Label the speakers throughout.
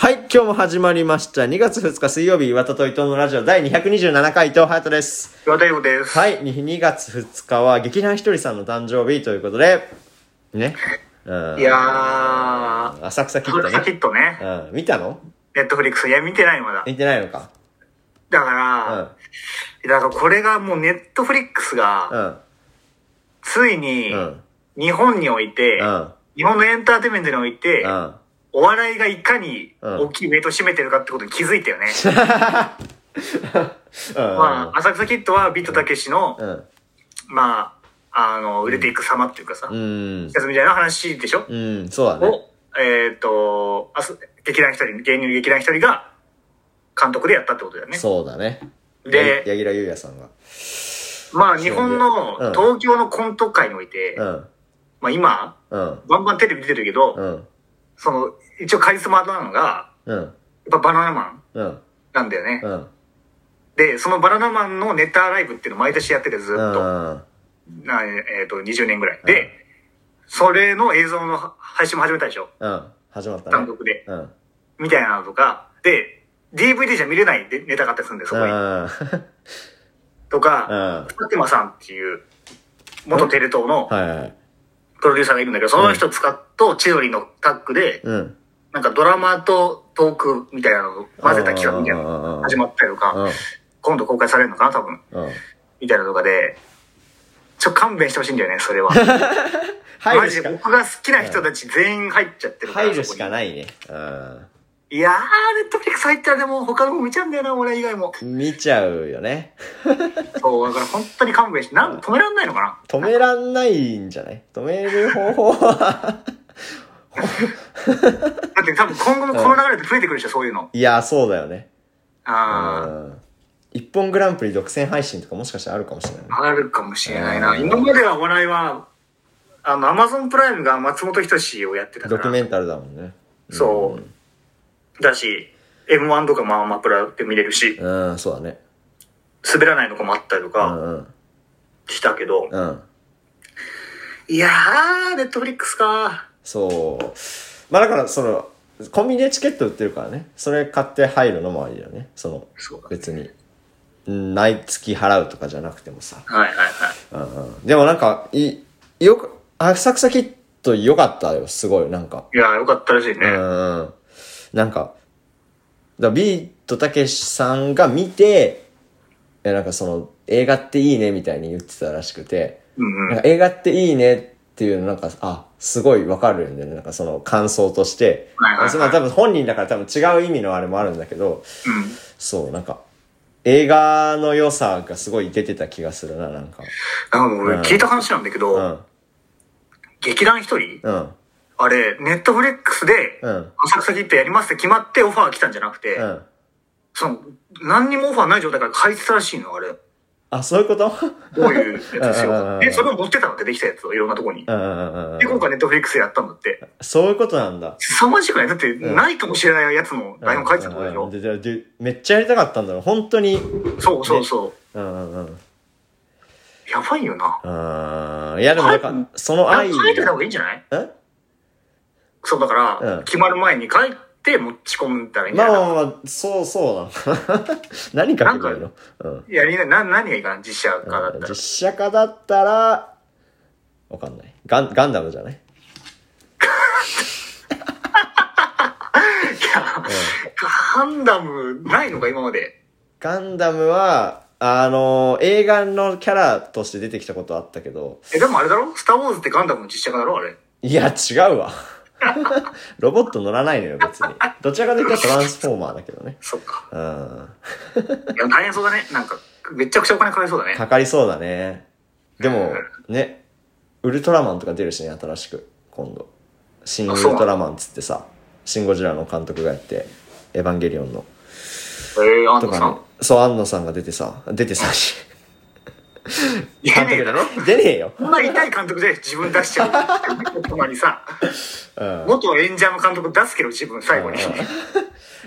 Speaker 1: 今日も始まりました。2月2日水曜日、岩田と伊藤のラジオ第227回、伊藤隼人です。
Speaker 2: 岩田洋です。
Speaker 1: はい、に2月2日は劇団ひとりさんの誕生日ということで、ね。うん、
Speaker 2: いや
Speaker 1: 浅草キ
Speaker 2: ー、
Speaker 1: ッ
Speaker 2: こ
Speaker 1: ド
Speaker 2: れサキ
Speaker 1: ね。
Speaker 2: ッとね、
Speaker 1: うん、見たの
Speaker 2: ネットフリックス、いや、見てないのまだ。
Speaker 1: 見てないのか。
Speaker 2: だか
Speaker 1: うん、
Speaker 2: ら、だからこれがもうネットフリックス
Speaker 1: う
Speaker 2: が、
Speaker 1: ん、
Speaker 2: ついに
Speaker 1: う、ん、
Speaker 2: 日本において、
Speaker 1: うん、
Speaker 2: 日本のエンターテインメントにおいて
Speaker 1: う、ん。
Speaker 2: お笑いがいかに
Speaker 1: うん
Speaker 2: 大きいウェイトを占めてるかってことに気づいたよ ね。まあ、浅草キッドはビートたけしの、
Speaker 1: うん、
Speaker 2: まあ、あの、売れていく様っていうかさ、
Speaker 1: う
Speaker 2: や
Speaker 1: ん、
Speaker 2: つみたいな話でしょ
Speaker 1: うん、そうだね。
Speaker 2: を、えっと、あす劇団一人、芸人の劇団一人が、監督でやったってことだよね。
Speaker 1: そうだね。
Speaker 2: で
Speaker 1: や柳楽優弥さんが。
Speaker 2: まあ日本の
Speaker 1: うん
Speaker 2: 東京のコント界において、
Speaker 1: うん、
Speaker 2: まあ今、
Speaker 1: うん、
Speaker 2: バンバンテレビ出てるけど、
Speaker 1: うん、
Speaker 2: その、一応カリスマなのが、
Speaker 1: うん、
Speaker 2: やっぱバナナマン
Speaker 1: うん、
Speaker 2: なんだよね。
Speaker 1: うん。
Speaker 2: で、そのバナナマンのネタライブっていうのを毎年やっててずっ
Speaker 1: う
Speaker 2: と、
Speaker 1: ん
Speaker 2: なえっ、と、20年ぐらい。
Speaker 1: うん
Speaker 2: で、それの映像の配信も始めたでしょ
Speaker 1: うん。始まった
Speaker 2: 単
Speaker 1: ね。
Speaker 2: 独で。
Speaker 1: うん。
Speaker 2: みたいなのとか、で、DVD じゃ見れないネタがあったりするんで、そこに。
Speaker 1: う
Speaker 2: とか、
Speaker 1: ん。
Speaker 2: ファテマさんっていう、元テレ東の
Speaker 1: はいはい。
Speaker 2: プロデューサーがいるんだけど、その人使っと千鳥のタッグで、
Speaker 1: うん。
Speaker 2: なんかドラマとトークみたいなのを混ぜた企画みたいな
Speaker 1: な
Speaker 2: のが始まったりとか、今度公開されるのかな多分、
Speaker 1: うん。うん。
Speaker 2: みたいなのとかで、ちょ、勘弁してほしいんだよね、それは。
Speaker 1: 入
Speaker 2: マ
Speaker 1: る
Speaker 2: ジ
Speaker 1: しか
Speaker 2: で、僕が好きな人たち全員入っちゃってるから。
Speaker 1: 入るしか
Speaker 2: い。
Speaker 1: ないね。うん。
Speaker 2: いやー、ネットフリックス入ったらでも他のも見ちゃうんだよな、俺以外も。
Speaker 1: 見ちゃうよね。
Speaker 2: そう、だから本当に勘弁して、なん、止めらんないのかな
Speaker 1: 止めらんないんじゃない止める方法は。
Speaker 2: だって多分今後もこの流れで増えてくるでしょ、そういうの。
Speaker 1: いや、そうだよね。う
Speaker 2: あー。
Speaker 1: ん。一本グランプリ独占配信とかもしかしたらあるかもしれないね。
Speaker 2: あるかもしれないな。
Speaker 1: うん
Speaker 2: 今まではお笑いは、あの、アマゾンプライムが松本人志をやってたか
Speaker 1: ド
Speaker 2: ら。
Speaker 1: キュメンタルだもんね。
Speaker 2: そうだし、M1 とかもアマプラで見れるし、
Speaker 1: うん。うん、そうだね。
Speaker 2: 滑らないのかもあったりと
Speaker 1: う
Speaker 2: か
Speaker 1: んうん。
Speaker 2: したけど、
Speaker 1: うん。
Speaker 2: いやー、ネットフリックスか
Speaker 1: そう。まあだから、その、コンビニでチケット売ってるからね。それ買って入るのもありだよね。その、
Speaker 2: そうだ。
Speaker 1: 別に。うん毎月払うとかじゃなくてもさ。
Speaker 2: はいはいはい。
Speaker 1: うんうん、でもなんか、い、よく、浅草キッド良かったよ。すごい、なんか。
Speaker 2: いやー、よかったらしいね。
Speaker 1: う
Speaker 2: うん。
Speaker 1: んうん。なんか、だビートたけしさんが見て、いやなんかその、映画っていいねみたいに言ってたらしくて、
Speaker 2: うん
Speaker 1: なんか映画っていいねっていうのなんか、あ、すごいわかるんだよね。なんかその感想として。
Speaker 2: はいはいはい
Speaker 1: まあ多分本人だから多分違う意味のあれもあるんだけど、そう、なんか、映画の良さがすごい出てた気がするな、なんか。
Speaker 2: なんか俺
Speaker 1: うん
Speaker 2: 聞いた話なんだけど、
Speaker 1: うん、
Speaker 2: 劇団一人、
Speaker 1: うん、
Speaker 2: あれ、ネットフリックスで、
Speaker 1: うん、
Speaker 2: 浅草キッドやりますって決まってオファー来たんじゃなくて、
Speaker 1: うん。
Speaker 2: その、何にもオファーない状態から返したらしいの、あれ。
Speaker 1: あ、そういうこと
Speaker 2: どういうやつです
Speaker 1: うんうんう
Speaker 2: よ。
Speaker 1: ん
Speaker 2: で、それを持ってたのってできたやつをいろんなとこに。
Speaker 1: うん、うん、うんうん。
Speaker 2: で、今回ネットフリックスでやったんだって。
Speaker 1: そういうことなんだ。
Speaker 2: 凄まじくないだって、ないかもしれないやつの
Speaker 1: うん
Speaker 2: LINE を書いてたんだ
Speaker 1: うん
Speaker 2: よ。
Speaker 1: でででめっちゃやりたかったんだろう。本当に。
Speaker 2: そうそうそう。
Speaker 1: うん、うん、うん。
Speaker 2: やばいよな。
Speaker 1: あーいや、でもなんか、その
Speaker 2: 書
Speaker 1: 愛。
Speaker 2: いといた方がいいんじゃない
Speaker 1: うん
Speaker 2: そう、だか
Speaker 1: うん
Speaker 2: ら、決まる前に書いて持ち込んだらいいんじ
Speaker 1: ま
Speaker 2: ゃ
Speaker 1: あま
Speaker 2: な
Speaker 1: あまあ、そうそうなのかな。 何書けばいい
Speaker 2: な
Speaker 1: のうん。
Speaker 2: いいやりな、な、何がいいかな実写化だったら
Speaker 1: 実。写化だったら、わかんない。ガン、ガンダムじゃない
Speaker 2: ガンダム、ないのか今まで。
Speaker 1: ガンダムは、あのー映画のキャラとして出てきたことあったけど、
Speaker 2: え、でもあれだろスターウォーズってガンダムの実写化だろあれ。
Speaker 1: いや、違うわ。 ロボット乗らないのよ、別に。どちらかというとトランスフォーマーだけどね。
Speaker 2: そっか。
Speaker 1: うん。
Speaker 2: いや、大変そうだね。なんか、めちゃくちゃお金かかりそうだね。
Speaker 1: かかりそうだね。でも、ね、ウルトラマンとか出るしね、新しく、今度。新ウ
Speaker 2: あ
Speaker 1: ル
Speaker 2: そうなの
Speaker 1: トラマンっつってさ、シン・ゴジラの監督がやって、エヴァンゲリオンの。
Speaker 2: えー、安
Speaker 1: と
Speaker 2: 藤さ
Speaker 1: かね
Speaker 2: ん。。
Speaker 1: そう、安野さんが出てさ、出 てさし。
Speaker 2: いやねえだろ
Speaker 1: 出ねえよ。
Speaker 2: こんな痛い監督で自分出しちゃう。 たまにさ、
Speaker 1: うん。
Speaker 2: 元演者の監督出すけど自分最後に。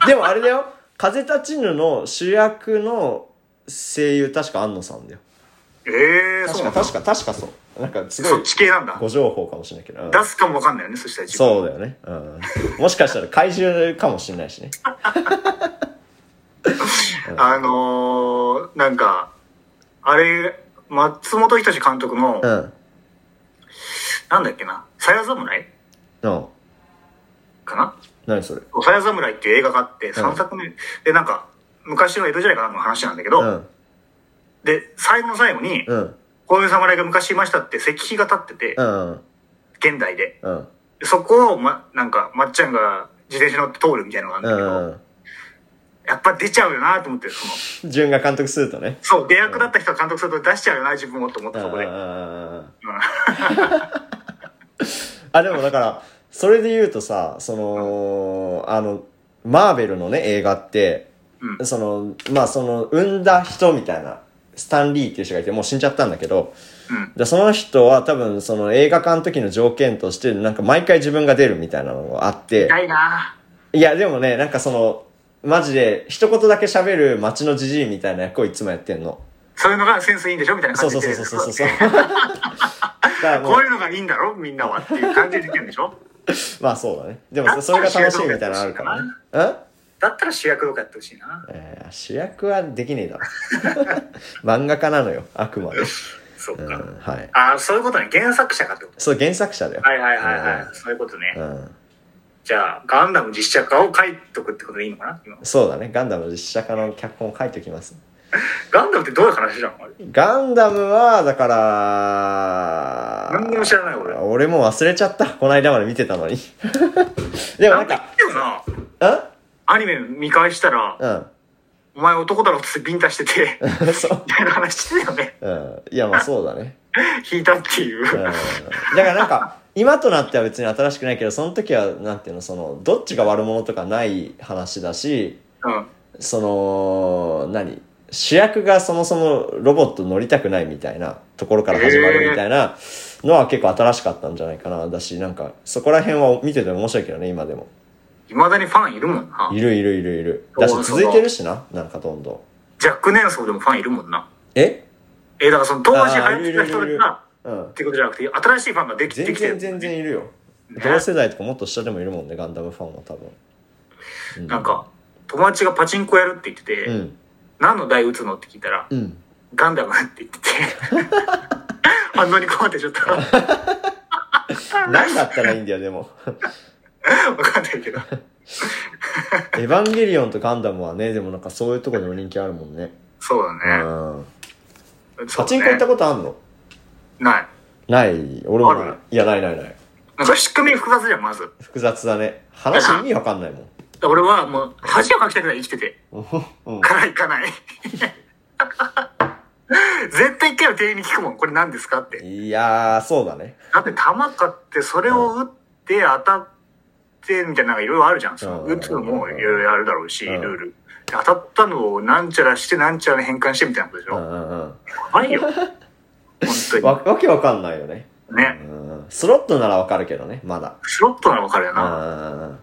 Speaker 1: でもあれだよ「風立ちぬ」の主役の声優確か安野さんだよ
Speaker 2: ええー、
Speaker 1: 確か
Speaker 2: そうなんだ。
Speaker 1: 確か確かそうなんかすご
Speaker 2: そ
Speaker 1: い
Speaker 2: っち系なんだ。
Speaker 1: ご情報かもしれないけど、うん
Speaker 2: 出すかもわかんないよね、そしたら自分。
Speaker 1: そうだよね、うん、もしかしたら怪獣かもしれないしね
Speaker 2: あのーなんか、あれ、松本人志監督の、
Speaker 1: うん。
Speaker 2: なんだっけな、さや侍
Speaker 1: うん。
Speaker 2: かな
Speaker 1: 何それ。
Speaker 2: そうさや侍っていう映画があって、3作目、で、なんか、昔の江戸時代からの話なんだけど、
Speaker 1: うん。
Speaker 2: で、最後の最後に、
Speaker 1: うん。
Speaker 2: こういう侍が昔いましたって石碑が立ってて
Speaker 1: う、ん。
Speaker 2: 現代で。
Speaker 1: うん。
Speaker 2: でそこを、ま、なんか、まっちゃんが自転車乗って通るみたいなのがあるんだけど、
Speaker 1: うん。
Speaker 2: やっぱ出ちゃうよなと思って、その、
Speaker 1: 潤が監督するとね。
Speaker 2: そう、出役だった人が監督すると出しちゃうよな、自分もと思って、そこで。うん。
Speaker 1: ああ、でもだから、それで言うとさ、その、あの、マーベルのね、映画って、
Speaker 2: うん
Speaker 1: その、まあその、生んだ人みたいな、スタンリーっていう人がいて、もう死んじゃったんだけど、
Speaker 2: うん。
Speaker 1: でその人は多分その映画化の時の条件として、なんか毎回自分が出るみたいなのがあって、
Speaker 2: 痛いない
Speaker 1: や、でもね、なんかその、マジで、一言だけ喋る街のじじいみたいな役をいつもやってんの。
Speaker 2: そういうのがセンスいいんでしょみたいな
Speaker 1: そ
Speaker 2: 感
Speaker 1: うそ
Speaker 2: じ
Speaker 1: う
Speaker 2: で
Speaker 1: そう
Speaker 2: 言っ
Speaker 1: そ
Speaker 2: て
Speaker 1: う
Speaker 2: る。
Speaker 1: そうそう。だからも
Speaker 2: こういう
Speaker 1: う、
Speaker 2: のがいいんだろみんなはっていう感じで言ってるんでしょ
Speaker 1: まあそうだね。でもそそれが楽しいみたいなのあるからね。うん
Speaker 2: だったら主役とかやってほしいな。
Speaker 1: えー主役はできねえだろ。 漫画家なのよ、あくまで。
Speaker 2: そっ
Speaker 1: う
Speaker 2: か。
Speaker 1: ん、はい。
Speaker 2: ああ、そういうことね。原作者かってこと。
Speaker 1: そう、原作者だよ。
Speaker 2: はいはいはいはい。そういうことね。
Speaker 1: うん。
Speaker 2: じゃあ、ガンダム実写化を書いとくってことでいいのかな今
Speaker 1: そうだね、ガンダムの実写化の脚本を書いておきます。
Speaker 2: ガンダムってどういう話なのあれ。
Speaker 1: ガンダムは、だから、
Speaker 2: 何にも知らない俺
Speaker 1: 俺も忘れちゃった。この間まで見てたの に。でもな
Speaker 2: な
Speaker 1: んん
Speaker 2: か
Speaker 1: か、
Speaker 2: 言ってよな。
Speaker 1: う
Speaker 2: アニメ見返したら、
Speaker 1: んうん。
Speaker 2: お前男だろってビンタしてて、み
Speaker 1: そう。
Speaker 2: たいな話してたよね。
Speaker 1: うん。いや、まあそうだね。
Speaker 2: 引いたっていう。
Speaker 1: うん。だからなんか、今となっては別に新しくないけど、その時は、なんていうの、その、どっちが悪者とかない話だし、
Speaker 2: うん。
Speaker 1: その、何主役がそもそもロボット乗りたくないみたいなところから始まるみたいなのは結構新しかったんじゃないかな。だし、なんか、そこら辺は見てて面白いけどね、今でも。。
Speaker 2: 未だにファンいるもんない
Speaker 1: るいるいるいる。
Speaker 2: そ
Speaker 1: だ
Speaker 2: う
Speaker 1: し
Speaker 2: そう、
Speaker 1: 続いてるしな、なんかどんどん。
Speaker 2: ジャック・ネンソーでもファンいるもんな。
Speaker 1: え
Speaker 2: え、だからその当時流
Speaker 1: あー
Speaker 2: 行ってた
Speaker 1: いるいるいるい
Speaker 2: 人
Speaker 1: る
Speaker 2: が、
Speaker 1: うん
Speaker 2: っ。ていうことじゃなくて、新しいファンができで
Speaker 1: 全
Speaker 2: きて
Speaker 1: 然
Speaker 2: る。
Speaker 1: 全然いるよ。
Speaker 2: ね
Speaker 1: 同世代とかもっと下でもいるもんね、ガンダムファンは多分。うん
Speaker 2: なんか、友達がパチンコやるって言ってて、
Speaker 1: うん。
Speaker 2: 何の台打つのって聞いたら、
Speaker 1: うん。
Speaker 2: ガンダムって言ってて、 反応に困ってちょっと、わ
Speaker 1: 何だったらいいんだよ、でも。
Speaker 2: かんないけど。
Speaker 1: エヴァンゲリオンとガンダムはね、でもなんかそういうとこでも人気あるもんね。
Speaker 2: そう
Speaker 1: う
Speaker 2: だね。
Speaker 1: ん。
Speaker 2: そ
Speaker 1: パ
Speaker 2: う
Speaker 1: チ
Speaker 2: ね
Speaker 1: ンコ行ったことあんの
Speaker 2: ない。
Speaker 1: ない俺もな
Speaker 2: あ
Speaker 1: い
Speaker 2: る
Speaker 1: いやないないない
Speaker 2: なんか仕組み複雑じゃん、まず。
Speaker 1: 複雑だね話意味わかんないもん
Speaker 2: 俺はもう、恥をかきたくない、生きてて。
Speaker 1: うん
Speaker 2: から行かない。 絶対一回は店員に聞くもん、これ何ですかって。
Speaker 1: いやーそうだね
Speaker 2: だって弾買ってそれを打って当たってみたいなのがいろいろあるじゃん。その
Speaker 1: うん
Speaker 2: 打つのもいろいろあるだろうし、
Speaker 1: う
Speaker 2: ル
Speaker 1: ん
Speaker 2: ール。で当たったのをなんちゃらしてなんちゃらに変換してみたいなことでし
Speaker 1: う
Speaker 2: ょ。
Speaker 1: んうんうん
Speaker 2: はいよ。本
Speaker 1: わ
Speaker 2: 当
Speaker 1: わけわかんないよね
Speaker 2: に。
Speaker 1: う
Speaker 2: ね。
Speaker 1: んスロットならわかるけどねまだ
Speaker 2: スロットならわかるよ
Speaker 1: う
Speaker 2: な。
Speaker 1: ん
Speaker 2: うん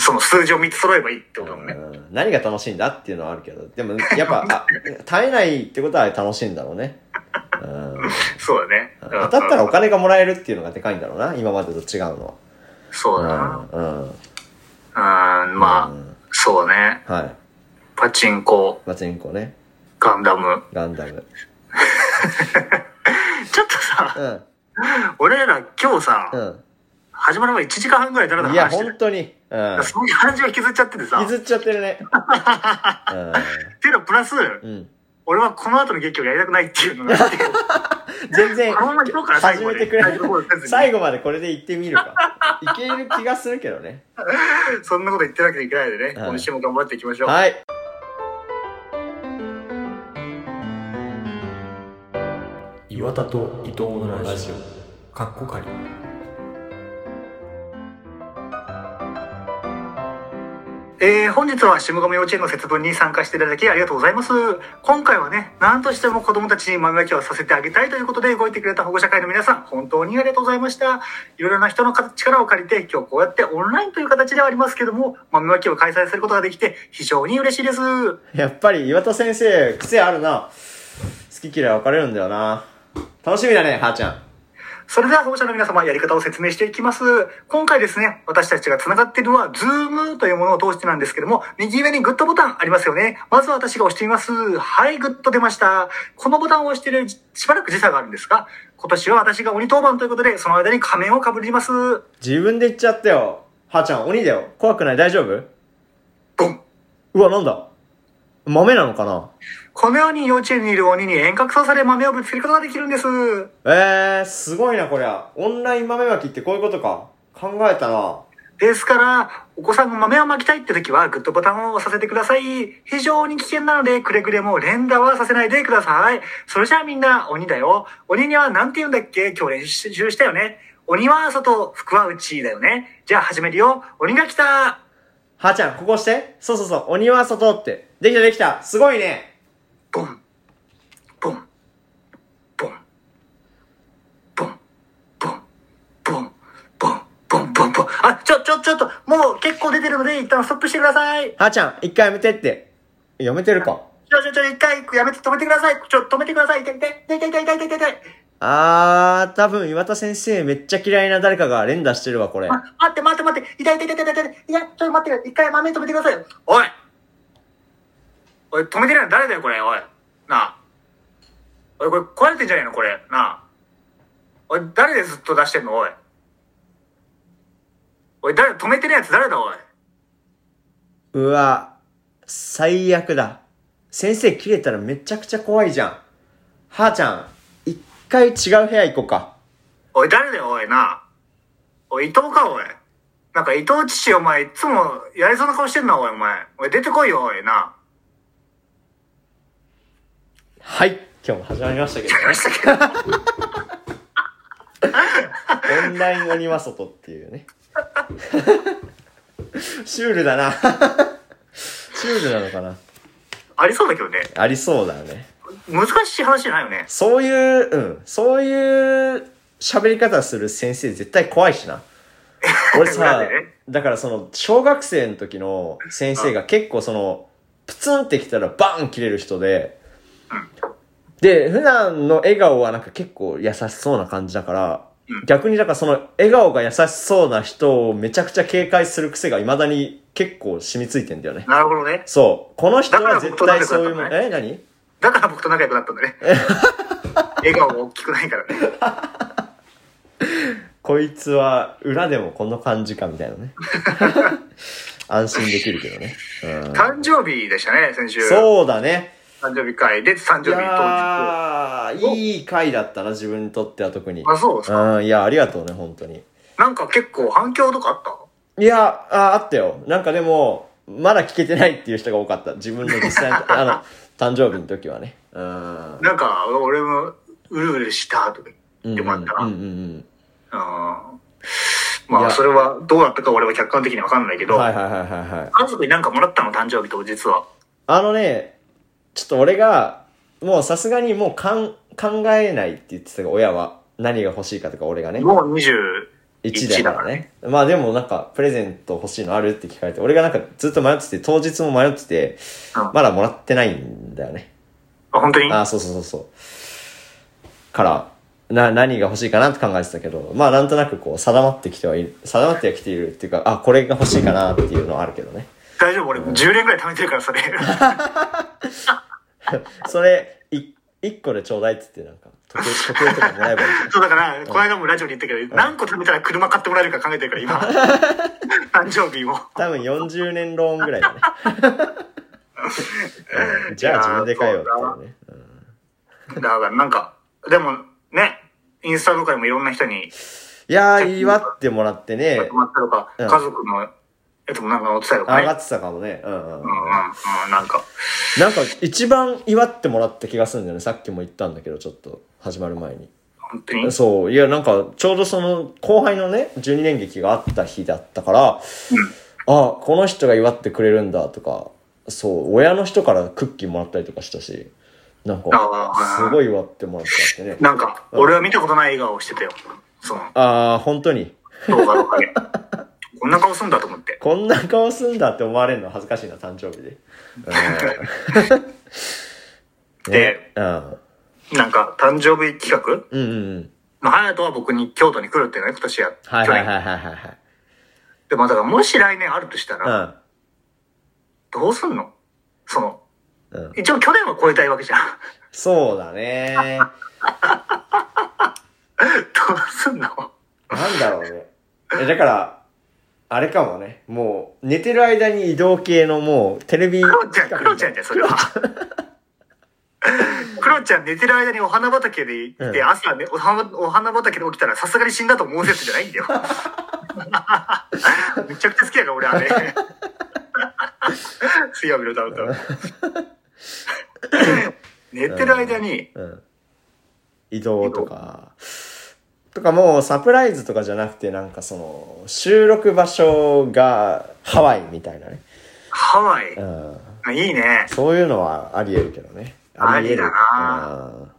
Speaker 2: その数字を3つ揃えばいいってことだもんね。
Speaker 1: うん何が楽しいんだっていうのはあるけどでもやっぱあ耐えないってことは楽しいんだろうねうん
Speaker 2: そうだね。
Speaker 1: 当たったらお
Speaker 2: か
Speaker 1: 金がもらえるっていうのがでかいんだろうな今までと違うの
Speaker 2: そうだ
Speaker 1: は
Speaker 2: な。
Speaker 1: うんうん
Speaker 2: うん、まあ、そうね。
Speaker 1: はい
Speaker 2: パチンコ、
Speaker 1: パチンコね
Speaker 2: ガンダム。
Speaker 1: ガンダム
Speaker 2: ちょっとさ、
Speaker 1: うん
Speaker 2: 俺ら今日さ、
Speaker 1: うん
Speaker 2: 始まる前1時間半ぐらいだらだ
Speaker 1: い
Speaker 2: ら
Speaker 1: や、
Speaker 2: 話して
Speaker 1: 本
Speaker 2: る。
Speaker 1: 当に。うん。
Speaker 2: そういう感じが削っちゃっててさ。
Speaker 1: 削っちゃってるね。
Speaker 2: っていうのプラス、
Speaker 1: うん。うん。
Speaker 2: 俺はこの後の劇をやりたくないっていう のがあって、
Speaker 1: 全然、
Speaker 2: このまま行こうかな、
Speaker 1: 始めてくれ
Speaker 2: 最後まで。
Speaker 1: 最
Speaker 2: 後。
Speaker 1: 後までこれで行ってみるか。いける気がするけどね。
Speaker 2: そんなこと言ってなきゃいけないのでね、
Speaker 1: はい
Speaker 2: 今週も頑張っていきましょう。
Speaker 1: はい。
Speaker 3: 岩田と伊藤のラジオかっこかり
Speaker 2: えー、本日は下鴨幼稚園の節分に参加していただきありがとうございます。今回はね、何としても子供たちに豆まきをさせてあげたいということで動いてくれた保護者会の皆さん、本当にありがとうございました。いろいろな人の力を借りて、今日こうやってオンラインという形ではありますけども、豆まきを開催することができて、非常に嬉しいです。
Speaker 1: やっぱり岩田先生、癖あるな。好き嫌い分かれるんだよな。楽しみだね、はーちゃん。
Speaker 2: それでは保護者の皆様、やり方を説明していきます。今回ですね、私たちが繋がっているのは、Zoom というものを通してなんですけども、右上にグッドボタンありますよね。まずは私が押してみます。はい、グッと出ました。このボタンを押しているしばらく時差があるんですが、今年は私が鬼当番ということで、その間に仮面をかぶります。
Speaker 1: 自分で言っちゃってよ。はーちゃん、鬼だよ。怖くない大丈夫
Speaker 2: ボン
Speaker 1: うわ、なんだ豆なのかな
Speaker 2: このように幼稚園にいる鬼に遠隔操作で豆をぶつけることができるんです。
Speaker 1: えー、すごいな、こりゃ。オンライン豆まきってこういうことか。考えたな。
Speaker 2: ですから、お子さんが豆をまきたいって時は、グッドボタンを押させてください。非常に危険なので、くれぐれも連打はさせないでください。それじゃあみんな、鬼だよ。鬼には何て言うんだっけ今日練習したよね。鬼は外、服は内だよね。じゃあ始めるよ。鬼が来た
Speaker 1: はーちゃん、ここ押して。そうそうそう、鬼は外って。できたできた。すごいね。
Speaker 2: ボン、ボン、ボン、ボン、ボン、ボン、ボン、ボン、ボン、ボン。あ、ちょ、ちょ、ちょっと、もう結構出てるので、一旦ストップしてください。
Speaker 1: はーちゃん、一回やめてって。やめてるか。
Speaker 2: ちょ、ちょ、ちょ、一回やめて、止めてください。ちょ、止めてください。痛い、痛い、痛い、痛い、痛い、痛い、痛い、痛い。
Speaker 1: あー、多分岩田先生めっちゃ嫌いな誰かが連打してるわ、これ。
Speaker 2: あ、待って、待って、待って。痛い、痛い、痛い、痛い、痛い、痛い。ちょっと待って、一回豆止めてくださいよ。おいおい、止めてないの誰だよ、これ、おい。なあ。おい、これ壊れてんじゃねえの、これ。なあ。おい、誰でずっと出してんの、おい。おい、誰、止めてるやつ誰だ、おい。
Speaker 1: うわ、最悪だ。先生切れたらめちゃくちゃ怖いじゃん。はーちゃん、一回違う部屋行こうか。
Speaker 2: おい、誰だよ、おい、なあ。おい、伊藤か、おい。なんか伊藤父、お前、いつもやりそうな顔してんな、おい、お前。おい、出てこいよ、おい、なあ。
Speaker 1: はい。今日も始まりましたけど
Speaker 2: 出ましたけど
Speaker 1: ね。オンライン鬼は外っていうね。シュールだな。シュールなのかな。
Speaker 2: ありそうだけどね。
Speaker 1: ありそうだよね。
Speaker 2: 難しい話じゃないよね。
Speaker 1: そういう、うん。そういう喋り方する先生絶対怖いし な。俺
Speaker 2: なん
Speaker 1: さ
Speaker 2: でね、
Speaker 1: だからその、小学生の時の先生が結構その、プツンってきたらバーン切れる人で、で、普段の笑顔はなんか結構優しそうな感じだから、
Speaker 2: うん
Speaker 1: 逆にだからその笑顔が優しそうな人をめちゃくちゃ警戒する癖が未だに結構染みついてんだよね。
Speaker 2: なるほどね。
Speaker 1: そう。この人は絶
Speaker 2: だから
Speaker 1: 対
Speaker 2: 僕と
Speaker 1: そうい
Speaker 2: 仲良
Speaker 1: うも
Speaker 2: くなった
Speaker 1: ん。
Speaker 2: の
Speaker 1: え、何
Speaker 2: だから僕と仲良くなったん だね。笑顔が大きくないからね。
Speaker 1: こいつは裏でもこの感じかみたいな ね。安心できるけどね。うん、
Speaker 2: 誕生日でしたね、先週。
Speaker 1: そうだね。
Speaker 2: 誕生日会で、誕
Speaker 1: い
Speaker 2: 生日当
Speaker 1: やー、いい回だったな、自分にとっては特に。
Speaker 2: 日。あ、そうですか。
Speaker 1: うん、いや、ありがとうね、本当に。
Speaker 2: なんか結構反響とかあった
Speaker 1: いや、ああったよ。なんかでも、まだ聞けてないっていう人が多かった。自分の実際 の、あの、誕生日の時はね。うん。
Speaker 2: なんか、俺も、うるうるした、とか言ってもらったら。
Speaker 1: う
Speaker 2: うん
Speaker 1: うん
Speaker 2: ん
Speaker 1: うんい
Speaker 2: ま
Speaker 1: や
Speaker 2: あ、それはどうだったか俺は客観的にはわかんないけ
Speaker 1: うん。
Speaker 2: ど、
Speaker 1: はいはいはいはいはい。
Speaker 2: 家族になんかもらったの、誕生日と実は。
Speaker 1: あのね、ちょっと俺が、もうさすがにもうかん考えないって言ってたが親は。何が欲しいかとか俺がね。
Speaker 2: もう20、
Speaker 1: 1だ
Speaker 2: 一だ
Speaker 1: か
Speaker 2: からら
Speaker 1: ね。まあでもなんか、プレゼント欲しいのあるって聞かれて、俺がなんかずっと迷ってて、当日も迷ってて
Speaker 2: うん、
Speaker 1: まだもらってないんだよね。
Speaker 2: あ本当に
Speaker 1: あ、そうそうそうそう。から、な、何が欲しいかなって考えてたけど、まあなんとなくこう、定まってきてはいる、定まってはきているっていうか、あ、これが欲しいかなっていうのはあるけどね。
Speaker 2: 大丈夫俺10年ぐらい貯めてるから、それ。
Speaker 1: それ、い、1個でちょうだいって言って、なんか、時計、時計とかもらえばいいじゃん。
Speaker 2: そうだから、この間もラジオで言ったけど、何個貯めたら車買ってもらえるか考えてる から、今。誕生日も。
Speaker 1: 多分40年ローンぐらいだね。 うんじゃあ自分で買えよっていうね。うん
Speaker 2: だからなんか、でもね、インスタとかでもいろんな人に
Speaker 1: いやー、祝ってもらってね
Speaker 2: ま、とまったとか、
Speaker 1: うん
Speaker 2: 家族のやつもなんか載ってたりとか
Speaker 1: 上が
Speaker 2: ね。
Speaker 1: ってたかもね。うんうんうん
Speaker 2: うんうんうん、なんか。
Speaker 1: なんか一番祝ってもらった気がするんだよね。さっきも言ったんだけど、ちょっと始まる前に。
Speaker 2: 本当に。
Speaker 1: そう。いや、なんか、ちょうどその、後輩のね、12年劇があった日だったから、あ、この人が祝ってくれるんだとか、そう、親の人からクッキーもらったりとかしたし、なんか
Speaker 2: あ、ー
Speaker 1: すごい祝ってもらったってね。
Speaker 2: なんか、俺は見たことない笑顔をしてたよ。その
Speaker 1: ああ、本当に。
Speaker 2: 動画とか で。こんな顔すんだと思って。
Speaker 1: こんな顔すんだって思われるの恥ずかしいな、誕生日で。 うん、
Speaker 2: で
Speaker 1: ね、うん。
Speaker 2: なんか、誕生日企画
Speaker 1: うんうんうん。
Speaker 2: まあ、隼人は僕に京都に来るっていうのね、今年や、
Speaker 1: はいはい
Speaker 2: 去年。
Speaker 1: はいはいはいはい。
Speaker 2: でも、だからもし来年あるとした
Speaker 1: う
Speaker 2: ら、
Speaker 1: ん。
Speaker 2: どうすんのその、
Speaker 1: うん
Speaker 2: 一応去年は超えたいわけじゃん。
Speaker 1: そうだね。
Speaker 2: どうすんの
Speaker 1: なんだろうね。え、だから、あれかもね。もう、寝てる間に移動系のもう、テレビ
Speaker 2: クロちゃ
Speaker 1: 企
Speaker 2: ん、
Speaker 1: 画
Speaker 2: クロちゃんじゃん、それは。クロちゃん寝てる間にお花畑でいて、
Speaker 1: うん
Speaker 2: 朝ねお花、お花畑で起きたらさすがに死んだと思う説じゃないんだ よ。めちゃくちゃ好きやから、俺、あ れ。水曜日のダウンタウン。寝てる間に、
Speaker 1: うん。移動とか。とかもうサプライズとかじゃなくてなんかその収録場所がハワイみたいなね、
Speaker 2: ハワイ
Speaker 1: う。ん、
Speaker 2: あいいね。
Speaker 1: そういうのはありえるけどね
Speaker 2: あり
Speaker 1: え
Speaker 2: だ
Speaker 1: る
Speaker 2: な
Speaker 1: うん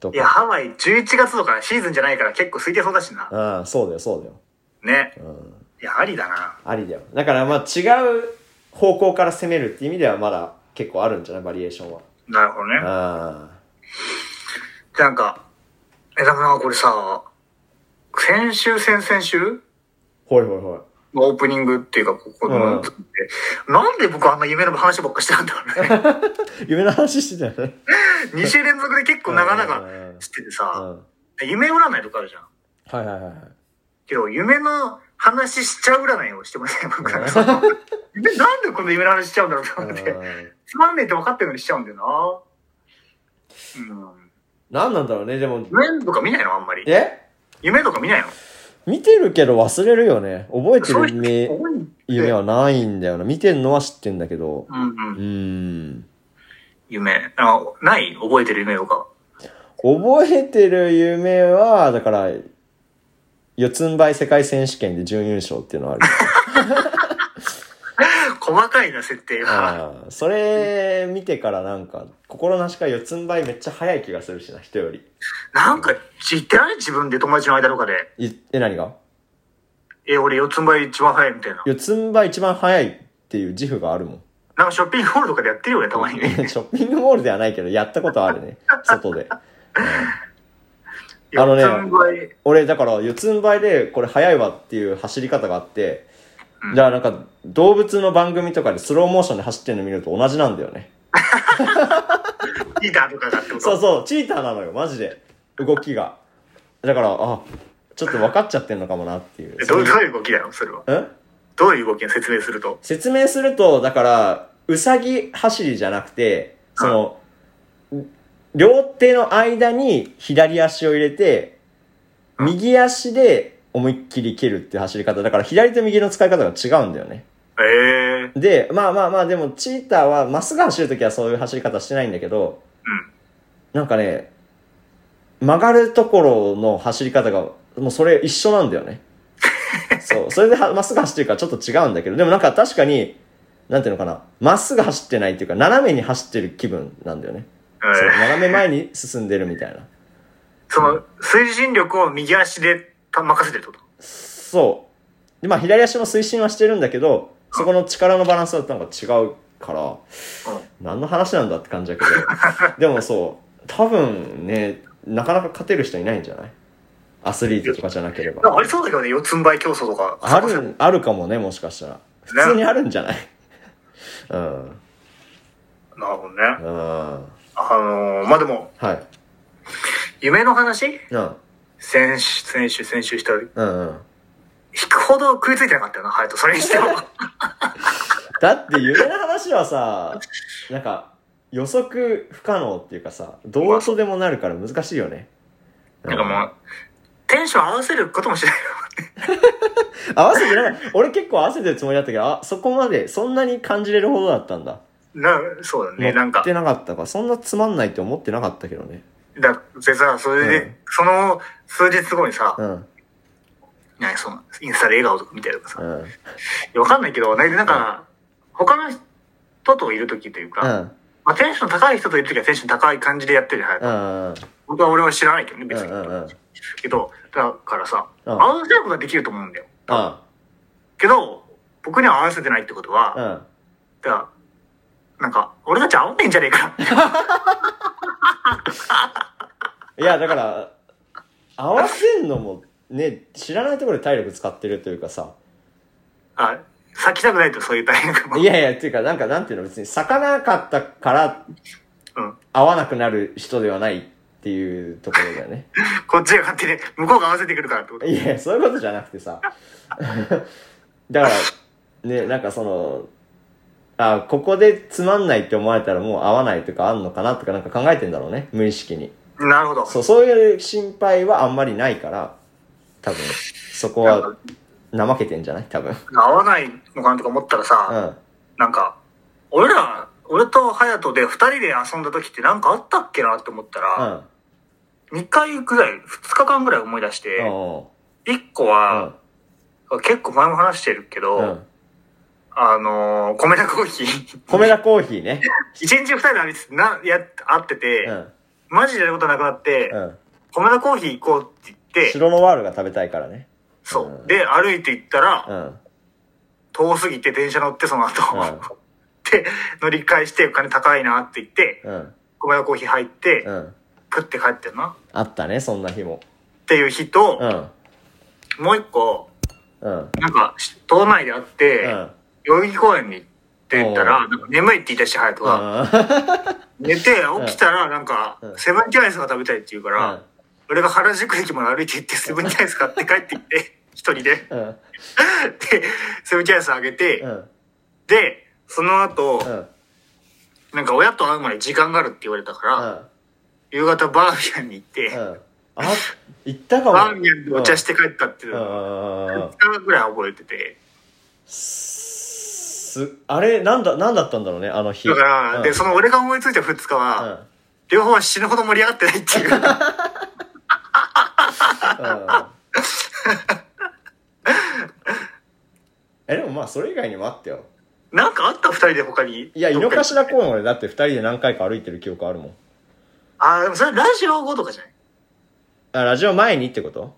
Speaker 1: と
Speaker 2: いや、
Speaker 1: か
Speaker 2: ハワイ11月とかシーズンじゃないから結構空いてそうだしな。
Speaker 1: うんそうだよそうだよ、
Speaker 2: ね。
Speaker 1: うん、
Speaker 2: いや、ありだな。
Speaker 1: ありだよだからまあ違う方向から攻めるっていう意味ではまだ結構あるんじゃないバリエーションは
Speaker 2: なるほどね。
Speaker 1: あ
Speaker 2: でなんか、え、でもなんかこれさ、先週、先々週
Speaker 1: あほいほいほい
Speaker 2: のオープニングっていうか、ここの、
Speaker 1: うん
Speaker 2: なんで僕あんな夢の話ばっかしてたんだろ うね。
Speaker 1: 夢の話してたよね
Speaker 2: 2週連続で結構長々
Speaker 1: うん
Speaker 2: してて
Speaker 1: う
Speaker 2: さ、
Speaker 1: ん
Speaker 2: 夢占いとかあるじゃん。
Speaker 1: はいはいはいはい
Speaker 2: けど、夢の話しちゃう占いをしてません、僕なんかその。 夢なんでこの夢の話しちゃうんだろうと思って。
Speaker 1: うん
Speaker 2: つまんねえって分かってるのにしちゃうんだよな。うん。
Speaker 1: 何なんだろうねでも
Speaker 2: 夢とか見ないのあんまり。
Speaker 1: え
Speaker 2: 夢とか見ないの
Speaker 1: 見てるけど忘れるよね覚えて
Speaker 2: そう
Speaker 1: る
Speaker 2: いう
Speaker 1: 夢
Speaker 2: 人多いって
Speaker 1: 夢はないんだよな見てんのは知ってんだけど
Speaker 2: うんうん
Speaker 1: う。ーん
Speaker 2: 夢。あない覚えてる夢とか。
Speaker 1: 覚えてる夢はだから四つん這い世界選手権で準優勝っていうのはある
Speaker 2: 細かいな、設定が。
Speaker 1: あーそれ見てからなんか心なしか四つん這いめっちゃ早い気がするしな人より
Speaker 2: なんか、言ってない自分で友達の間とかで。
Speaker 1: いえ何が
Speaker 2: え、俺四つん這い一番早いみたいな。
Speaker 1: 四つん這い一番早いっていう自負があ るもん
Speaker 2: なんかショッピングモールとかでやってるよね、たまに
Speaker 1: シ
Speaker 2: ね。
Speaker 1: ョッピングモールではないけどやったことある ね外であ
Speaker 2: 四
Speaker 1: のね
Speaker 2: つん這い。
Speaker 1: 俺だから四つん這いでこれ早いわっていう走り方があってじゃあなんか動物の番組とかでスローモーションで走ってるの見ると同じなんだよね
Speaker 2: ギターとかがってこと。
Speaker 1: そうそうチーターなのよマジで動きがだからあちょっと分かっちゃってんのかもなっていう
Speaker 2: えどうどういう動きだよ、それは。
Speaker 1: うん
Speaker 2: どういう動きを説明すると。
Speaker 1: 説明するとだからうさぎ走りじゃなくてその、両手の間に左足を入れて右足で思いっきり蹴るっていう走り方だから左と右の使い方が違うんだよね
Speaker 2: ええ
Speaker 1: でまあまあまあでもチーターはまっすぐ走るときはそういう走り方してないんだけど、なんかね曲がるところの走り方がもうそれ一緒なんだよねそうそれではまっすぐ走ってるからちょっと違うんだけどでもなんか確かになんていうのかなまっすぐ走ってないっていうか斜めに走ってる気分なんだよね、
Speaker 2: え
Speaker 1: そう
Speaker 2: え
Speaker 1: 斜め前に進んでるみたいな
Speaker 2: その、推進力を右足でた任せてるってこと。
Speaker 1: そうでまあ左足の推進はしてるんだけどそこの力のバランスはなんか違うから
Speaker 2: うん
Speaker 1: 何の話なんだって感じだけど でもそう多分ねなかなか勝てる人いないんじゃないアスリートとかじゃなけれ
Speaker 2: なんかあ
Speaker 1: ば
Speaker 2: りそうだけどね、四つん這い競争とか。
Speaker 1: あるあるかもねもしかしたら普通にあるんじゃないうん
Speaker 2: なるほどね。
Speaker 1: うんは
Speaker 2: あのー、まあ、でも、
Speaker 1: い
Speaker 2: 夢の話
Speaker 1: うん
Speaker 2: 先週、先週、先週した
Speaker 1: うんうん
Speaker 2: 引くほど食いついてなかったよな、ハヤト。それに しても。
Speaker 1: だって夢の話は さなんか予測不可能っていうかさどうとでもなるから難しいよね
Speaker 2: なんかもう、テンション合わせることもしないよ。
Speaker 1: 合わせてない俺結構合わせてるつもりだったけどあそこまでそんなに感じれるほどだったんだ
Speaker 2: な、そうだね。なん
Speaker 1: 乗っ
Speaker 2: か、
Speaker 1: てなかったからそんなつまんないって思ってなかったけどね
Speaker 2: だってさ、それで、
Speaker 1: うん
Speaker 2: その数日後にさ、
Speaker 1: うん
Speaker 2: 何その、インスタで笑顔とか見たりとかさ、
Speaker 1: う
Speaker 2: い
Speaker 1: ん
Speaker 2: やわかんないけど、なんか、他の人といる時という
Speaker 1: う
Speaker 2: か、
Speaker 1: ん
Speaker 2: まあ、テンション高い人といる時はテンション高い感じでやってるじゃない。
Speaker 1: うん
Speaker 2: 僕は俺は知らないけどね、
Speaker 1: うんう
Speaker 2: 別に。
Speaker 1: んうん
Speaker 2: けど、だからさ、
Speaker 1: う
Speaker 2: 合
Speaker 1: ん
Speaker 2: わせることはできると思うんだよ。
Speaker 1: あ
Speaker 2: けど、僕には合わせてないってことは、
Speaker 1: うん
Speaker 2: だからなんか、俺たち合わねえんじゃねえかなって。
Speaker 1: いやだから合わせんのもね、知らないところで体力使ってるというかさ、
Speaker 2: あ、さっきたくないとそういう大変かも。
Speaker 1: いやいや、っていうか、なんかなんていうの、別に咲かなかったから
Speaker 2: うん、
Speaker 1: 合わなくなる人ではないっていうところだよね。
Speaker 2: こっちが勝手に向こうが合わせてくるからってこと。
Speaker 1: いや、そういうことじゃなくてさ。 だから、ね、なんかその、あ、ここでつまんないって思われたらもう合わないとかあんのかなとかなんか考えてんだろうね、無意識に。
Speaker 2: なるほど。
Speaker 1: そう、そういう心配はあんまりないから、多分、そこは怠けてんじゃない多分。
Speaker 2: 合わないのかなとか思ったら
Speaker 1: う
Speaker 2: さ、
Speaker 1: ん。
Speaker 2: なんか、俺ら、俺と隼人で二人で遊んだ時ってなんかあったっけなって思った
Speaker 1: う
Speaker 2: ら、
Speaker 1: ん。
Speaker 2: 二回ぐらい、二日間ぐらい思い出し
Speaker 1: うん。
Speaker 2: て、一個は、結構前も話してるけ
Speaker 1: うん。う
Speaker 2: ど
Speaker 1: ん、。
Speaker 2: あのー、米田コーヒー、
Speaker 1: 米田コーヒーね。
Speaker 2: 一日二人で会ってなや会って
Speaker 1: う
Speaker 2: て、
Speaker 1: ん。
Speaker 2: マジでやることなくなって、
Speaker 1: うん。
Speaker 2: 米田コーヒー行こうって言って、
Speaker 1: 白のワールが食べたいからね。
Speaker 2: そうう。
Speaker 1: ん
Speaker 2: で、歩いて行ったら
Speaker 1: う、ん。
Speaker 2: 遠すぎて電車乗ってその後、
Speaker 1: うん
Speaker 2: で乗り換えしてお金高いなって言って
Speaker 1: うん。
Speaker 2: 米田コーヒー入って、
Speaker 1: うん。
Speaker 2: 食って帰ってんなっ
Speaker 1: あったね、そんな日も。
Speaker 2: ていう日と
Speaker 1: う、ん。
Speaker 2: もう一個
Speaker 1: うん。
Speaker 2: なんか島内であって、
Speaker 1: うん。
Speaker 2: 代々木公園に行ってた
Speaker 1: お
Speaker 2: ら
Speaker 1: う
Speaker 2: なんか眠いって言い出して隼人が、寝て起きたらなんか、
Speaker 1: うん
Speaker 2: セブンティーアイスが食べたいって言うから、
Speaker 1: う
Speaker 2: 俺が原宿駅まで歩いて行ってセブンティーアイス買って帰ってきて一人でで
Speaker 1: ん。うん。
Speaker 2: セブンティーアイスあげて、
Speaker 1: うん。
Speaker 2: でその後、
Speaker 1: うん。
Speaker 2: なんか親と会うまで時間があるって言われたから、夕方バーミヤンに行って、
Speaker 1: うん。あ、行ったかも。。
Speaker 2: バーミヤンでお茶してて帰ったっていう
Speaker 1: うんう
Speaker 2: のを
Speaker 1: んうんうん
Speaker 2: 2。日ぐらい覚えてて
Speaker 1: す、あれ、なんだ、なんだったんだろうね、あの日。
Speaker 2: だから、
Speaker 1: うん
Speaker 2: でその俺が思いついた2日
Speaker 1: う
Speaker 2: は、
Speaker 1: ん
Speaker 2: 両方は死ぬほど盛り上がってないっていう
Speaker 1: うん。え、でもまあ、それ以外にもあったよ。
Speaker 2: なんかあった2人で他に
Speaker 1: いや、井
Speaker 2: ど
Speaker 1: の
Speaker 2: っかに
Speaker 1: 頭公園俺だって二人で何回か歩いてる記憶あるもん。
Speaker 2: ああでもそれラジオ後とかじゃない
Speaker 1: あ、ラジオ前にってこと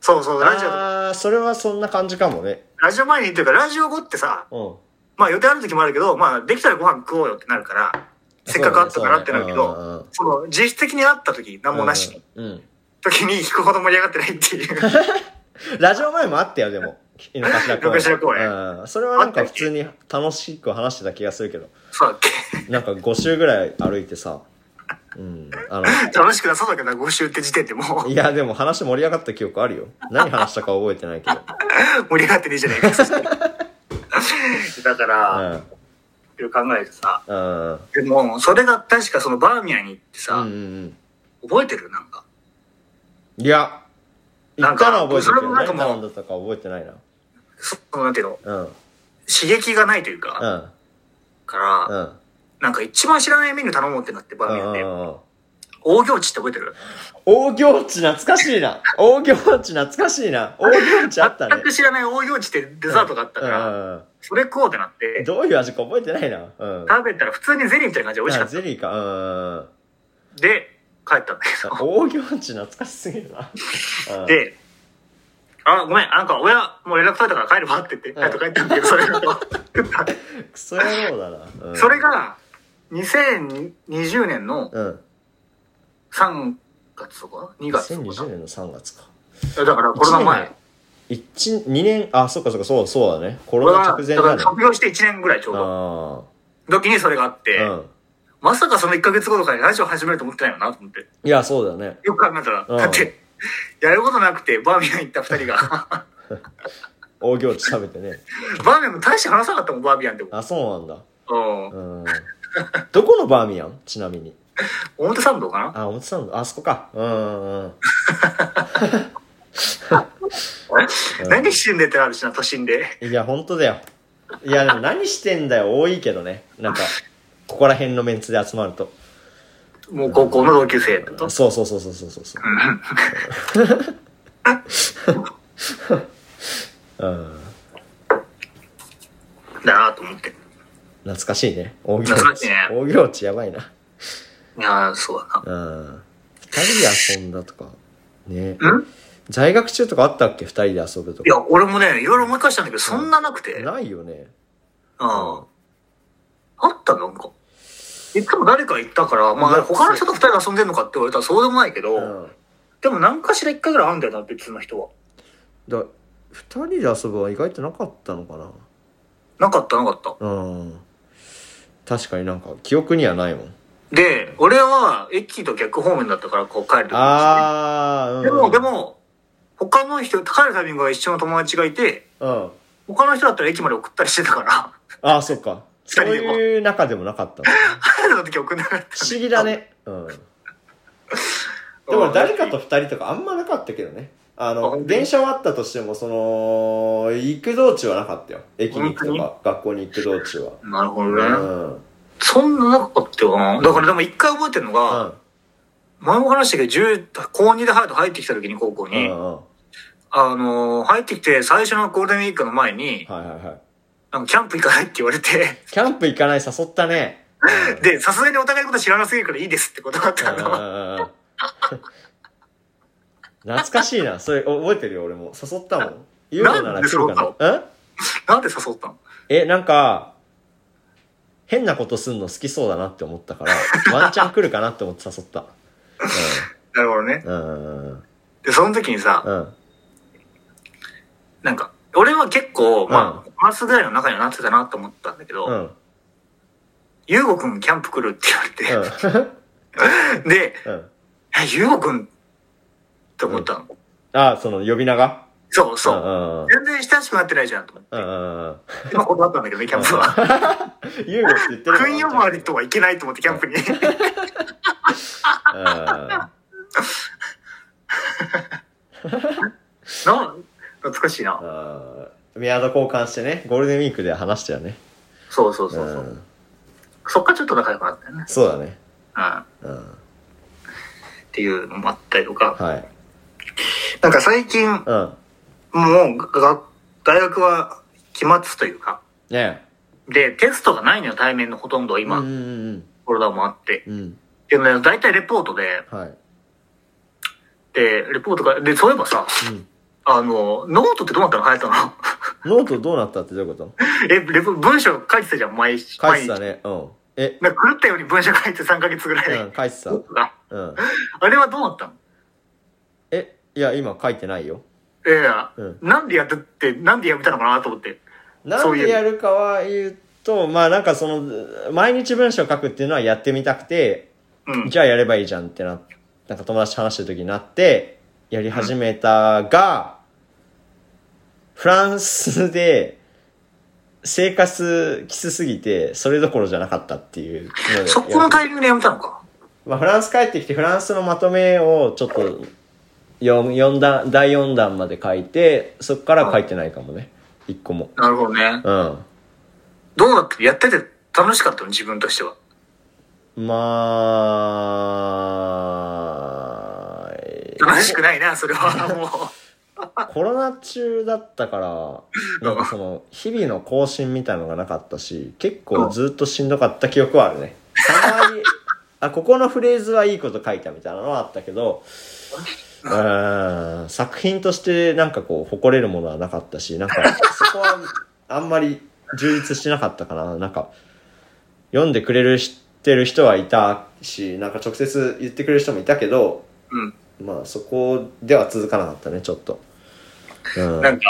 Speaker 2: そうそうラジオ
Speaker 1: あーそれはそんな感じかもね。
Speaker 2: ラジオ前にっていうかラジオ後ってさ
Speaker 1: うん。
Speaker 2: まあ予定ある時もあるけどまあできたらご飯食おうよってなるからせっかく会ったからってなるけ
Speaker 1: そうだねそうだねうんうんうん
Speaker 2: どその実質的に会った時何もなし、
Speaker 1: うん。うん。
Speaker 2: 時に引くほど盛り上がってないっ ていう
Speaker 1: ラジオ前もあったよ、で も。井の頭公園。
Speaker 2: 井の頭公園
Speaker 1: うん。それはなんか普通に楽しく話してた気がするけど。
Speaker 2: そうだっけ
Speaker 1: なんか5周ぐらい歩いてさ。うん。あ
Speaker 2: 楽しくなさそうだけどな5週って時点でもう
Speaker 1: の、いや、でも話盛り上がった記憶あるよ。何話したか覚えてないけど。
Speaker 2: 盛り上がってねえじゃね えかそしたらだから、
Speaker 1: う
Speaker 2: いろいろ考えてさ
Speaker 1: ん。うん。
Speaker 2: でもそれが確かそのバーミヤンに行ってさ、
Speaker 1: うんうん
Speaker 2: 覚えてるなんか
Speaker 1: うん。いや、行
Speaker 2: な
Speaker 1: っ
Speaker 2: んか
Speaker 1: たのは覚えてるけ
Speaker 2: それ
Speaker 1: ど、
Speaker 2: もなんか
Speaker 1: 何
Speaker 2: もう
Speaker 1: 頼んだったか覚えてないな。
Speaker 2: そそのなんていうの
Speaker 1: うん。
Speaker 2: 刺激がないというか、
Speaker 1: うん。
Speaker 2: から、
Speaker 1: うん。
Speaker 2: なんか一番知らないメニュー頼もうってなってバーミヤン
Speaker 1: う
Speaker 2: で、
Speaker 1: んうんうん。
Speaker 2: 大行地って覚えてる
Speaker 1: 大行地懐かしいな。大行地懐かしいな。大行地あったね
Speaker 2: 全。く知らない大行地ってデザートがあったから、
Speaker 1: うん
Speaker 2: それ食おうってな
Speaker 1: う
Speaker 2: っ
Speaker 1: ん。
Speaker 2: て
Speaker 1: どういう味か覚えてないな。うん。
Speaker 2: 食べたら普通にゼリーみたいな感じで美味しか
Speaker 1: あ
Speaker 2: った
Speaker 1: ゼリーか。うんうんうん。
Speaker 2: で帰ったんだけど
Speaker 1: 大行地懐かしすぎるな。うん、
Speaker 2: で、あ、ごめん、なんか親、もう連絡取れたから帰るわって言って、
Speaker 1: うん
Speaker 2: 帰って帰ったんだけど、それが、
Speaker 1: クソ野郎だな。うん、
Speaker 2: それ、が、2020年の
Speaker 1: うん。
Speaker 2: 3月とか ?2 月と
Speaker 1: 2020
Speaker 2: か
Speaker 1: 年の3月か。
Speaker 2: だからコロナ前。
Speaker 1: 一2年、あ、そっかそっか、そうそうだね。コ
Speaker 2: 俺
Speaker 1: ロナ
Speaker 2: は、
Speaker 1: 直前
Speaker 2: だか
Speaker 1: だ
Speaker 2: ら
Speaker 1: ね。
Speaker 2: 卒業して1年ぐらいちょうど。
Speaker 1: あ
Speaker 2: 時にそれがあっ
Speaker 1: あ。
Speaker 2: て、
Speaker 1: うん。
Speaker 2: まさかその1ヶ月後とかにラジオ始めると思ってないよなと思って。
Speaker 1: いや、そうだね。
Speaker 2: よく考えたら、
Speaker 1: うん
Speaker 2: だって、やることなくてバーミヤン行った2人が。
Speaker 1: 大行地食べてね。
Speaker 2: バーミヤンも大して話さなかったもん、バーミヤンでも。
Speaker 1: あ、そうなんだ。
Speaker 2: うん。
Speaker 1: うん。どこのバーミヤンちなみに。
Speaker 2: 表参道かな
Speaker 1: あ、表参道。あそこか。うんうんうん。うん
Speaker 2: 何してんでってあるしな、都心で。
Speaker 1: いや、本当だよ。いや、でも何してんだよ、多いけどね。なんか、ここら辺のメンツで集まると。
Speaker 2: もう高校の同級生ってこと
Speaker 1: そうそうそうそうそうそうそう。うん。
Speaker 2: だなと思って。い
Speaker 1: 懐かしいね。大行地。
Speaker 2: 懐かしいね
Speaker 1: 大行地やばいな。
Speaker 2: やー、そうだ
Speaker 1: うん。二人で遊んだとか。ね。
Speaker 2: な。ん
Speaker 1: 在学中とかあったっけ二人で遊ぶと
Speaker 2: い
Speaker 1: か。
Speaker 2: や、俺もね、いろいろ思い返したんだけど、そんななくて。うん。
Speaker 1: ないよね。
Speaker 2: あったなんか。いつも誰か行ったから、ま
Speaker 1: う
Speaker 2: あ、
Speaker 1: ん
Speaker 2: 他の人と二人が遊んでんのかって言われたらそうでもないけ
Speaker 1: う
Speaker 2: ど、
Speaker 1: ん。
Speaker 2: でも何かしら一回ぐらいあるんだよな、別の人は。
Speaker 1: だ2人で遊ぶは意外となかったのかな
Speaker 2: なかったなかった。
Speaker 1: うん確かになんか記憶には ないもん
Speaker 2: で、俺は駅と逆方面だったから、こう帰る時
Speaker 1: ああ、うん、
Speaker 2: でも、でも、他の人、帰るタイミングが一緒の友達がいて、
Speaker 1: うん
Speaker 2: 他の人だったら駅まで送ったりしてたから、
Speaker 1: ああそっかそういう中でもなかったの
Speaker 2: 帰る時は送んなかったんだけど
Speaker 1: 不思議だ。ねうんでも誰かと2人とかあんまなかったけどねあ
Speaker 2: あ本当
Speaker 1: の
Speaker 2: に
Speaker 1: 電車はあったとしてもその行く道中はなかったよ駅に行くとか学校に行く道中は
Speaker 2: なるほ
Speaker 1: う
Speaker 2: どね。
Speaker 1: ん、うん、
Speaker 2: そんななかったよな。だからでも一回覚えてるのが、前も話したけど、10高2で入って入ってきた時に高校
Speaker 1: うんう
Speaker 2: に、
Speaker 1: んは
Speaker 2: あのー入ってきて最初のゴールデンウィークの前に
Speaker 1: い、はいはい
Speaker 2: なんかキャンプ行かないって言われて、
Speaker 1: キャンプ行かない誘ったねうん
Speaker 2: で、さすがにお互いのこと知らなすぎるからいいですって断ったの。
Speaker 1: あー懐かしいな。それ、お覚えてるよ、俺も。誘ったもん。言うのなら来る
Speaker 2: なん
Speaker 1: かな。ん
Speaker 2: なんで誘ったの
Speaker 1: え、なんか、変なことすんの好きそうだなって思ったから、ワンチャン来るかなって思って誘った。
Speaker 2: なるほどね。
Speaker 1: うん。うん。うん
Speaker 2: で、その時にさ、
Speaker 1: うん。
Speaker 2: なんか、俺は結構、ま
Speaker 1: う
Speaker 2: あ、マスぐらいの中にはなってたなと思ったんだけど、
Speaker 1: うん。
Speaker 2: ゆうごくんキャンプ来るって言われて、 で、
Speaker 1: うん。
Speaker 2: え、ゆうごくんって思ったの。
Speaker 1: あ、その、呼び名が
Speaker 2: そうそうう。
Speaker 1: んうん。
Speaker 2: 全然親しくなってないじゃんと思って
Speaker 1: うん。うんうん。
Speaker 2: 今断ったんだけどね、キャンプは。
Speaker 1: ユーゴって言ってる
Speaker 2: 訓読まりとはいけ ないと思って、キャンプに。
Speaker 1: うん。
Speaker 2: な懐かしいな。
Speaker 1: あーメアド交換してね、ゴールデンウィークで話したよね。
Speaker 2: そうそうそう
Speaker 1: う
Speaker 2: そう。
Speaker 1: ん。
Speaker 2: そっからちょっと仲良くなったよね。
Speaker 1: そうだね。
Speaker 2: うん。っ
Speaker 1: うん。
Speaker 2: ていうのもあったりとか。
Speaker 1: はい。
Speaker 2: なんか最近、も
Speaker 1: うん。
Speaker 2: う、が大学は期末というか、
Speaker 1: ね
Speaker 2: で、テストがないのよ、対面のほとんど、
Speaker 1: え。
Speaker 2: 今、
Speaker 1: うんうん
Speaker 2: コロナもあって。
Speaker 1: うん。うん。
Speaker 2: でね、大体レポートで、
Speaker 1: はい。
Speaker 2: で、レポートが、で、そういえばさ、
Speaker 1: うん。
Speaker 2: あの、ノートってどうなったの 流行ったの
Speaker 1: ノートどうなったってどういうこと
Speaker 2: え、レポ、文章書いてたじゃん、毎日。
Speaker 1: 書いてた
Speaker 2: 毎日
Speaker 1: ね。うん。え、
Speaker 2: なんか狂ったように文章書いて3ヶ月ぐらい。
Speaker 1: うん、書いてた。
Speaker 2: あ
Speaker 1: うん。
Speaker 2: あれはどうなったの
Speaker 1: え、いや、今書いてないよ。
Speaker 2: いやいや、
Speaker 1: うん
Speaker 2: なんでやったって、なんでやめたのかなと思って。
Speaker 1: な
Speaker 2: そうんいう
Speaker 1: でやるかは言うと、まあなんかその、毎日文章書くっていうのはやってみたくて、
Speaker 2: う ん。
Speaker 1: じゃあやればいいじゃんってな、なんか友達と話してる時になって、やり始めたが、フランスで、生活きつすぎて、それどころじゃなかったっていうので。
Speaker 2: そこのタイミングでやめたのか。
Speaker 1: まあ、フランス帰ってきてフランスのまとめをちょっと四四段第4弾まで書いてそっからは書いてないかもね一個も
Speaker 2: なるほどね。
Speaker 1: うん
Speaker 2: どうだったやってて楽しかったの自分としては。
Speaker 1: まあ
Speaker 2: 楽しくないな、それは。もう。
Speaker 1: コロナ中だった からなんかその日々の更新みたいのがなかったし結構ずっとしんどかった記憶はあるねたまにあここのフレーズはいいこと書いたみたいなのはあったけどうーん作品としてなんかこう誇れるものはなかったしなんかそこはあんまり充実しなかったかななんか読んでくれる知ってる人はいたしなんか直接言ってくれる人もいたけど
Speaker 2: うん。
Speaker 1: まあそこでは続かなかったねちょっと。うん
Speaker 2: なんか、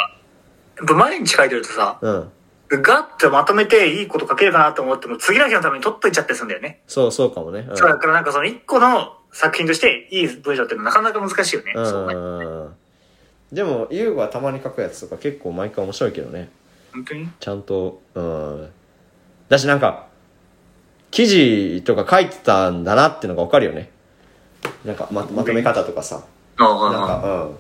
Speaker 2: やっぱ毎日書いてるとさ、
Speaker 1: うん。
Speaker 2: ガッとまとめていいこと書けるかなと思っても、次の日のために取っといちゃったりするんだよね。
Speaker 1: そう、そうかもね。うん。
Speaker 2: そうだからなんかその一個の作品としていい文章ってのはなかなか難しいよね。
Speaker 1: う
Speaker 2: そうね。
Speaker 1: んうん。でも、優吾はたまに書くやつとか結構毎回面白いけどね。
Speaker 2: 本当に
Speaker 1: ちゃんと、うん。だしなんか、記事とか書いてたんだなってのがわかるよね。なんかま、まとめ方とかさ。
Speaker 2: あ
Speaker 1: な
Speaker 2: あ
Speaker 1: ん
Speaker 2: ああ、
Speaker 1: か、うん。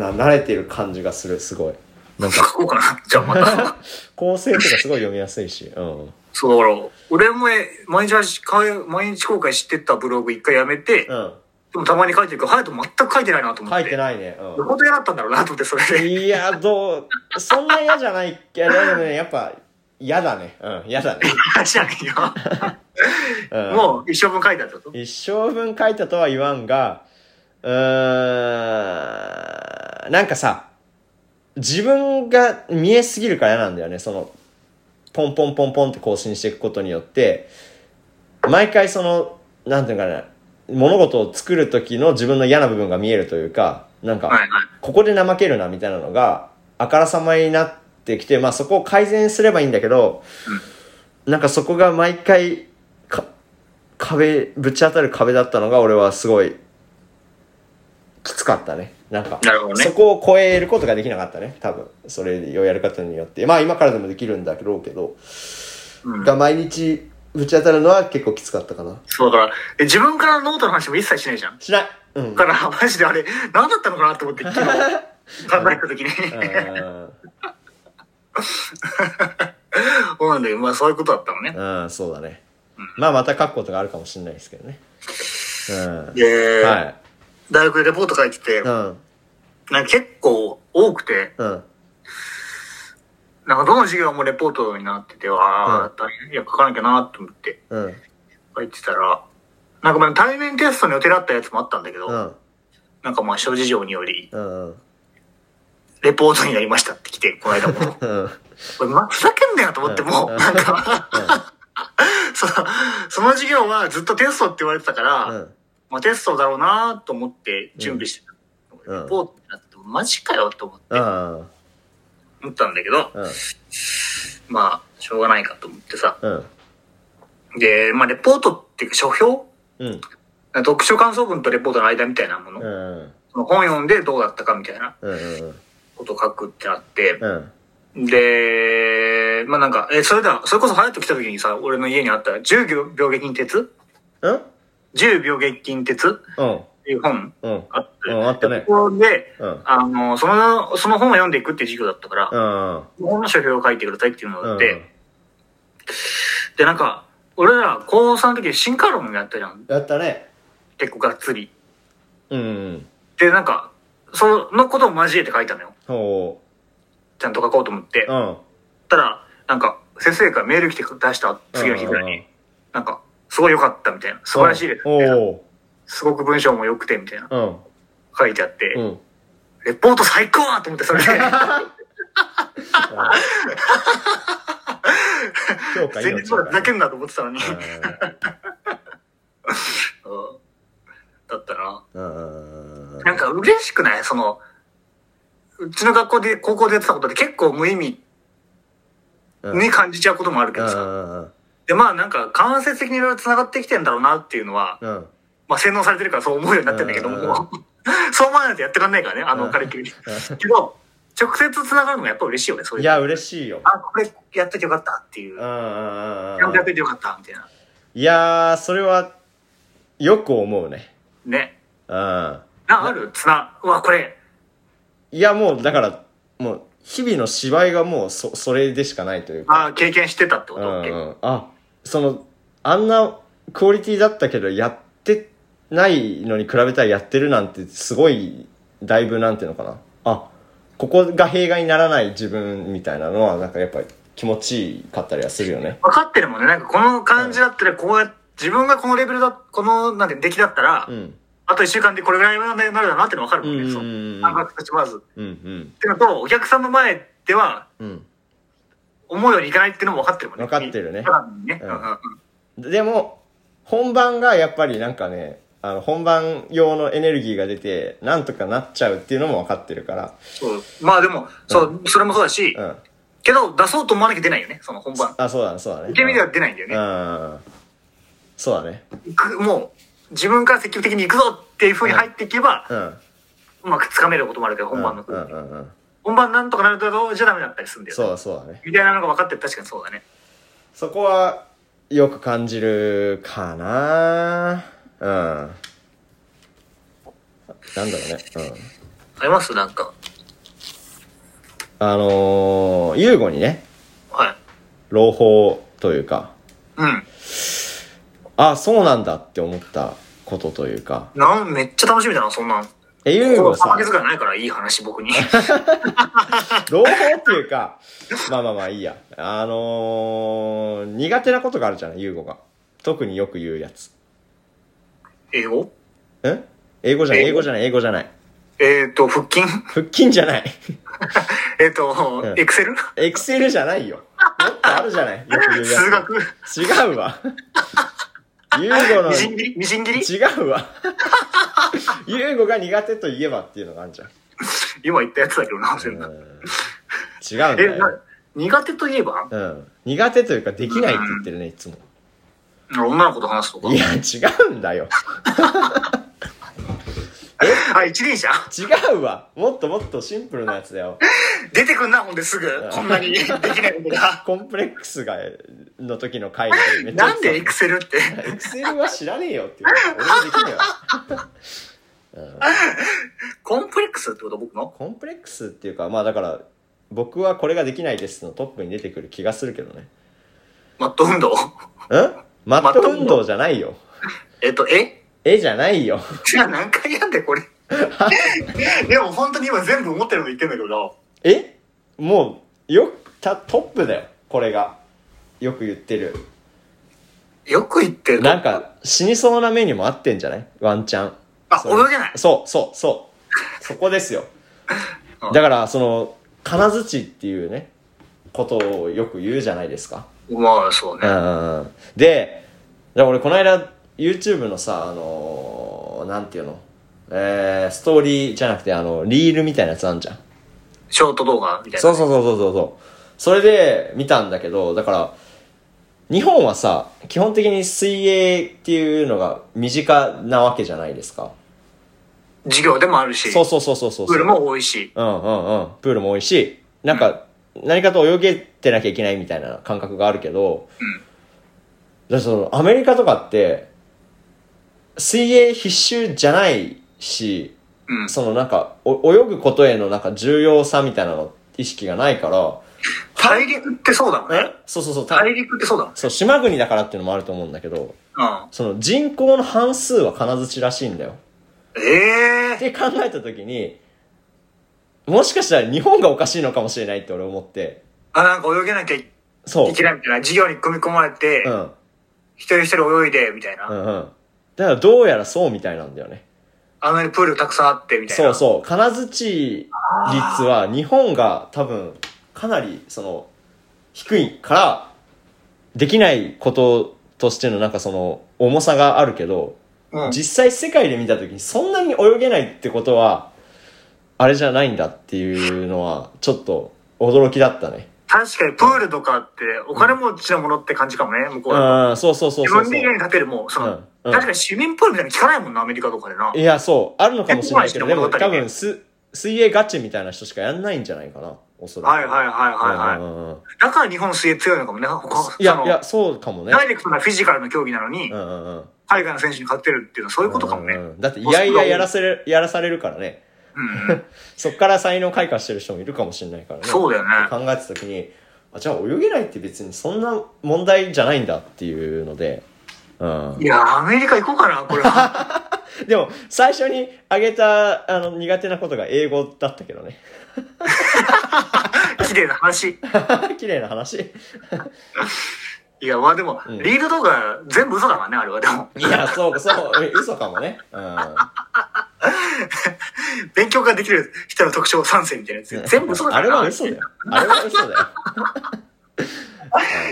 Speaker 1: な、慣れてる感じがする、すごい。なん
Speaker 2: 書
Speaker 1: か、
Speaker 2: こうかな。じゃあま た。
Speaker 1: 構成とかすごい読みやすいし、うん。
Speaker 2: そうだから、俺もえ毎日はしか毎日公開してたブログ一回やめて、で
Speaker 1: うん。
Speaker 2: もたまに書いてるけど、隼人全く書いてないなと思っ
Speaker 1: 書
Speaker 2: て。
Speaker 1: いてないね。うん。
Speaker 2: 本当嫌だったんだろうなと思って、それで。
Speaker 1: いや、どう、そんな嫌じゃないけど、でもね、やっぱ、嫌だね。うん、嫌だね。
Speaker 2: じゃないよ。
Speaker 1: うん、
Speaker 2: もう一生分書いてあったと。
Speaker 1: 一生分書いたとは言わんが、うーん、なんかさ、自分が見えすぎるから嫌なんだよね、その、ポンポンポンポンって更新していくことによって、毎回その、なんていうのかな、物事を作る時の自分の嫌な部分が見えるというか、なんか、
Speaker 2: はいはい。
Speaker 1: ここで怠けるなみたいなのが、あからさまになってきて、まあそこを改善すればいいんだけど、なんかそこが毎回、か、壁、ぶち当たる壁だったのが俺はすごい、きつかったね。なんか、
Speaker 2: なるほどね
Speaker 1: そこを超えることができなかったね。多分、それをやる方によって。まあ今からでもできるんだろうけど、
Speaker 2: うん
Speaker 1: が毎日ぶち当たるのは結構きつかったかな。
Speaker 2: そうだから、え自分からノートの話も一切しないじゃん。
Speaker 1: しないうん
Speaker 2: だ。から、マジであれ、何だったのかなと思って、 昨日考えた時に。
Speaker 1: うん
Speaker 2: そうなんだけど、まあそういうことだったのね。
Speaker 1: うん、そうだね。まあまた書くことがあるかもしれないですけどね。う
Speaker 2: で、
Speaker 1: ん。はい。
Speaker 2: 大学でレポート書いてて、
Speaker 1: う
Speaker 2: なん
Speaker 1: ん。
Speaker 2: か結構多くて、
Speaker 1: うん。
Speaker 2: なんかどの授業もレポートになってて、わあ、大変、いや、書かなきゃなと思って
Speaker 1: うん。
Speaker 2: 書いてたら、なんかまあ対面テストの予定だったやつもあったんだけど、
Speaker 1: うん。
Speaker 2: なんかまあ諸事情により、
Speaker 1: うん。うん。
Speaker 2: レポートになりましたって来て、この間 も。
Speaker 1: うん。
Speaker 2: これ、ま、ふざけんなよと思って、も
Speaker 1: う
Speaker 2: う、
Speaker 1: ん
Speaker 2: なんか、 その、その授業はずっとテストって言われてたから、
Speaker 1: うん。
Speaker 2: まあ、テストだろうなと思って準備して
Speaker 1: う
Speaker 2: た。
Speaker 1: ん
Speaker 2: レポートになってて、マジかよと思って、
Speaker 1: うん。
Speaker 2: 思ったんだけど、
Speaker 1: うん。
Speaker 2: まあ、しょうがないかと思ってさ。
Speaker 1: うん。
Speaker 2: で、まあ、レポートっていうか、書評
Speaker 1: うん。
Speaker 2: 読書感想文とレポートの間みたいなもの。
Speaker 1: うん。
Speaker 2: その本読んでどうだったかみたいな
Speaker 1: うん。
Speaker 2: ことを書くってなって。
Speaker 1: うん。
Speaker 2: で、まあなんか、え、それだ、それこそ隼人来た時にさ、俺の家にあった10秒撃金鉄
Speaker 1: うん。
Speaker 2: 10秒撃金鉄っ
Speaker 1: うん。
Speaker 2: ていう本
Speaker 1: うん。
Speaker 2: あって、
Speaker 1: うんあったね
Speaker 2: ここで、
Speaker 1: うん。
Speaker 2: あの、その、その本を読んでいくっていう授業だったから、
Speaker 1: うん。
Speaker 2: 本の書評を書いてくださいっていうのがあって、
Speaker 1: うん
Speaker 2: で、なんか、俺ら高3の時に進化論やったじゃん。
Speaker 1: やったね。
Speaker 2: 結構がっつり。
Speaker 1: うん。
Speaker 2: で、なんか、そのことを交えて書いたのよ。
Speaker 1: ほ
Speaker 2: ちゃんと書こうと思って
Speaker 1: う。う。ん。
Speaker 2: たら、なんか、先生からメール来て出した次の日ぐらいに、なんか、すごい良かったみたいな、素晴らしいですみたいな、
Speaker 1: お
Speaker 2: すごく文章も良くてみたいな、
Speaker 1: うん。
Speaker 2: 書いてあって、
Speaker 1: うん。
Speaker 2: レポート最高と思って、それで、
Speaker 1: 評価
Speaker 2: 前
Speaker 1: 命
Speaker 2: 日までふざけんなと思ってたのに、うんだったな。
Speaker 1: うん。
Speaker 2: なんか嬉しくないその、うちの学校で、高校でやってたことで結構無意味に感じちゃうこともあるけ
Speaker 1: う
Speaker 2: どさ。
Speaker 1: ん。
Speaker 2: で、まあなんか間接的にいろいろ繋がってきてんだろうなっていうのは、
Speaker 1: うん。
Speaker 2: まあ洗脳されてるからそう思うようになってんだけど
Speaker 1: う
Speaker 2: も、
Speaker 1: ん
Speaker 2: そう思わないとやってらんないからね、あ
Speaker 1: う
Speaker 2: の
Speaker 1: ん
Speaker 2: カリキュラム。けど、直接繋がるのがやっぱ嬉しいよね、そういう。
Speaker 1: いや、嬉しいよ。
Speaker 2: あ、これやっといてよかったっていうう。
Speaker 1: ん。
Speaker 2: ち
Speaker 1: う
Speaker 2: ゃ
Speaker 1: ん。
Speaker 2: んとやっといてよかったみたいな。
Speaker 1: いやー、それは、よく思うね。
Speaker 2: ね。
Speaker 1: うん。
Speaker 2: な、ある綱。うわ、これ。
Speaker 1: いや、もう、だから、もう、日々の芝居がもう、そ、それでしかないというか。
Speaker 2: あ経験してたってこ
Speaker 1: う
Speaker 2: と
Speaker 1: ん
Speaker 2: 結構
Speaker 1: うん。あ、その、あんなクオリティだったけど、やってないのに比べたらやってるなんて、すごい、だいぶ、なんていうのかな。あ、ここが弊害にならない自分みたいなのは、なんかやっぱり気持ちいいかったりはするよね。
Speaker 2: 分かってるもんね。なんかこの感じだったら、こうや自分がこのレベルだ、この、なんて、出来だったら、
Speaker 1: うん。
Speaker 2: あと一週間でこれぐらいになるだなっての分かる
Speaker 1: う
Speaker 2: もん
Speaker 1: ん。。
Speaker 2: ね。そううん感覚としてまず。っ
Speaker 1: うん。
Speaker 2: ていうのと、お客さんの前では、
Speaker 1: うん。
Speaker 2: 思うようにいかないっていうのも分かってるもんね。
Speaker 1: 分かってるね
Speaker 2: 分かるね。
Speaker 1: う
Speaker 2: うんんうんうん。
Speaker 1: でも、本番がやっぱりなんかね、あの、本番用のエネルギーが出て、なんとかなっちゃうっていうのも分かってるから、
Speaker 2: そう。まあでも、そう、それもそうだし
Speaker 1: う、ん。
Speaker 2: けど出そうと思わなきゃ出ないよね、その本番。
Speaker 1: あ、そうだね、そうだね。
Speaker 2: 受け身では出ないんだよね。
Speaker 1: うん。そうだね。
Speaker 2: 行くもう、自分から積極的に行くぞっていう風に入っていけば、
Speaker 1: うん。
Speaker 2: うまくつかめることもあるけど、本番の
Speaker 1: う
Speaker 2: 空
Speaker 1: ん
Speaker 2: 気。
Speaker 1: うんうん。
Speaker 2: 本番なんとかなるとじゃダメだったりするんだよ
Speaker 1: そう
Speaker 2: ね。
Speaker 1: だそうだね。
Speaker 2: みたいなのが分かってる、確かにそうだね。
Speaker 1: そこは、よく感じるかなうん。なんだろうね。うん。
Speaker 2: ありますなんか。
Speaker 1: あのー、優吾にね、
Speaker 2: はい。
Speaker 1: 朗報というか、
Speaker 2: うん。
Speaker 1: あ、そうなんだって思ったことというか、
Speaker 2: なん、めっちゃ楽しみだな、そんなん。
Speaker 1: え、ユー
Speaker 2: こ
Speaker 1: ゴ
Speaker 2: う、
Speaker 1: さ
Speaker 2: 負け、ずがないから、いい話、僕 に。
Speaker 1: 朗報っていうか、まあまあまあいいや。あのー、苦手なことがあるじゃない、ユーゴが。特によく言うやつ。
Speaker 2: 英語
Speaker 1: ん英語じゃない、英
Speaker 2: 英語
Speaker 1: 語じゃない、英語じゃない。
Speaker 2: えっ、ー、と、腹筋
Speaker 1: 腹筋じゃない。
Speaker 2: えっと
Speaker 1: う、ん
Speaker 2: エクセル
Speaker 1: エクセルじゃないよ。もっとあるじゃない、よく言うやつ。
Speaker 2: 数
Speaker 1: 違
Speaker 2: 学
Speaker 1: うわ。ユーゴの
Speaker 2: みじん切りみじん切り
Speaker 1: 違うわユーゴが苦手といえばっていうのがあるじゃん
Speaker 2: 今言ったやつだけどな、全
Speaker 1: う
Speaker 2: 部。
Speaker 1: ん違うんだ
Speaker 2: え、な
Speaker 1: よ、
Speaker 2: 苦手といえば
Speaker 1: うん、苦手というかできないって言ってるねいつも
Speaker 2: 女の子と話すとか
Speaker 1: い。や違うんだよ
Speaker 2: あ、一輪車
Speaker 1: 違うわもっともっとシンプルなやつだよ
Speaker 2: 出てくんな、ほんですぐ。こんなにできない ことが。
Speaker 1: コンプレックスがの時の回でめっちゃ
Speaker 2: なんでエクセルって。
Speaker 1: エクセルは知らねえよっていう俺もできねえわ
Speaker 2: コンプレックスってこと僕の
Speaker 1: コンプレックスっていうかまあだから僕はこれができないですのトップに出てくる気がするけど ね
Speaker 2: マット運動。
Speaker 1: んマッ
Speaker 2: マッ
Speaker 1: ト
Speaker 2: ト
Speaker 1: 運
Speaker 2: 運
Speaker 1: 動
Speaker 2: 動
Speaker 1: じゃない よ
Speaker 2: えっと、え
Speaker 1: 絵じゃないよ
Speaker 2: じゃあ何回やんでこれ。 でも本当に今全部思ってるの言ってんだけどな。
Speaker 1: えもうよたトップだよこれがよく言ってる
Speaker 2: よく言ってる。
Speaker 1: なんか死にそうな目にも合ってんじゃないワンチャン
Speaker 2: あ、
Speaker 1: その
Speaker 2: 泳げない。
Speaker 1: そうそう そうそこですよ
Speaker 2: うん
Speaker 1: だからその金槌っていうねことをよく言うじゃないですか
Speaker 2: まあ、そう
Speaker 1: う
Speaker 2: ね。
Speaker 1: んうんで、だから俺この間 YouTube のさ、あのーなんていうのえー、ストーリーじゃなくて、あの、リールみたいなやつあんじゃん。
Speaker 2: ショート動画みたいな。
Speaker 1: そうそうそうそうそうそう。それで見たんだけど、だから、日本はさ、基本的に水泳っていうのが身近なわけじゃないですか。
Speaker 2: 授業でもあるし、
Speaker 1: そうそうそうそうそう。
Speaker 2: プールも多いし。
Speaker 1: うんうんうん。プールも多いし、なんか、何かと泳げてなきゃいけないみたいな感覚があるけど、だからその、アメリカとかって、水泳必修じゃないし、
Speaker 2: うん。
Speaker 1: そのなんか、お泳ぐことへのなんか重要さみたいなの意識がないから、
Speaker 2: 大陸ってそうだもんね。
Speaker 1: そうそうそう、た
Speaker 2: 大陸ってそうだもんね。
Speaker 1: そう、島国だからっていうのもあると思うんだけど、
Speaker 2: うん。
Speaker 1: その人口の半数は金槌らしいんだよ。っ
Speaker 2: ええ
Speaker 1: て考えた時に、もしかしたら日本がおかしいのかもしれないって俺思って、
Speaker 2: あ、なんか泳げなきゃい
Speaker 1: そう。
Speaker 2: けないみたいな。授業に組み込まれて、
Speaker 1: うん。
Speaker 2: 一人一人泳いで、みたいな。
Speaker 1: うんうん。だからどうやらそうみたいなんだよね。
Speaker 2: あんなにプールたくさんあって、みたい
Speaker 1: そ
Speaker 2: な。
Speaker 1: うそう。金槌率は日本が多分かなりその低いからできないこととしてのなんかその重さがあるけど、
Speaker 2: う。うん。
Speaker 1: 実際世界で見た時にそんなに泳げないってことはあれじゃないんだっていうのはちょっと驚きだったね。
Speaker 2: 確かにプールとかって、お金持ちのものって感じかもね、向こうは。
Speaker 1: うん、そうそうそう
Speaker 2: 自
Speaker 1: そう
Speaker 2: 分
Speaker 1: そ
Speaker 2: で家に
Speaker 1: う。
Speaker 2: 建てるもう、その、
Speaker 1: うんうん
Speaker 2: 確かに市民プールみたいに聞かないもんな、アメリカとかでな。
Speaker 1: いや、そう。あるのかもしれないけど、
Speaker 2: え
Speaker 1: でも
Speaker 2: ここ
Speaker 1: 多
Speaker 2: までして物語ね
Speaker 1: 分す、水泳ガチみたいな人しかやんないんじゃないかな。おそらく。
Speaker 2: はいはいはいはいはい。
Speaker 1: い
Speaker 2: だから日本水泳強いのかもね、他、
Speaker 1: いや
Speaker 2: そ、の
Speaker 1: いや、そうかもね。
Speaker 2: ダイレクトなフィジカルの競技なのに、
Speaker 1: うんうんうん。そ
Speaker 2: 海外の選手に勝てるっていうのはそういうことかもね。うん。
Speaker 1: だって、いやいややらせる、やらされるからね。
Speaker 2: うん
Speaker 1: そっから才能開花してる人もいるかもしれないからね。
Speaker 2: そうだよね。
Speaker 1: 考えた時に、あ、じゃあ泳げないって別にそんな問題じゃないんだっていうので。うん
Speaker 2: い。や、アメリカ行こうかな、これ は。
Speaker 1: でも、最初に挙げた、あの、苦手なことが英語だったけどね。
Speaker 2: 綺麗な話。
Speaker 1: 綺麗な話。い
Speaker 2: いや、まあでも、
Speaker 1: うん
Speaker 2: リード動画全部嘘だからね、あれは。でも、
Speaker 1: や、そう、そう、 嘘かもね。うん。
Speaker 2: 勉強ができる人の特徴3選みたいなやつ。全部嘘だか
Speaker 1: あれ
Speaker 2: らな。
Speaker 1: は嘘だよ。あれは嘘だよ。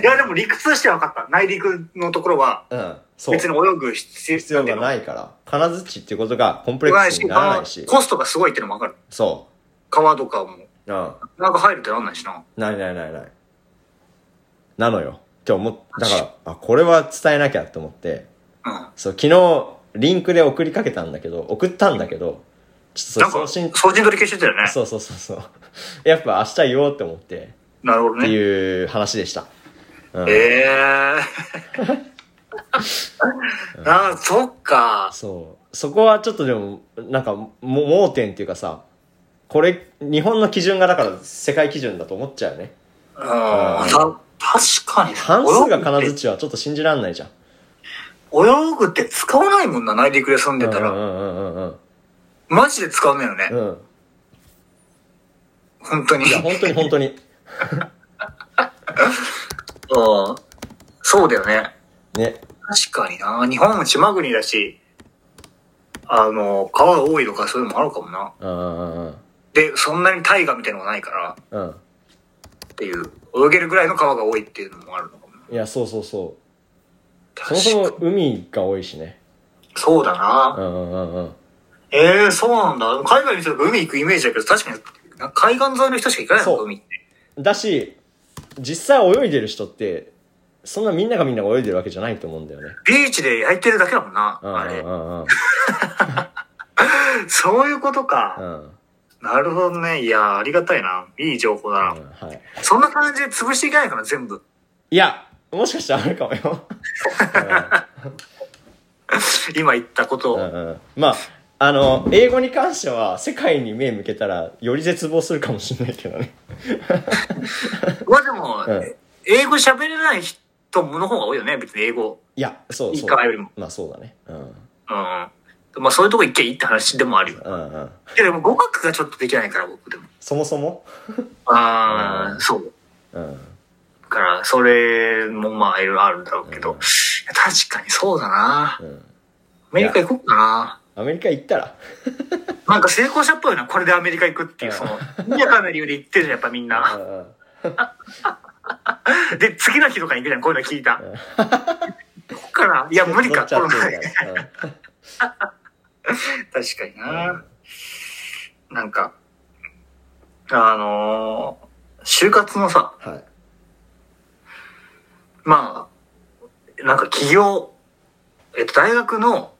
Speaker 2: いや、でも理屈としては分かった。内陸のところは、
Speaker 1: うん。そう。
Speaker 2: 別に泳ぐ必要
Speaker 1: 必要が
Speaker 2: い。
Speaker 1: ないから。金槌っていうことがコンプレ
Speaker 2: 言わ
Speaker 1: ッ
Speaker 2: ない
Speaker 1: クスに
Speaker 2: し、
Speaker 1: ならない
Speaker 2: あ
Speaker 1: し
Speaker 2: の。コストがすごいっていうのも分かる。
Speaker 1: そ
Speaker 2: 川とか
Speaker 1: う。う
Speaker 2: も、
Speaker 1: ん。
Speaker 2: なんか入るってなんないしな。
Speaker 1: ないないないない。なのよ。って思っだから、あ、これは伝えなきゃって思って。
Speaker 2: うん。な
Speaker 1: そう、昨日、リンクで送りかけたんだけど、送ったんだけど、ちょ
Speaker 2: ん
Speaker 1: っ
Speaker 2: か、
Speaker 1: とそれ送
Speaker 2: 送
Speaker 1: 信
Speaker 2: 信、取り消してたよね。
Speaker 1: そうそうそうそう。やっぱ明日言おうって思って、
Speaker 2: なるほど
Speaker 1: って
Speaker 2: ね。
Speaker 1: いう話でした。うん。
Speaker 2: ええー。 ああ、そっか。
Speaker 1: そう。そこはちょっとでも、なんか、も盲点っていうかさ、これ、日本の基準がだから世界基準だと思っちゃうよね。
Speaker 2: うん。た確かに。
Speaker 1: 半数が金
Speaker 2: 泳ぐって
Speaker 1: 槌はちょっと信じらんないじゃん。
Speaker 2: 泳ぐって使わないもんな、内陸で住んでた
Speaker 1: うん
Speaker 2: ら。
Speaker 1: うんうんうん
Speaker 2: マジで使わないよね。
Speaker 1: うん。うん。
Speaker 2: 本当に。
Speaker 1: いや、本当に本当に。
Speaker 2: うん。そうだよね。
Speaker 1: ね。
Speaker 2: 確かにな。日本も島国だし、あの、川多いとかそういうのもあるかもな。
Speaker 1: うんうんうん
Speaker 2: で、そんなに大河みたいなのがないか
Speaker 1: う
Speaker 2: ら
Speaker 1: ん。うん。
Speaker 2: っていう、泳げるぐらいの川が多いっていうのもあるのかもな。
Speaker 1: いや、そうそうそそもそも海が多いしね。
Speaker 2: そうだな。
Speaker 1: うんうんうんうん。
Speaker 2: ええそうなんだ。海外の人が海行くイメージだけど、確かに、海岸沿いの人しか行かないの
Speaker 1: そう
Speaker 2: 海って。
Speaker 1: だし、実際泳いでる人って、そんなみんながみんなが泳いでるわけじゃないと思うんだよね。
Speaker 2: ビーチで焼いてるだけだもんな。
Speaker 1: うん
Speaker 2: あ
Speaker 1: う
Speaker 2: れ。
Speaker 1: んうんうん。
Speaker 2: そういうこと
Speaker 1: う
Speaker 2: か。
Speaker 1: んうん
Speaker 2: なるほどね。いや、ありがたいな。いい情報だな。
Speaker 1: はい。
Speaker 2: そんな感じで潰していかないかな、全部。
Speaker 1: いや、もしかしたらあるかもよ。
Speaker 2: 今言ったこと
Speaker 1: う
Speaker 2: を。
Speaker 1: んうんうんまあ、あの、英語に関しては、世界に目向けたら、より絶望するかもしれないけどね。
Speaker 2: まあでも、
Speaker 1: うん
Speaker 2: 英語喋れない人の方が多いよね、別に英語。
Speaker 1: いや、そう
Speaker 2: いい
Speaker 1: そう。
Speaker 2: かよりも。
Speaker 1: まあそうだね。うん。
Speaker 2: うん。まあそういうとこ行けばいいって話でもあるよ。
Speaker 1: うんうん。
Speaker 2: いやでも語学がちょっとできないから、僕でも。
Speaker 1: そもそも
Speaker 2: ああ、
Speaker 1: うん
Speaker 2: そう。
Speaker 1: うん。
Speaker 2: だから、それもまあいろいろあるんだろうけど。
Speaker 1: うん
Speaker 2: 確かにそうだな。
Speaker 1: うん。
Speaker 2: アメリカ行こうかな。
Speaker 1: アメリカ行ったら、
Speaker 2: なんか成功者っぽいな、これでアメリカ行くっていう、
Speaker 1: うん
Speaker 2: その、意味わかんない理由で行ってるじゃん、やっぱみん
Speaker 1: う
Speaker 2: な。
Speaker 1: んうん
Speaker 2: で、次の日とかに行くじゃん、こういうの聞いた。ここから、いや、無理 か、コ
Speaker 1: 乗
Speaker 2: ロ
Speaker 1: っち
Speaker 2: ナ
Speaker 1: ゃっ
Speaker 2: で。
Speaker 1: てんだ
Speaker 2: 確かに
Speaker 1: う。
Speaker 2: なんなんか、あのー就活のさ、
Speaker 1: うんはい。
Speaker 2: まあ、なんか企業、えっと、大学の、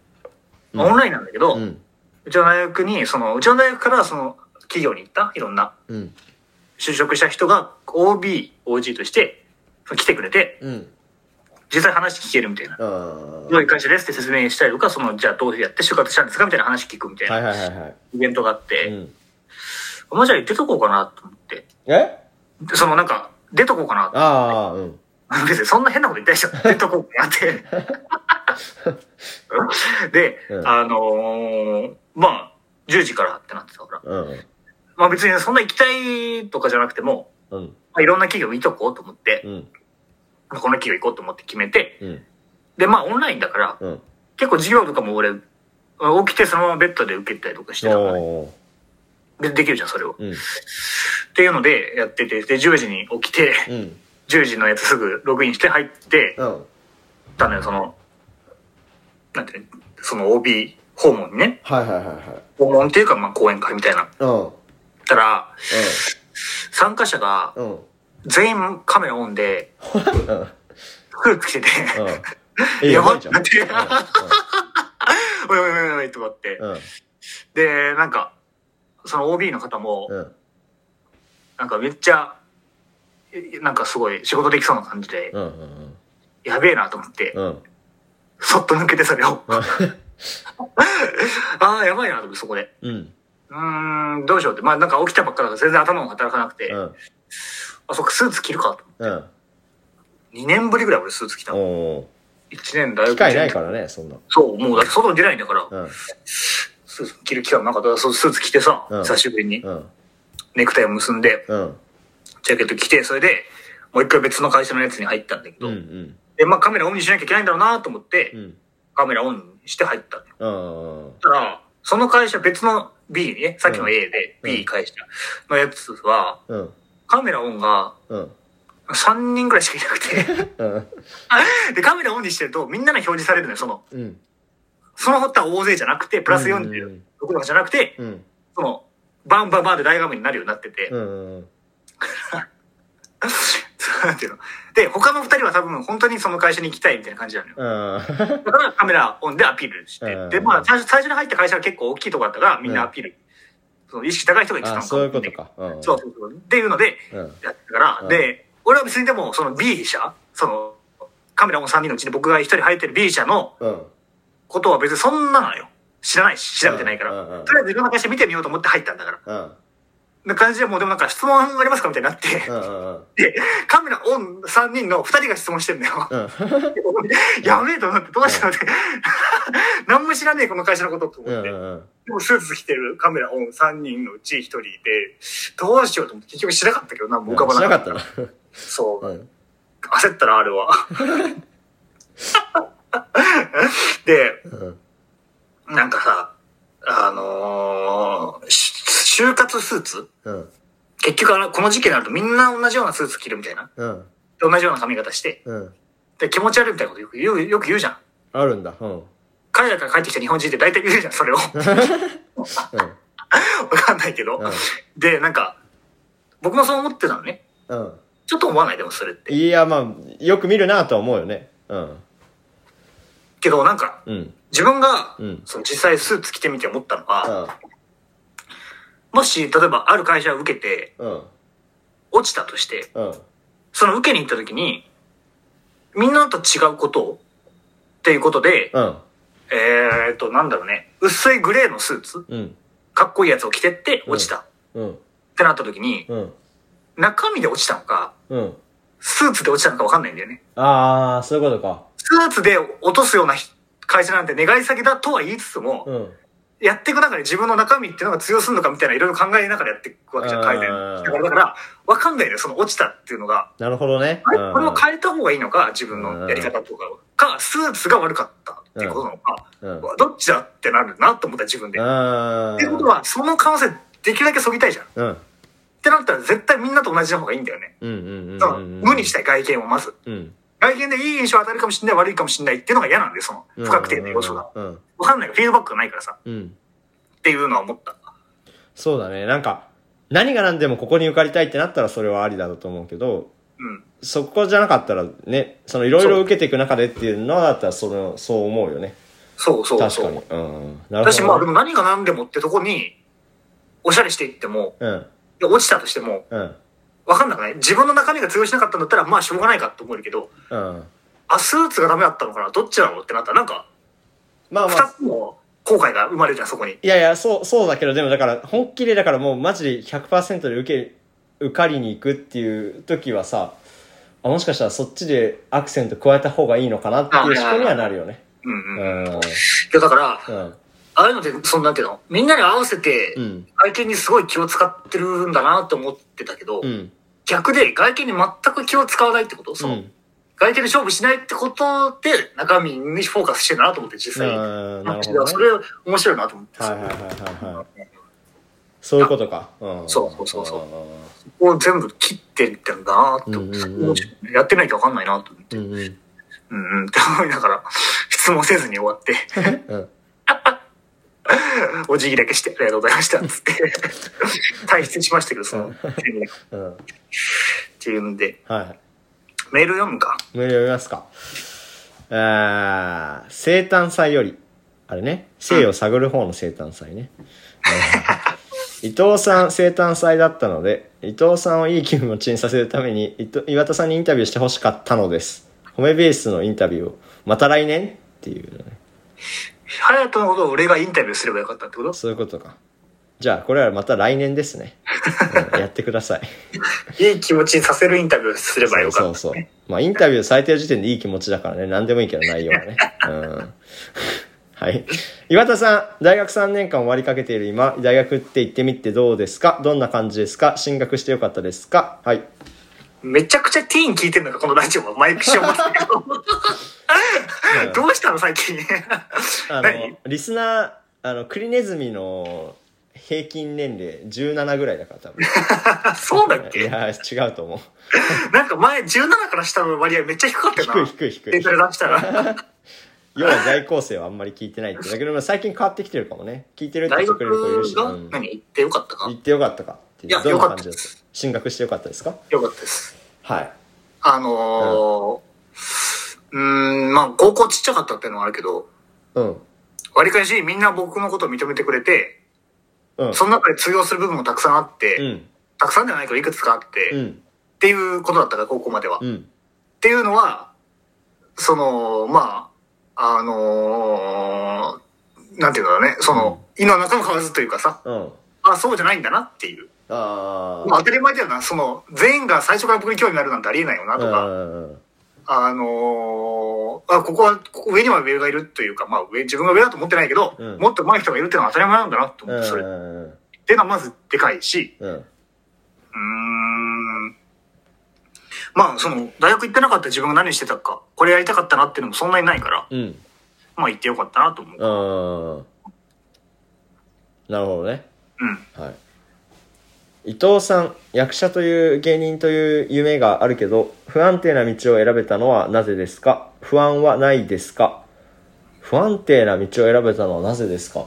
Speaker 2: まあ
Speaker 1: うん
Speaker 2: オンラインなんだけど、う
Speaker 1: うん。
Speaker 2: ちの大学に、その、うちの大学からその、企業に行った、いろんな、
Speaker 1: うん。
Speaker 2: 就職した人が OB、OG として、その来てくれて、
Speaker 1: うん。
Speaker 2: 実際話聞けるみたいな。
Speaker 1: うん。
Speaker 2: どういう会社ですって説明したりとか、その、じゃあどうやって就活したんですかみたいな話聞くみたい
Speaker 1: は
Speaker 2: ない
Speaker 1: はいはいはい。
Speaker 2: イベントがあって、
Speaker 1: うん。
Speaker 2: まあじゃあ行ってとこうかなと思って。
Speaker 1: え
Speaker 2: でそのなんか、出とこうかなと。
Speaker 1: ああ、うん。
Speaker 2: 別にそんな変なこと言ったでしょ。 出とこうかなって。 で、
Speaker 1: うん
Speaker 2: あのーまあ、10時からってなってたから。
Speaker 1: うん。
Speaker 2: まあ別にそんな行きたいとかじゃなくても、
Speaker 1: うん。
Speaker 2: まあ、いろんな企業見とこうと思って
Speaker 1: う、ん。
Speaker 2: この企業行こうと思って決めて、
Speaker 1: うん。
Speaker 2: で、まあオンラインだから、
Speaker 1: うん。
Speaker 2: 結構授業とかも俺、起きてそのままベッドで受けたりとかしてたから、
Speaker 1: おー
Speaker 2: でできるじゃん、それを。
Speaker 1: うん。
Speaker 2: っていうのでやってて、で、10時に起きて、
Speaker 1: うん。
Speaker 2: 10時のやつすぐログインして入って
Speaker 1: うん。
Speaker 2: たのよ、その、なんていうのその OB 訪問にね。
Speaker 1: はいはいはいはい。
Speaker 2: 訪問っていうか、まあ、講演会みたいな。
Speaker 1: うん。
Speaker 2: たら、参加者が
Speaker 1: うん。うん。
Speaker 2: 全員カメラオンで、
Speaker 1: うん。
Speaker 2: フーツ着てて、
Speaker 1: うん。え、やばいじゃん。う
Speaker 2: おいおいおいおいとかって。
Speaker 1: ん。うん。
Speaker 2: で、なんか、その OB の方も、
Speaker 1: うん。
Speaker 2: なんかめっちゃ、えなんかすごい仕事できそうな感じで、
Speaker 1: うん。うん。
Speaker 2: やべえなと思って、
Speaker 1: うん。
Speaker 2: そっと抜けてそれを、
Speaker 1: うん
Speaker 2: ああ、やばいなと思って、そこで。
Speaker 1: うん。
Speaker 2: うーん、どうしようって。まあなんか起きたばっかだから全然頭も働かなくて、
Speaker 1: うん。
Speaker 2: あ、そっか、スーツ着るかと。
Speaker 1: うん。
Speaker 2: 2年ぶりぐらい俺スーツ着たの。
Speaker 1: おー。
Speaker 2: 1年だよ。
Speaker 1: 機会ないからね、そんな。
Speaker 2: そう、もうだって外に出ないんだから、
Speaker 1: うん。
Speaker 2: スーツ着る機会もなかったからそうスーツ着てさ、
Speaker 1: うん
Speaker 2: 久しぶりに
Speaker 1: うん。
Speaker 2: ネクタイを結んで、
Speaker 1: うん。
Speaker 2: ジャケット着て、それで、もう一回別の会社のやつに入ったんだけ
Speaker 1: う
Speaker 2: ど、
Speaker 1: ん。
Speaker 2: で、まあカメラオンにしなきゃいけないんだろうなと思って、
Speaker 1: うん。
Speaker 2: カメラオンにして入ったんだ
Speaker 1: う
Speaker 2: よ。
Speaker 1: ん。
Speaker 2: たら、その会社別の B ね、さっきの A で
Speaker 1: うん
Speaker 2: B 会社のやつは、
Speaker 1: うん。
Speaker 2: カメラオンが
Speaker 1: うん。
Speaker 2: 3人ぐらいしかいなくて、
Speaker 1: うん。
Speaker 2: で、カメラオンにしてる と、みんなの表示されるのよ、その、
Speaker 1: うん。
Speaker 2: その他大勢じゃなくて、プラス
Speaker 1: う
Speaker 2: 46
Speaker 1: ん
Speaker 2: とかじゃなくて、
Speaker 1: うん。
Speaker 2: その、バンバンバンで大画面になるようになってて、
Speaker 1: うん。
Speaker 2: なんていうの。で、他の二人は多分本当にその会社に行きたいみたいな感じなのよ。
Speaker 1: うん。
Speaker 2: だからカメラオンでアピールして、
Speaker 1: うん
Speaker 2: で、まあ最初、最初に入った会社は結構大きいとこだったから、みんなアピール、その意識高い人が行ってた
Speaker 1: あ、
Speaker 2: の
Speaker 1: そういう
Speaker 2: も
Speaker 1: こ
Speaker 2: しれ
Speaker 1: と
Speaker 2: ない
Speaker 1: か。うん。
Speaker 2: そうそうそう。っていうので、
Speaker 1: うん。
Speaker 2: やったから、
Speaker 1: うん
Speaker 2: で、俺は別にでも、その B 社、その、カメラオン3人のうちに僕が一人入ってる B 社の、
Speaker 1: うん。
Speaker 2: ことは別にそんなのよ。知らないし、調べてないから。
Speaker 1: うんうんうん
Speaker 2: とりあえずいろんな会社見てみようと思って入ったんだから。
Speaker 1: うん。
Speaker 2: な感じで、もうでもなんか質問ありますかみたいになって、
Speaker 1: うん。
Speaker 2: カメラオン3人の2人が質問してんだよ。
Speaker 1: うん。
Speaker 2: やべえと思って、どうしたのって。 何も知らねえこの会社のことと思
Speaker 1: う
Speaker 2: っ
Speaker 1: ん。
Speaker 2: て。
Speaker 1: うん。
Speaker 2: でもスーツ着てるカメラオン3人のうち1人で、どうしようと思って結局しなかったけど、何も浮かば
Speaker 1: し
Speaker 2: な
Speaker 1: な
Speaker 2: か
Speaker 1: か
Speaker 2: っ
Speaker 1: ったな。
Speaker 2: た。そう。
Speaker 1: うん。
Speaker 2: 焦ったらあれは。 で、
Speaker 1: うん。
Speaker 2: なんかさ、あのーし就活スーツ
Speaker 1: うん。
Speaker 2: 結局あの、この時期になるとみんな同じようなスーツ着るみたいな。
Speaker 1: うん。
Speaker 2: 同じような髪型して、
Speaker 1: うん。
Speaker 2: で、気持ち悪いみたいなことよく言う、よく言うじゃん。
Speaker 1: あるんだ。うん。うん。
Speaker 2: 海外から帰ってきた日本人って大体言うじゃん、そ れを。わかんないけど。で、なんか、僕もそう思ってたのね。
Speaker 1: うん。うん。
Speaker 2: ちょっと思わないでもそれって。
Speaker 1: いや、まあ、よく見るなとは思うよね。うん。
Speaker 2: けど、なんか、
Speaker 1: うん。
Speaker 2: 自分が、
Speaker 1: うん
Speaker 2: その実際スーツ着てみて思ったのは、
Speaker 1: あ
Speaker 2: もし、例えばある会社を受けて、
Speaker 1: うん。
Speaker 2: 落ちたとして、
Speaker 1: うん。
Speaker 2: その受けに行った時に、みんなと違うことを、っていうことで、
Speaker 1: うん。
Speaker 2: えーっと、なんだろうね、薄いグレーのスーツ、
Speaker 1: うん。
Speaker 2: かっこいいやつを着てって落ちた、っ
Speaker 1: うん。
Speaker 2: てなった時に、
Speaker 1: うん。
Speaker 2: 中身で落ちたのか、
Speaker 1: うん。
Speaker 2: スーツで落ちたのか分かんないんだよね。
Speaker 1: ああ、そういうことか。
Speaker 2: スーツで落とすようなひ会社なんて願い先だとは言いつつも、
Speaker 1: うん。
Speaker 2: やっていく中で自分の中身っていうのが強すんのかみたいないろいろ考えながらやっていくわけじゃん、
Speaker 1: うん
Speaker 2: 海外のだから、だから分かんないのよ、その落ちたっていうのが。
Speaker 1: なるほどね。
Speaker 2: あれ
Speaker 1: うん
Speaker 2: これを変えた方がいいのか、自分のやり方とかをか、スーツが悪かったっていうことなのか、
Speaker 1: うん。
Speaker 2: どっちだってなるなと思った自分で。
Speaker 1: あ
Speaker 2: っていうことは、その可能性できるだけそぎたいじゃん。っ
Speaker 1: うん。
Speaker 2: てなったら絶対みんなと同じの方がいいんだよね。
Speaker 1: うんうんうん
Speaker 2: だから
Speaker 1: うんうん。
Speaker 2: 無にしたい外見をまず。
Speaker 1: うん。
Speaker 2: 外見でいい印象を与えるかもしれない、悪いかもしれないっていうのが嫌なんで、その
Speaker 1: うん。
Speaker 2: 不確定な要素が。
Speaker 1: うん。
Speaker 2: わかんないフィードバックがないからさ、
Speaker 1: うん。
Speaker 2: っていうのは思った。
Speaker 1: そうだね。なんか、何が何でもここに受かりたいってなったらそれはありだと思うけど、
Speaker 2: うん。
Speaker 1: そこじゃなかったらね、そのいろいろ受けていく中でっていうのだったらその、そう思うよね。
Speaker 2: そうそう
Speaker 1: 確
Speaker 2: そ
Speaker 1: か
Speaker 2: う。
Speaker 1: に。うん。なるほどね。
Speaker 2: 私まあでも何が何でもってとこに、おしゃれしていっても、
Speaker 1: うん。
Speaker 2: いや落ちたとしても、
Speaker 1: うん。
Speaker 2: わかんなくない自分の中身が通用しなかったんだったら、まあしょうがないかって思えるけど、
Speaker 1: うん。
Speaker 2: あ、スーツがダメだったのかなどっちなのってなったら、なんか、
Speaker 1: まあま
Speaker 2: 二
Speaker 1: あ、
Speaker 2: つの後悔が生まれるじゃん、そこに。
Speaker 1: いやいや、そう、そうだけど、でもだから、本気でだからもうマジで100%で受け、受かりに行くっていう時はさ、あもしかしたらそっちでアクセント加えた方がいいのかなっていう思考にはなるよね。
Speaker 2: うん
Speaker 1: う
Speaker 2: うん。い
Speaker 1: ん。
Speaker 2: やだから、
Speaker 1: うん。
Speaker 2: ああいうので、そのなんていうのみんなに合わせて
Speaker 1: う、ん。
Speaker 2: 外見にすごい気を使ってるんだなと思ってたけど、
Speaker 1: うん。
Speaker 2: 逆で外見に全く気を使わないってことその、
Speaker 1: うん
Speaker 2: 外見で勝負しないってことで中身にフォーカスしてるなと思って実際、
Speaker 1: うんなるほど、
Speaker 2: だから
Speaker 1: ね
Speaker 2: そ。れ面白いなと思って
Speaker 1: はい
Speaker 2: さ、
Speaker 1: はいはいはいはい。そういうことか。うん。
Speaker 2: そうそうそうそう
Speaker 1: う
Speaker 2: こを全部切っていってんだなって思って、
Speaker 1: うんうんうん
Speaker 2: やってないと分かんないなと思って、
Speaker 1: ん。うんうん。
Speaker 2: うんうんって思いながら質問せずに終わって
Speaker 1: うん。
Speaker 2: お辞儀だけしてありがとうございましたっつって 退出しましたけどそのっ
Speaker 1: うん。
Speaker 2: ていうんで
Speaker 1: はい。
Speaker 2: メール読むか
Speaker 1: メール読みますか。あー生誕祭より、あれね、生を探る方の生誕祭ね。伊藤さん生誕祭だったので、伊藤さんをいい気持ちにさせるために、伊藤岩田さんにインタビューしてほしかったのです。褒めベースのインタビューを、また来年っていうね。
Speaker 2: 隼人のことを俺がインタビューすればよかったってこと
Speaker 1: そういうことか。じゃあ、これはまた来年ですね。うんやってください。
Speaker 2: いい気持ちにさせるインタビューすればよ
Speaker 1: そ
Speaker 2: か
Speaker 1: う
Speaker 2: った
Speaker 1: そうそう。まあ、インタビューされてる時点でいい気持ちだからね。何でもいいけど、内容はね。うん。 はい。岩田さん、大学3年間終わりかけている今、大学って行ってみてどうですかどんな感じですか進学してよかったですかはい。
Speaker 2: めちゃくちゃティーン聞いてるのか、このラジオは。毎週 思ってたけど。どうしたの、最近。
Speaker 1: あ
Speaker 2: 何
Speaker 1: の、リスナー、あの、クリネズミの平均年齢17ぐらいだから 多分。
Speaker 2: あそうだっ
Speaker 1: い
Speaker 2: け
Speaker 1: や、違うと思う。
Speaker 2: なんか前、17から下の割合めっちゃ低かったよな。
Speaker 1: 低い低い低い
Speaker 2: データで出したら。
Speaker 1: 要は在校生はあんまり聞いてないって。だけど、まあ最近変わってきてるかもね。聞いてるって
Speaker 2: 大
Speaker 1: 人くれる子いる
Speaker 2: 学
Speaker 1: し。
Speaker 2: が、
Speaker 1: うん
Speaker 2: 何行ってよかったか
Speaker 1: 行ってよかったかっていう。
Speaker 2: いや
Speaker 1: どんな
Speaker 2: よか
Speaker 1: 感
Speaker 2: った
Speaker 1: じ
Speaker 2: で
Speaker 1: ですか進学してよかったですか
Speaker 2: よかったです。
Speaker 1: はい。
Speaker 2: あのー、うーん、まあ、高校ちっちゃかったっていうのはあるけど、
Speaker 1: うん。
Speaker 2: わりかしみんな僕のことを認めてくれて、
Speaker 1: うん。
Speaker 2: その中で通用する部分もたくさんあって、
Speaker 1: うん。
Speaker 2: たくさんじゃないけどいくつかあって、
Speaker 1: う
Speaker 2: っ
Speaker 1: ん。
Speaker 2: ていうことだったから、高校までは。
Speaker 1: うん。
Speaker 2: っていうのは、その、まあ、あのーなんていうんだろうね、その、今仲も変わらずというかさ、
Speaker 1: うん。
Speaker 2: あ、そうじゃないんだなっていう。
Speaker 1: あ
Speaker 2: まあ、当たり前だよな、その、全員が最初から僕に興味あるなんてありえないよな
Speaker 1: あ。
Speaker 2: とか、
Speaker 1: うん。
Speaker 2: あのーあ、ここは、ここ上には上がいるというか、まあ上、自分が上だと思ってないけど、
Speaker 1: うん
Speaker 2: もっと上手い人がいるっていうのは当たり前なんだなと思
Speaker 1: う
Speaker 2: って、それ。っ
Speaker 1: ん。
Speaker 2: ていうのはまずでかいし、
Speaker 1: うん。
Speaker 2: うーん。まあ、その、大学行ってなかった自分が何してたか、これやりたかったなっていうのもそんなにないから、
Speaker 1: うん。
Speaker 2: まあ行ってよかったなと思う。
Speaker 1: なるほどね。
Speaker 2: うん。
Speaker 1: はい。伊藤さん役者という芸人という夢があるけど不安定な道を選べたのはなぜですか不安はないですか不安定な道を選べたのはなぜですか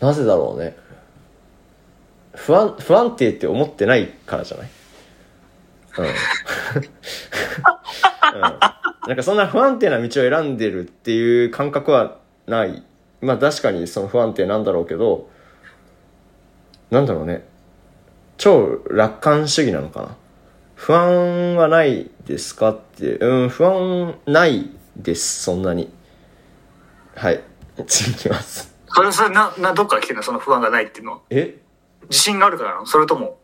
Speaker 1: なぜだろうね不安不安定って思ってないからじゃないうん うんなんかそんな不安定な道を選んでるっていう感覚はないまあ確かにその不安定なんだろうけどなんだろうね超楽観主義なのかな不安はないですかってうん不安ないですそんなにはい 次いきます
Speaker 2: それ、それ、な、な、どっから来てるのその不安がないっていうのは。
Speaker 1: え
Speaker 2: 自信があるからなのそれとも、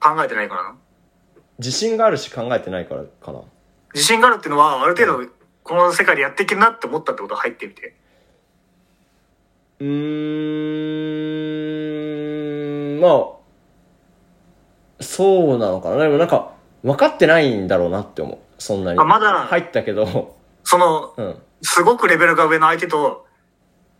Speaker 2: 考えてないからなの
Speaker 1: 自信があるし考えてないからかな
Speaker 2: 自信があるっていうのは、ある程度、この世界でやっていけるなって思ったってことが入ってみて。
Speaker 1: うーん、まあ、そうなのかな。でもなんか、分かってないんだろうなって思う。そんなに。
Speaker 2: あまだ
Speaker 1: 入ったけど、
Speaker 2: その、
Speaker 1: うん。
Speaker 2: すごくレベルが上の相手と、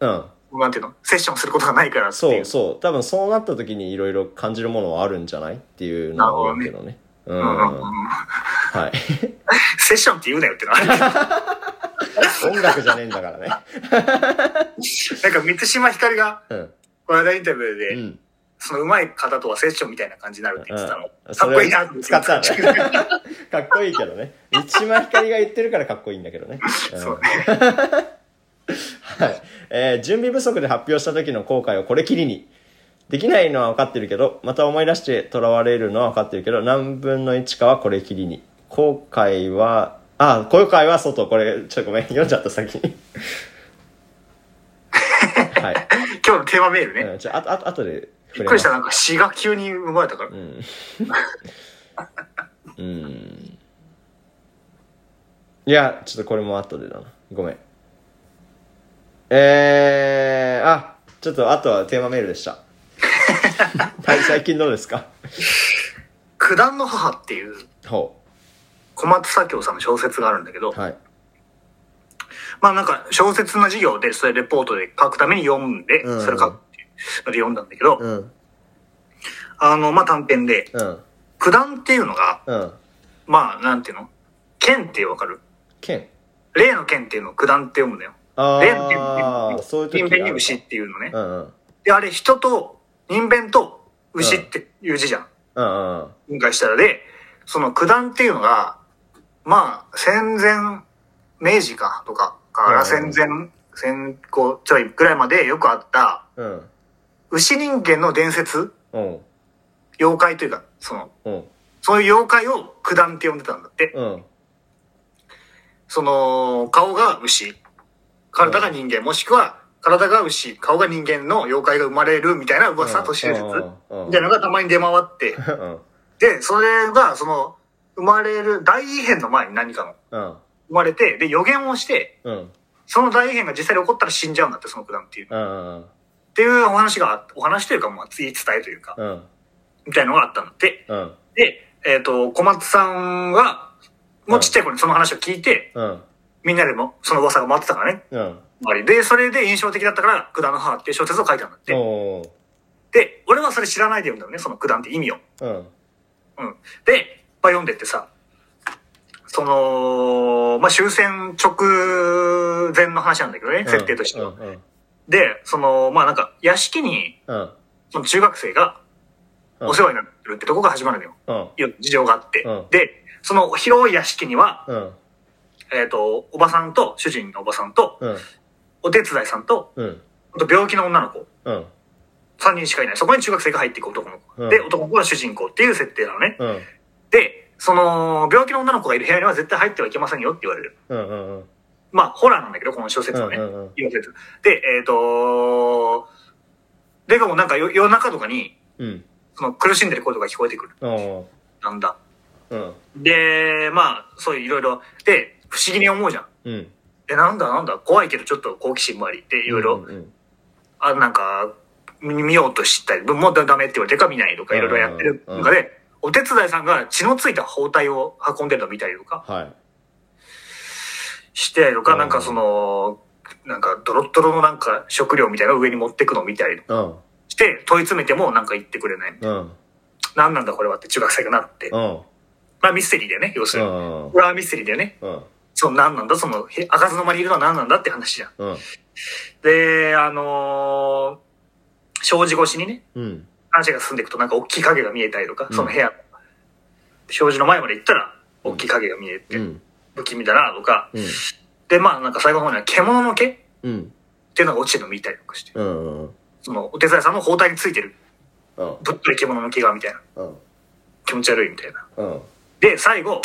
Speaker 1: うん。
Speaker 2: なんていうのセッションすることがないからって
Speaker 1: そ
Speaker 2: いうう。
Speaker 1: そう。多分そうなった時にいろいろ感じるものはあるんじゃないっていうのは思うけどね。うん。
Speaker 2: うんうんうん
Speaker 1: は。い。
Speaker 2: セッションって言うなよっての は。なんか、
Speaker 1: 音楽じゃねえんだからね。
Speaker 2: 三島ひかりが、
Speaker 1: うん。
Speaker 2: この間インタビューで、
Speaker 1: うん。
Speaker 2: その上手い方とはセッションみたいな感じになるって言ってたの。
Speaker 1: うん
Speaker 2: かっこいいなって
Speaker 1: 使ったん
Speaker 2: そ
Speaker 1: だ かっこいいけどね。三島ひかりが言ってるからかっこいいんだけどね。うん
Speaker 2: うね。
Speaker 1: はい。えー準備不足で発表した時の後悔をこれきりに。できないのは分かってるけど、また思い出して囚われるのは分かってるけど、何分の1かはこれきりに。後悔は、あ、後悔は外。これ、ちょ、ごめん。読んじゃった先 に。はい。
Speaker 2: 今日のテーマメールね。
Speaker 1: うん、ちょ、あと、あと、あとで
Speaker 2: び
Speaker 1: 触
Speaker 2: っ
Speaker 1: れ
Speaker 2: く
Speaker 1: ま
Speaker 2: り
Speaker 1: す
Speaker 2: した。。なんか詩が急に生まれたから。
Speaker 1: うん。うん。いや、ちょっとこれも後でだな。ごめん。えー、あ、ちょっとあとはテーマメールで した。はい、最近どうですか
Speaker 2: 九段の母っていう
Speaker 1: ほ
Speaker 2: 小松左京さんの小説があるんだけど
Speaker 1: う。、はい。
Speaker 2: まあなんか小説の授業で、それレポートで書くために読んで、
Speaker 1: うん
Speaker 2: それ書くっていうので読んだんだけど、
Speaker 1: うん。
Speaker 2: あの、まあ短編で、
Speaker 1: うん。
Speaker 2: 九段っていうのが、
Speaker 1: うん。
Speaker 2: まあなんていうの剣ってわかる
Speaker 1: 剣。
Speaker 2: 例の剣っていうのを九段って読むんだよ。例の剣
Speaker 1: あ
Speaker 2: っ
Speaker 1: ー、
Speaker 2: て
Speaker 1: そういう時
Speaker 2: 人
Speaker 1: がある
Speaker 2: 弁に牛っていうのね
Speaker 1: う。んうん。
Speaker 2: で、あれ人と人弁と牛っていう字じゃん。
Speaker 1: うんうんうん。
Speaker 2: 分解したらで、その九段っていうのが、まあ、戦前、明治か、とか、から戦前、戦後ちょいくらいまでよくあった、
Speaker 1: うん。
Speaker 2: 牛人間の伝説、
Speaker 1: うん。
Speaker 2: 妖怪というか、その、
Speaker 1: うん。
Speaker 2: そういう妖怪を九段って呼んでたんだって。
Speaker 1: うん。
Speaker 2: その、顔が牛、体が人間、もしくは、体が牛、顔が人間の妖怪が生まれるみたいな噂都市伝説
Speaker 1: うん
Speaker 2: みたいなのがたまに出回って、
Speaker 1: うん。
Speaker 2: で、それが、その、生まれる大異変の前に何かの
Speaker 1: うん。
Speaker 2: 生まれて、で、予言をして、
Speaker 1: うん。
Speaker 2: その大異変が実際に起こったら死んじゃうんだって、その九段っていう。っ
Speaker 1: うん。
Speaker 2: ていうお話があ、お話というか、まあ、つい伝えというか、
Speaker 1: うん。
Speaker 2: みたいのがあったので、
Speaker 1: うん。
Speaker 2: で、えっ、と、小松さんは、もうちっちゃい頃にその話を聞いて、
Speaker 1: うん。
Speaker 2: みんなでもその噂が回ってたからね、
Speaker 1: うん。
Speaker 2: 周りで、それで印象的だったから、九段の母っていう小説を書いたんだって。
Speaker 1: おー
Speaker 2: で、俺はそれ知らないで読んだよね、その九段って意味を。
Speaker 1: うん。
Speaker 2: うん。で、まあ、読んでってさ、その、まあ、終戦直前の話なんだけどね、設定として
Speaker 1: う
Speaker 2: は
Speaker 1: ん。うん。
Speaker 2: で、その、まあなんか、屋敷に、
Speaker 1: うん。
Speaker 2: その中学生が
Speaker 1: うん
Speaker 2: お世話になってるってとこが始まるのよ。
Speaker 1: うん。
Speaker 2: いう事情があって。
Speaker 1: うん
Speaker 2: で、その広い屋敷には、
Speaker 1: うん。
Speaker 2: えっ、と、おばさんと、主人のおばさんと、
Speaker 1: うん。
Speaker 2: お手伝いさんと、
Speaker 1: うん。
Speaker 2: あと病気の女の子、
Speaker 1: うん。
Speaker 2: 3人しかいない。そこに中学生が入っていく男の子。
Speaker 1: うん
Speaker 2: で、男の子が主人公っていう設定なのね。
Speaker 1: うん。
Speaker 2: で、その、病気の女の子がいる部屋には絶対入ってはいけませんよって言われる。
Speaker 1: うん。うん。
Speaker 2: まあ、ホラーなんだけど、この小説はね。
Speaker 1: うん。
Speaker 2: 小説で、えっ、とで、かもなんか夜夜中とかに、
Speaker 1: うん。
Speaker 2: その苦しんでる声とか聞こえてくる。
Speaker 1: おー
Speaker 2: だんだん。
Speaker 1: うん。
Speaker 2: で、まあ、そういういろいろ、で、不思議に思うじゃん。
Speaker 1: うん。
Speaker 2: え、なんだなんだ、怖いけどちょっと好奇心もありって、いろいろ、
Speaker 1: うん。
Speaker 2: あ、なんか、見見ようとしたり、もうダメって言われてか見ないとか、いろいろやってる
Speaker 1: うん
Speaker 2: 中で、お手伝いさんが血のついた包帯を運んでるのを見たりとか
Speaker 1: はい。
Speaker 2: して、と
Speaker 1: う
Speaker 2: か、
Speaker 1: ん
Speaker 2: なんかその、なんかドロッドロのなんか食料みたいなのを上に持ってくのを見たり
Speaker 1: うん。
Speaker 2: して、問い詰めてもなんか言ってくれない。
Speaker 1: うん。
Speaker 2: 何なんだこれはって中学生がなって。
Speaker 1: うん。
Speaker 2: まあミステリーだよね、要す
Speaker 1: う
Speaker 2: るに。
Speaker 1: ん。うん
Speaker 2: これはミステリーだよね。
Speaker 1: うん。
Speaker 2: その何なんだ、その、へ開かずの間にいるのは何なんだって話じゃん。
Speaker 1: うん。
Speaker 2: で、あのー障子越しにね、
Speaker 1: うん。
Speaker 2: 話が進んでいくとなんか大きい影が見えたりとか、
Speaker 1: うん
Speaker 2: その部屋、障子の前まで行ったら、大きい影が見えて、
Speaker 1: うん。
Speaker 2: 不気味だなとか、
Speaker 1: うん。
Speaker 2: で、まあなんか最後の方には獣の毛っ
Speaker 1: うん。
Speaker 2: ていうのが落ちてるの見たりとかして、
Speaker 1: うん。うん。
Speaker 2: そのお手伝いさんの包帯についてる、
Speaker 1: うん。
Speaker 2: ぶっとい獣の毛がみたいな、
Speaker 1: うん。
Speaker 2: 気持ち悪いみたいな。
Speaker 1: うん。
Speaker 2: で、最後、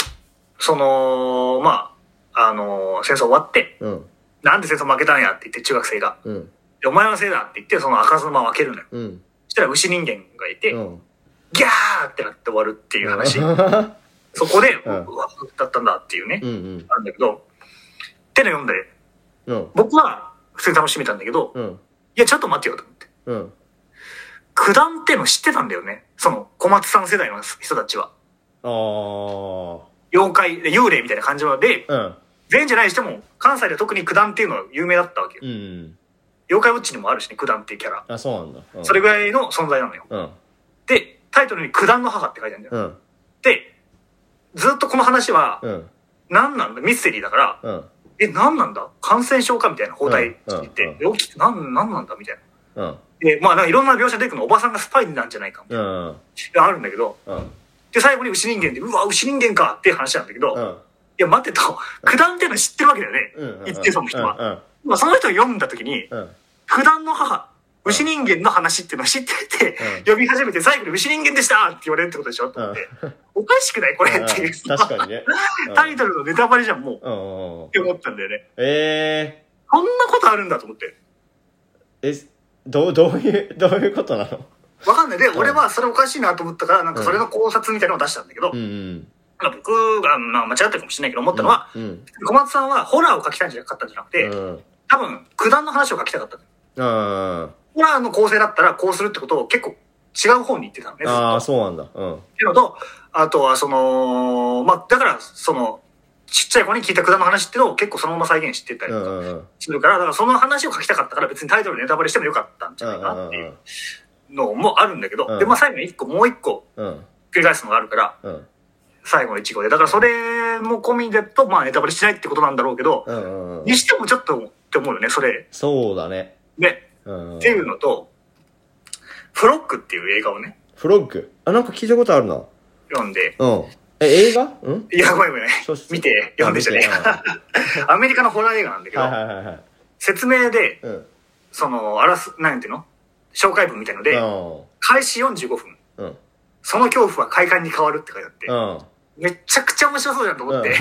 Speaker 2: その、まあ、あのー戦争終わって、
Speaker 1: うん。
Speaker 2: なんで戦争負けたんやって言って中学生が、
Speaker 1: うん。
Speaker 2: でお前のせいだって言って、その赤ずのまま分けるのよ。
Speaker 1: うん。
Speaker 2: そしたら牛人間がいて、
Speaker 1: うん。
Speaker 2: ギャーってなって終わるっていう話。
Speaker 1: うん。
Speaker 2: そこで、う
Speaker 1: うん
Speaker 2: わ、だったんだっていうね、
Speaker 1: うん。
Speaker 2: あるんだけど、っての読んで、
Speaker 1: うん。
Speaker 2: 僕は普通に楽しめたんだけど、
Speaker 1: うん。
Speaker 2: いや、ちょっと待てよと思って。
Speaker 1: うん。
Speaker 2: 九段っての知ってたんだよね。その、小松さん世代の人たちは。
Speaker 1: あー。
Speaker 2: 妖怪、幽霊みたいな感じので、
Speaker 1: うん。
Speaker 2: 全員じゃないにしても、関西では特に九段っていうのは有名だったわけよ。
Speaker 1: うん。
Speaker 2: 妖怪ウォッチにもあるしね、九段っていうキャラ。
Speaker 1: あ、そうなんだ。うん
Speaker 2: それぐらいの存在なのよ。
Speaker 1: うん。
Speaker 2: で、タイトルに九段の母って書いてあるんだよ。
Speaker 1: うん。
Speaker 2: で、ずっとこの話は、
Speaker 1: うん。
Speaker 2: 何なんだミステリーだから、
Speaker 1: うん。
Speaker 2: え、何なんだ感染症かみたいな包帯つい
Speaker 1: うんう
Speaker 2: て
Speaker 1: ん、
Speaker 2: 病気って何何なんだみたいな。
Speaker 1: うん。
Speaker 2: で、まあなんかいろんな描写出てくるの、おばさんがスパイなんじゃないかみたい
Speaker 1: うん。
Speaker 2: な。あるんだけど、
Speaker 1: うん。
Speaker 2: で、最後に牛人間で、うわ、牛人間かっていう話なんだけど、
Speaker 1: う
Speaker 2: い
Speaker 1: ん。
Speaker 2: や、待ってと、九段っていうの知ってるわけだよね。
Speaker 1: うん。
Speaker 2: 言ってその人は。
Speaker 1: は。
Speaker 2: まあその人を読んだ時に、
Speaker 1: うん。うん。
Speaker 2: 九段の母、牛人間の話っていうのを知ってて、
Speaker 1: うん
Speaker 2: 読み始めて最後に牛人間でしたって言われるってことでしょと思って、おかしくないこれっていう。
Speaker 1: 確かにね。うん
Speaker 2: タイトルのネタバレじゃん、もう。っ
Speaker 1: うんうんうん。
Speaker 2: て思ったんだよね。
Speaker 1: え
Speaker 2: こんなことあるんだと思って。
Speaker 1: ー、え、どう、どういう、どういうことなの
Speaker 2: わかんない。で、
Speaker 1: ん
Speaker 2: 俺はそれおかしいなと思ったから、なんかそれの考察みたいなのを出したんだけど、
Speaker 1: うんうん。
Speaker 2: なんか僕が、まあ、間違ってるかもしれないけど思ったのは、
Speaker 1: うん。
Speaker 2: 小松さんはホラーを書きたいんじゃなかったんじゃなくて、
Speaker 1: うん。
Speaker 2: 多分、九段の話を書きたかったの。
Speaker 1: あ
Speaker 2: ホラーの構成だったらこうするってことを結構違う方に言ってたのね。ずっと
Speaker 1: あー、そうなんだ。うん。
Speaker 2: っていうのと、あとはその、まあ、だから、その、ちっちゃい子に聞いた九段の話っていうのを結構そのまま再現してたり
Speaker 1: う
Speaker 2: と
Speaker 1: んう
Speaker 2: か
Speaker 1: んうん。
Speaker 2: するから、だからその話を書きたかったから別にタイトルネタバレしてもよかったんじ
Speaker 1: う
Speaker 2: ゃ
Speaker 1: ん
Speaker 2: な
Speaker 1: う
Speaker 2: いかなってい
Speaker 1: ん
Speaker 2: うのもあるんだけど、
Speaker 1: うん
Speaker 2: で、まあ、最後に一個、もう一個
Speaker 1: うん。
Speaker 2: 繰り返すのがあるから、
Speaker 1: うん。
Speaker 2: 最後の一号で。だからそれも込みでと、まあネタバレしないってことなんだろうけど、
Speaker 1: うんうんうん
Speaker 2: に。してもちょっとって思うよね、それ。
Speaker 1: そうだね。
Speaker 2: ね。
Speaker 1: うんうん
Speaker 2: っていうのと、フロックっていう映画をね、
Speaker 1: フロッグ。あ、なんか聞いたことあるな。
Speaker 2: 読んで、
Speaker 1: うん。え、映画うん
Speaker 2: いや、ごめん ごめん。
Speaker 1: 小説
Speaker 2: 見て、読んでじゃねえか。アメリカのホラー映画なんだけ
Speaker 1: うん
Speaker 2: ど、
Speaker 1: はいはいはいはい。
Speaker 2: 説明で、
Speaker 1: うん。
Speaker 2: その、あらす、なんていうの紹介文みたいので、開始45分。
Speaker 1: うん。うん。
Speaker 2: その恐怖は快感に変わるって書いてあって
Speaker 1: う、ん。
Speaker 2: めちゃくちゃ面白そうだなと
Speaker 1: う
Speaker 2: 思
Speaker 1: ん
Speaker 2: って、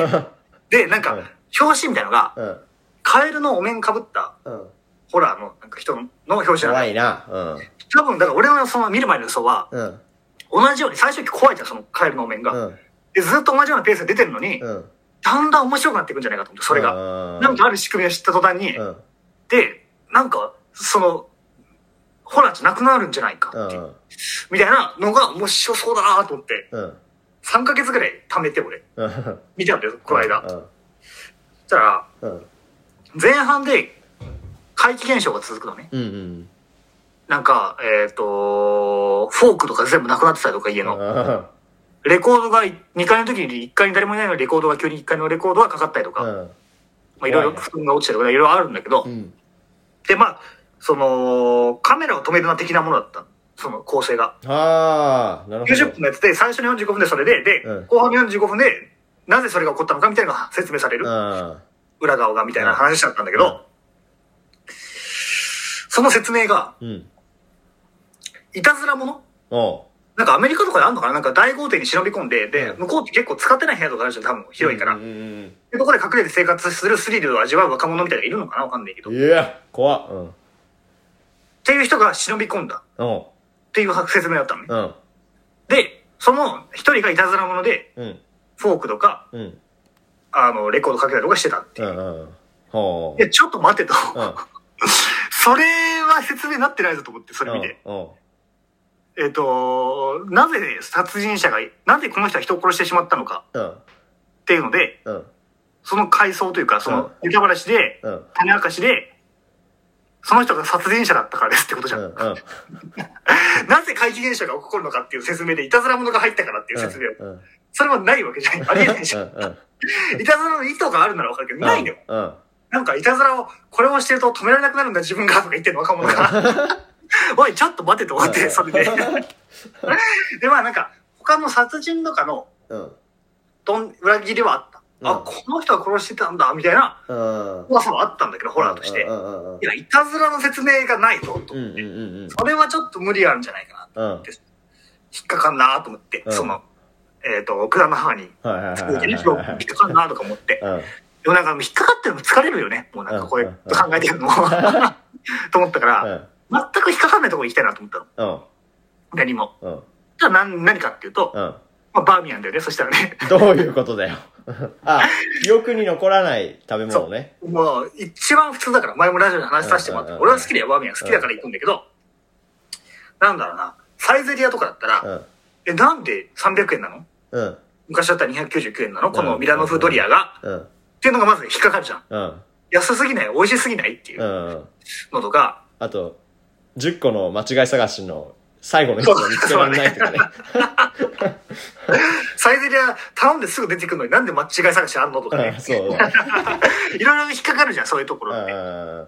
Speaker 2: で、なん
Speaker 1: うん
Speaker 2: か、表紙みたいなのが、
Speaker 1: うん。
Speaker 2: カエルのお面かぶった
Speaker 1: うん。
Speaker 2: ホラーのなんか人の表紙なの
Speaker 1: 怖いな。
Speaker 2: 多分、だから俺のその見る前の予想は、
Speaker 1: うん。うん。
Speaker 2: 同じように、最初期怖いじゃん、そのカエルのお面が。
Speaker 1: うん。
Speaker 2: で、ずっと同じようなペースで出てるのに、
Speaker 1: うん。
Speaker 2: だんだん面白くなっていくんじゃないかと思って、それが。
Speaker 1: が
Speaker 2: なんかある仕組みを知った途端に、
Speaker 1: うん。
Speaker 2: で、なんか、その、ホラーじゃなくなるんじゃないか
Speaker 1: う
Speaker 2: っていう、
Speaker 1: ん。
Speaker 2: みたいなのが面白そうだなと思って、
Speaker 1: うん。
Speaker 2: 3ヶ月ぐらい貯めて俺、
Speaker 1: うん。
Speaker 2: 見たんだよ、この間。
Speaker 1: う
Speaker 2: そしたら、
Speaker 1: ん。うん。
Speaker 2: 前半で怪奇現象が続くのね。
Speaker 1: うんうん。
Speaker 2: なんか、えっ、と、フォークとか全部なくなってたりとか家の。
Speaker 1: うん。
Speaker 2: レコードが2階の時に1階に誰もいないのにレコードが急に1階のレコードがかかったりとか、
Speaker 1: うん。
Speaker 2: まあいろいろ布団が落ちたりとかいろいろあるんだけど、
Speaker 1: うん。
Speaker 2: でまあそのカメラを止めるな的なものだったその構成が
Speaker 1: ああ、なるほど。
Speaker 2: 90分のやつで最初の45分でそれでで、
Speaker 1: うん
Speaker 2: 後半の45分でなぜそれが起こったのかみたいなのが説明される、
Speaker 1: うん。
Speaker 2: 裏側がみたいな話だったんだけど、
Speaker 1: うん
Speaker 2: その説明が
Speaker 1: うん。
Speaker 2: いたずらもの
Speaker 1: おう。
Speaker 2: なんかアメリカとかであんのかななんか大豪邸に忍び込んで、で、
Speaker 1: うん
Speaker 2: 向こうって結構使ってない部屋とかあるじゃん、多分広いから。
Speaker 1: うんうん
Speaker 2: で、ここで隠れて生活するスリルを味わう若者みたいなのがいるのかなわかんないけど。
Speaker 1: う
Speaker 2: っ
Speaker 1: ん。いや、怖っ。うん。
Speaker 2: ていう人が忍び込んだ
Speaker 1: おう。
Speaker 2: っていう説明だったのね。
Speaker 1: うん。
Speaker 2: で、その一人がいたずら者で、
Speaker 1: うん。
Speaker 2: フォークとか、
Speaker 1: うん。
Speaker 2: あの、レコードかけたりとかしてたって
Speaker 1: う
Speaker 2: いう。
Speaker 1: ん。うん。ほ
Speaker 2: いや、ちょっと待てと。
Speaker 1: う。うん。
Speaker 2: それは説明になってないぞと思って、それ見て。
Speaker 1: うん。
Speaker 2: えっ、と、なぜ殺人者が、なぜこの人は人を殺してしまったのか
Speaker 1: うん。
Speaker 2: っていうので、
Speaker 1: うん。
Speaker 2: その回想というか、その、ネタバラシで、
Speaker 1: うん。
Speaker 2: 種明かしで、その人が殺人者だったからですってことじ
Speaker 1: う
Speaker 2: ゃん。
Speaker 1: んうん
Speaker 2: なぜ怪奇現象が起こるのかっていう説明で、いたずら者が入ったからっていう説明を。
Speaker 1: うんうん
Speaker 2: それはないわけじゃない。ありえないじゃん。
Speaker 1: うんうん
Speaker 2: いたずらの意図があるならわかるけど、ないのよ。
Speaker 1: うんうん
Speaker 2: なんかいたずらを、これをしてると止められなくなるんだ自分がとか言ってんの若者が。 おい、ちょっと待てと思って、それで。で、まあなんか、他の殺人とかの
Speaker 1: うん
Speaker 2: どん裏切りはあった。
Speaker 1: う
Speaker 2: あ、
Speaker 1: ん
Speaker 2: この人が殺してたんだ、みたいな
Speaker 1: うん
Speaker 2: 怖さはあったんだけど、ホラーとして
Speaker 1: う。んうんうん
Speaker 2: いや、いたずらの説明がないぞ、と
Speaker 1: うん
Speaker 2: 思っ
Speaker 1: うん
Speaker 2: て。
Speaker 1: うん
Speaker 2: それはちょっと無理あるんじゃないかな。
Speaker 1: うんうん
Speaker 2: 引っかかんなと思って
Speaker 1: う、ん
Speaker 2: その、えっと、奥田の母に、
Speaker 1: はいはいはい
Speaker 2: 引
Speaker 1: はいはい
Speaker 2: っかかんなとか思って。
Speaker 1: うん
Speaker 2: でもなんか引っかかってるの疲れるよね。もうなんかこういうこと考えてる のも。と思ったから、全く引っかかんないところに行きたいなと思ったの。
Speaker 1: うん
Speaker 2: 何も。
Speaker 1: うん
Speaker 2: じゃあ何何かっていうと、
Speaker 1: うん
Speaker 2: まあ、バーミヤンだよね。そしたらね、
Speaker 1: どういうことだよあ記憶に残らない食べ物ね
Speaker 2: もう一番普通だから、前もラジオで話させてもらっ
Speaker 1: うん
Speaker 2: た。
Speaker 1: うんうん
Speaker 2: 俺は好きだよ、バーミヤン。好きだから行くんだけど、なんだろうな。サイゼリアとかだった
Speaker 1: う
Speaker 2: ら、
Speaker 1: ん
Speaker 2: え、なんで300円なの
Speaker 1: うん
Speaker 2: 昔だったら299円なのこ
Speaker 1: う
Speaker 2: の
Speaker 1: ん
Speaker 2: ミラノ風ドリアが。
Speaker 1: うん
Speaker 2: っていうのがまず引っかかるじゃん。
Speaker 1: うん
Speaker 2: 安すぎない美味しすぎないっていううん
Speaker 1: うん
Speaker 2: のとか、
Speaker 1: あと10個の間違い探しの最後の一個を見つけられないとかね
Speaker 2: サイゼリア頼んですぐ出てくるのになんで間違い探しあんのとかね
Speaker 1: うん。そう
Speaker 2: いろいろ引っかかるじゃん、そういうとこ
Speaker 1: う
Speaker 2: ろって。
Speaker 1: ん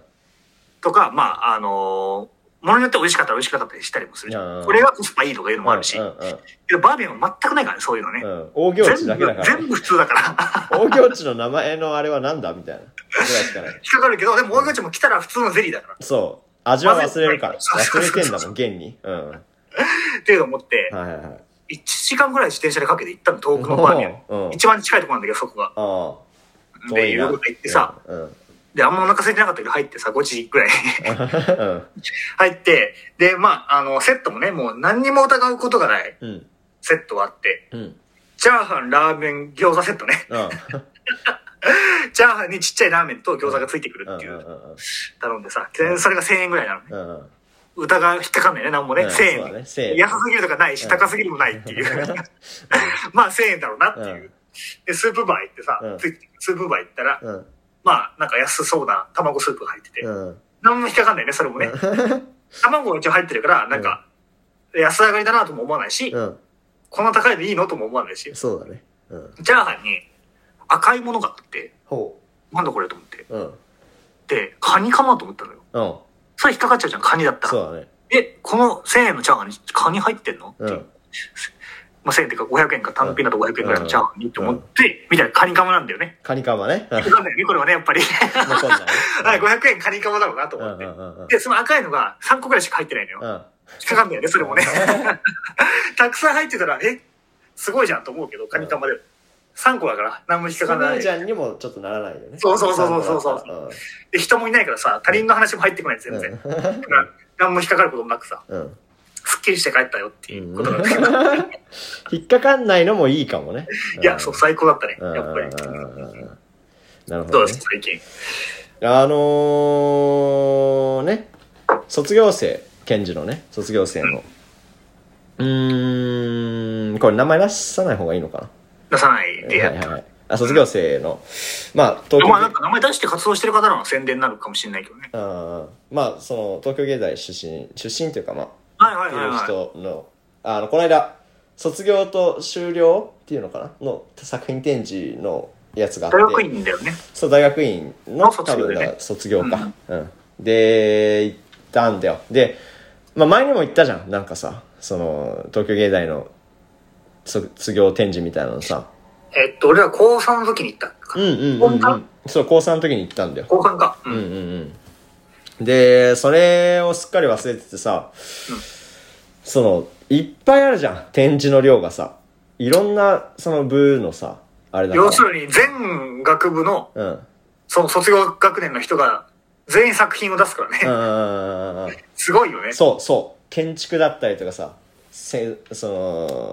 Speaker 2: とか、まあ、あのーものによって美味しかったら美味しくなかったりしたりもするじ
Speaker 1: うん
Speaker 2: ゃ。
Speaker 1: うんん
Speaker 2: これはコスパいいとかいうのもあるし
Speaker 1: う。んうん
Speaker 2: けどバーミヤンは全くないからね、そういうのね
Speaker 1: う。ん大行
Speaker 2: 全
Speaker 1: 地
Speaker 2: 部
Speaker 1: だけだか、ら
Speaker 2: 全部普通だから。
Speaker 1: 大行地の名前のあれはなんだみたいなぐらいしかない
Speaker 2: 引っかかるけど、でも大口も来たら普通のゼリーだから。
Speaker 1: そう味は忘れるから
Speaker 2: まず
Speaker 1: 忘れてんだもん現にうんは
Speaker 2: っていうのを思って
Speaker 1: い、はいはい
Speaker 2: 1時間ぐらい自転車でかけて行ったの、遠くのバーミヤン。
Speaker 1: うん
Speaker 2: 一番近いところなんだけど、そこが。
Speaker 1: ああ
Speaker 2: で、いうこと行ってさ、
Speaker 1: うんうん
Speaker 2: で、あんまお腹空いてなかったけど入ってさ、5時ぐらいに。
Speaker 1: うん
Speaker 2: 入って、で、まあ、あの、セットもね、もう何にも疑うことがない
Speaker 1: うん
Speaker 2: セットがあって、
Speaker 1: うん
Speaker 2: チャーハン、ラーメン、餃子セットね。
Speaker 1: うん
Speaker 2: チャーハンにちっちゃいラーメンと餃子がついてくる
Speaker 1: うん
Speaker 2: っていうう、
Speaker 1: ん
Speaker 2: 頼んでさ、全然それが1000円ぐらいなのね。
Speaker 1: うんうん
Speaker 2: 疑う、引っかかんないね、なんもね。
Speaker 1: うん
Speaker 2: 1000
Speaker 1: そうだね
Speaker 2: 円。
Speaker 1: 1000円
Speaker 2: 安すぎるとかないし、
Speaker 1: うん
Speaker 2: 高すぎるもないっていう。 まあ、1000円だろうなっていう。で、スープバー行ってさ、
Speaker 1: うん
Speaker 2: ついスープバー行ったら、
Speaker 1: うん
Speaker 2: まあ、なんか安そうな卵スープが入ってて、
Speaker 1: うん
Speaker 2: 何も引っかかんないね、それもね。 卵が一応入ってるから、なんか、安上がりだなとも思わないし、
Speaker 1: うん
Speaker 2: こんな高いのいいのとも思わないし、
Speaker 1: そうだねうん
Speaker 2: チャーハンに赤いものがあって、
Speaker 1: ほ
Speaker 2: なんだこれと思って。
Speaker 1: ううん
Speaker 2: で、カニかなと思ったのよ。
Speaker 1: うん
Speaker 2: それ引っかかっちゃうじゃん、カニだった
Speaker 1: そ
Speaker 2: ら。
Speaker 1: うだね
Speaker 2: え、この1000円のチャーハンにカニ入ってんのっていうう。
Speaker 1: ん
Speaker 2: まあ、1000円っていうか500円か単品だと500円くらいのチャーハンにって思って、みたいなカニカマなんだよね。
Speaker 1: カニカマねうん
Speaker 2: わかんないね、これはね、やっぱり。
Speaker 1: 残んないね
Speaker 2: はい、500円カニカマだろうなと
Speaker 1: う
Speaker 2: 思っ
Speaker 1: ん
Speaker 2: て
Speaker 1: う。んうんうん
Speaker 2: で、その赤いのが3個くらいしか入ってないのよ。
Speaker 1: うん
Speaker 2: 引っかかんだよね、それもね。たくさん入ってたら、え、すごいじゃんと思うけど、カニカマでも。3個だから、何も引っかか
Speaker 1: カ
Speaker 2: んない。
Speaker 1: ナちゃんにもちょっとならないよね
Speaker 2: そうそうそうそうそうそうで、人もいないからさ、他人の話も入ってこない、全然。だから、何も引っかかることもなくさ、
Speaker 1: うんうん
Speaker 2: すっきりして帰ったよっていうことなんだけど、
Speaker 1: 引っかかんないのもいいかもね
Speaker 2: いや、そう、最高だったね、
Speaker 1: うん
Speaker 2: やっぱり。
Speaker 1: うんうんうんうんなるほ
Speaker 2: どう
Speaker 1: ど
Speaker 2: で
Speaker 1: ね
Speaker 2: すか、最近。
Speaker 1: あのー、ね、卒業生、ケンジのね、卒業生の。うーん、これ名前出さない方がいいのか
Speaker 2: 出さない
Speaker 1: な
Speaker 2: でやった。
Speaker 1: はいはいはい。あ、卒業生の、まあ、東
Speaker 2: まあ、なん
Speaker 1: 京
Speaker 2: か名前出して活動してる方なら宣伝になるかもしれないけどね。
Speaker 1: あーまあ、その、東京芸大出身、出身というか、まあ、
Speaker 2: はいは
Speaker 1: っ
Speaker 2: い
Speaker 1: て
Speaker 2: はいい、
Speaker 1: う
Speaker 2: はい。
Speaker 1: 人の、あの、この間、卒業と修了っていうのかなの作品展示のやつがあって。
Speaker 2: 大学院だよね。
Speaker 1: そう大学院の
Speaker 2: あ卒業でね
Speaker 1: 多分だ卒業か、うんで行ったんだよで、まあ、前にも言ったじゃんなんかさその東京芸大の卒業展示みたいなのさ
Speaker 2: えっと、俺ら高3の時に行ったか
Speaker 1: うん
Speaker 2: な。
Speaker 1: うんうん、う
Speaker 2: 高三
Speaker 1: ん、そう高3の時に行ったんだよ
Speaker 2: 高3か。う
Speaker 1: うん
Speaker 2: ん。
Speaker 1: うんうんでそれをすっかり忘れててさ、そのいっぱいあるじゃん展示の量がさいろんなその部のさあれだから
Speaker 2: 要するに、全学部の、
Speaker 1: うん
Speaker 2: その卒業学年の人が、全員作品を出すからね。
Speaker 1: うんうんうんうんうん
Speaker 2: すごいよね。
Speaker 1: そうそう建築だったりとかさせそ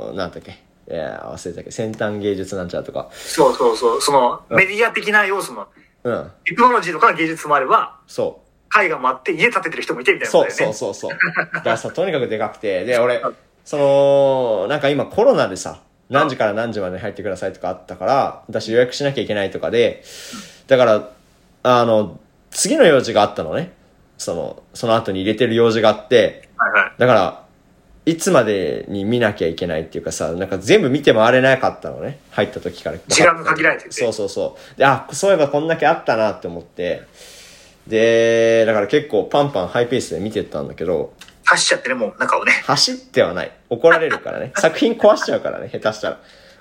Speaker 1: のなんだっけいや忘れたっけ先端芸術なんちゃらとか
Speaker 2: そうそうそう。その、メディア的な要素の、
Speaker 1: うん
Speaker 2: テクノロジーとか芸術もあれば、
Speaker 1: そ
Speaker 2: 絵画もあって家建ててる人もいてみ
Speaker 1: う
Speaker 2: たいな
Speaker 1: そ
Speaker 2: こ
Speaker 1: う
Speaker 2: とだよ
Speaker 1: そ
Speaker 2: ね
Speaker 1: う。そうそうだから さとにかくでかくてで俺そのなんか今コロナでさ何時から何時まで入ってくださいとかあったから私予約しなきゃいけないとかでだからあの次の用事があったのねその、その後に入れてる用事があって、
Speaker 2: はいはい。
Speaker 1: だから、いつまでに見なきゃいけないっていうかさ、なんか全部見て回れなかったのね。入った時から。
Speaker 2: 時間が限られてて
Speaker 1: そうそうそう。で、あ、そういえばこんだけあったなって思って。で、だから結構パンパンハイペースで見てったんだけど、
Speaker 2: 走っちゃってね、もう中をね。
Speaker 1: 走ってはない。怒られる からね。作品壊しちゃうからね、下手したら。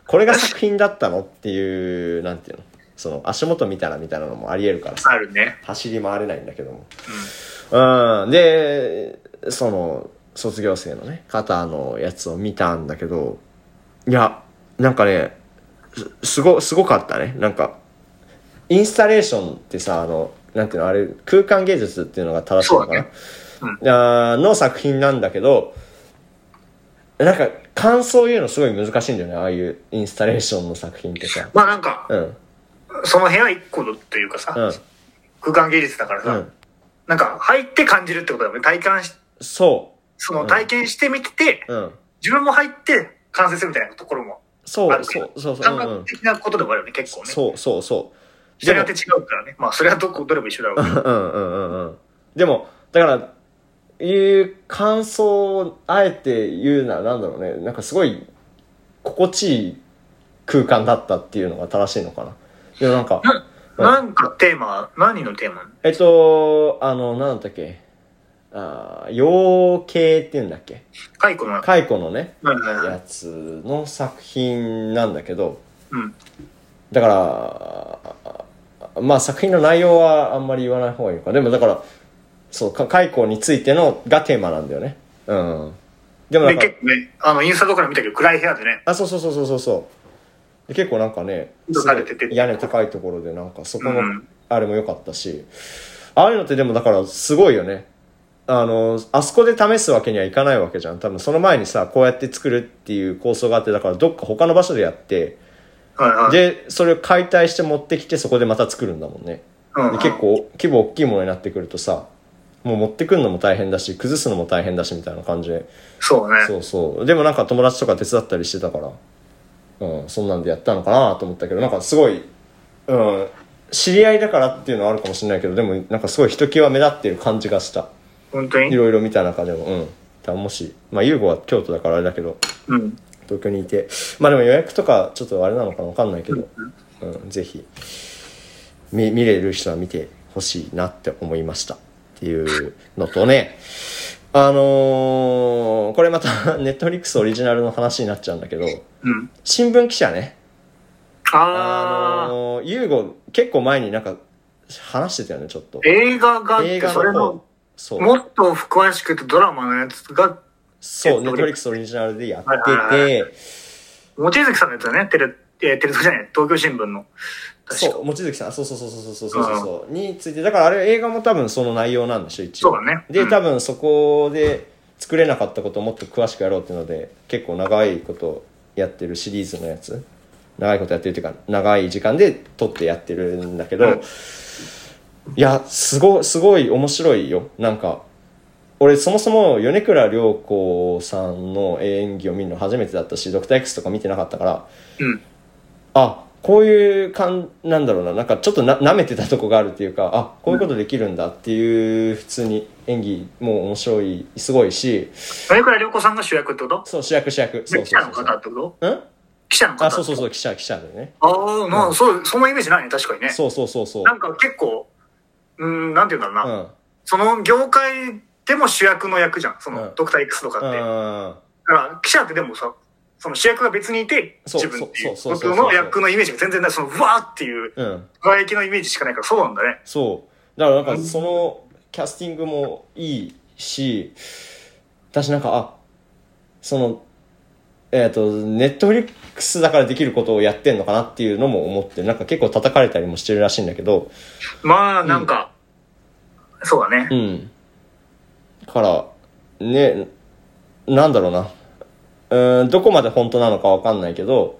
Speaker 1: これが作品だったのっていう、なんていうの。その、足元見たらみたいなのもあり得るからさ。
Speaker 2: あるね。
Speaker 1: 走り回れないんだけども。うん。で、その、卒業生のね、肩のやつを見たんだけど、いや、なんかね、すすご、すごかったね。なんか、インスタレーションってさ、あの、なんていうの、あれ、空間芸術っていうのが正しいのかな、
Speaker 2: そうだね
Speaker 1: あーの作品なんだけど、なんか、感想言うのすごい難しいんだよね、ああいうインスタレーションの作品ってさ。
Speaker 2: まあなんか、
Speaker 1: うん、
Speaker 2: その辺は一個というかさ、
Speaker 1: うん、
Speaker 2: 空間芸術だから
Speaker 1: う
Speaker 2: さ、
Speaker 1: ん。
Speaker 2: なんか入って感じるってことだよね。体感し、
Speaker 1: そ
Speaker 2: その体験してみてて、
Speaker 1: う、うん。
Speaker 2: 自分も入って完成するみたいなところも
Speaker 1: そ
Speaker 2: あ
Speaker 1: う、
Speaker 2: るけ
Speaker 1: そう
Speaker 2: ど、、
Speaker 1: そう、そう、
Speaker 2: 感
Speaker 1: うんうん
Speaker 2: 覚的なことでもあるよね、結構ね。
Speaker 1: そうそうそう。
Speaker 2: 人
Speaker 1: で
Speaker 2: に
Speaker 1: も
Speaker 2: よって違うからね。まあそれはどこ、どれも一緒だろうけど。
Speaker 1: うんうんうんうん。でも、だから、いう感想をあえて言うならなんだろうね。なんかすごい心地いい空間だったっていうのが正しいのかな。でもなんか、うん
Speaker 2: なんかテーマ、何のテーマ
Speaker 1: えっと、あの、なんだったっけ。あー養鶏って言うんだっけ。
Speaker 2: 解雇の、はい
Speaker 1: 蚕のね、
Speaker 2: はいはい
Speaker 1: やつの作品なんだけど、
Speaker 2: うん。
Speaker 1: だから、まあ作品の内容はあんまり言わない方がいいのか。でもだから、そう、か解雇についてのがテーマなんだよね。うん。でもな
Speaker 2: で、
Speaker 1: んか、
Speaker 2: 結構ね、あの、インスタとかで見たけど、暗い部屋でね、
Speaker 1: あ、そうそうそうそうそうそう。で結構なんかね、
Speaker 2: どうされてて
Speaker 1: 屋根高いところでなんかそこ
Speaker 2: う
Speaker 1: の
Speaker 2: ん、
Speaker 1: あれも良かったし、ああいうのってでもだからすごいよね。あの、あそこで試すわけにはいかないわけじゃん。多分その前にさ、こうやって作るっていう構想があって、だからどっか他の場所でやって、
Speaker 2: はいはい。
Speaker 1: で、それを解体して持ってきてそこでまた作るんだもんね。
Speaker 2: うんうん
Speaker 1: で結構規模大きいものになってくるとさもう持ってくるのも大変だし崩すのも大変だしみたいな感じで
Speaker 2: そうね。
Speaker 1: そうそうでもなんか友達とか手伝ったりしてたから、うん、そんなんでやったのかなと思ったけどなんかすごい、うん、知り合いだからっていうのはあるかもしれないけどでもなんかすごいひときわ目立ってる感じがした
Speaker 2: 本当
Speaker 1: い
Speaker 2: に
Speaker 1: ろいろ見た中でもうんだからもしまあ優吾は京都だからあれだけど
Speaker 2: うん。
Speaker 1: 東京にいてまあでも予約とかちょっとあれなのかわかんないけど、うん、ぜひ見見れる人は見てほしいなって思いましたっていうのとねあのーこれまた ネットフリックスオリジナルの話になっちゃうんだけど
Speaker 2: うん。
Speaker 1: 新聞記者ねあ
Speaker 2: あー、
Speaker 1: のー、ユーゴ結構前になんか話してたよねちょっと
Speaker 2: 映画があって、それ
Speaker 1: 方
Speaker 2: の、
Speaker 1: そう
Speaker 2: もっと詳しく言うとドラマのやつが、
Speaker 1: そうネットフリッ
Speaker 2: Netflix
Speaker 1: クスオリジナルでやって
Speaker 2: はいはいは
Speaker 1: て
Speaker 2: 望月さんのやつだね、テレ、えーテレ東じゃない、東京新聞の。確か。
Speaker 1: そう、望月さん、そうそうそうそうそうそうそうそう、について、だからあれ映画も多分その内容なんでしょ、一応。
Speaker 2: そうだねう
Speaker 1: で、
Speaker 2: ん
Speaker 1: 多分そこで作れなかったことをもっと詳しくやろうっていうので、結構長いことやってるシリーズのやつ。長いことやってるっていうか、長い時間で撮ってやってるんだけど、
Speaker 2: うん
Speaker 1: いや、すご、すごい面白いよ。なんか、俺そもそも米倉涼子さんの演技を見るの初めてだったし、ドクター X とか見てなかったから、
Speaker 2: うん。
Speaker 1: あこういう感なんだろうななんかちょっとな舐めてたとこがあるっていうかあこういうことできるんだっていう普通に演技も面白いすごいし
Speaker 2: 米倉涼子さんが主役ってこと
Speaker 1: そう主役主役そう
Speaker 2: 記
Speaker 1: そ
Speaker 2: 者
Speaker 1: うそ
Speaker 2: の
Speaker 1: うそ
Speaker 2: 方
Speaker 1: う
Speaker 2: ってこと
Speaker 1: うん
Speaker 2: 記者の方
Speaker 1: あそうそう
Speaker 2: う。
Speaker 1: そう記者記者でね
Speaker 2: あー、まあ、そう、そのイメージないね、確かにね。
Speaker 1: そうそうそうそう
Speaker 2: なんか結構、うーん、なんて言うんだろう
Speaker 1: う
Speaker 2: な。
Speaker 1: ん
Speaker 2: その業界でも主役の役じゃん。そうの
Speaker 1: ん、
Speaker 2: ドクター X とかって。だ
Speaker 1: うん
Speaker 2: から、記者ってでもさ、その主役が別にいて、
Speaker 1: そう
Speaker 2: 自分っていう
Speaker 1: そう
Speaker 2: こ
Speaker 1: そうそうそう
Speaker 2: との役のイメージが全然ない。その、うわーっていう、
Speaker 1: うん
Speaker 2: 輝きのイメージしかないから、そうなんだね。
Speaker 1: そうだからなんかそのキャスティングもいいし私なんかあそのえっ、とネットフリックスだからできることをやってんのかなっていうのも思ってなんか結構叩かれたりもしてるらしいんだけど
Speaker 2: まあ、なんか、そうだね
Speaker 1: う。んだからねなんだろうなうーんどこまで本当なのかわかんないけど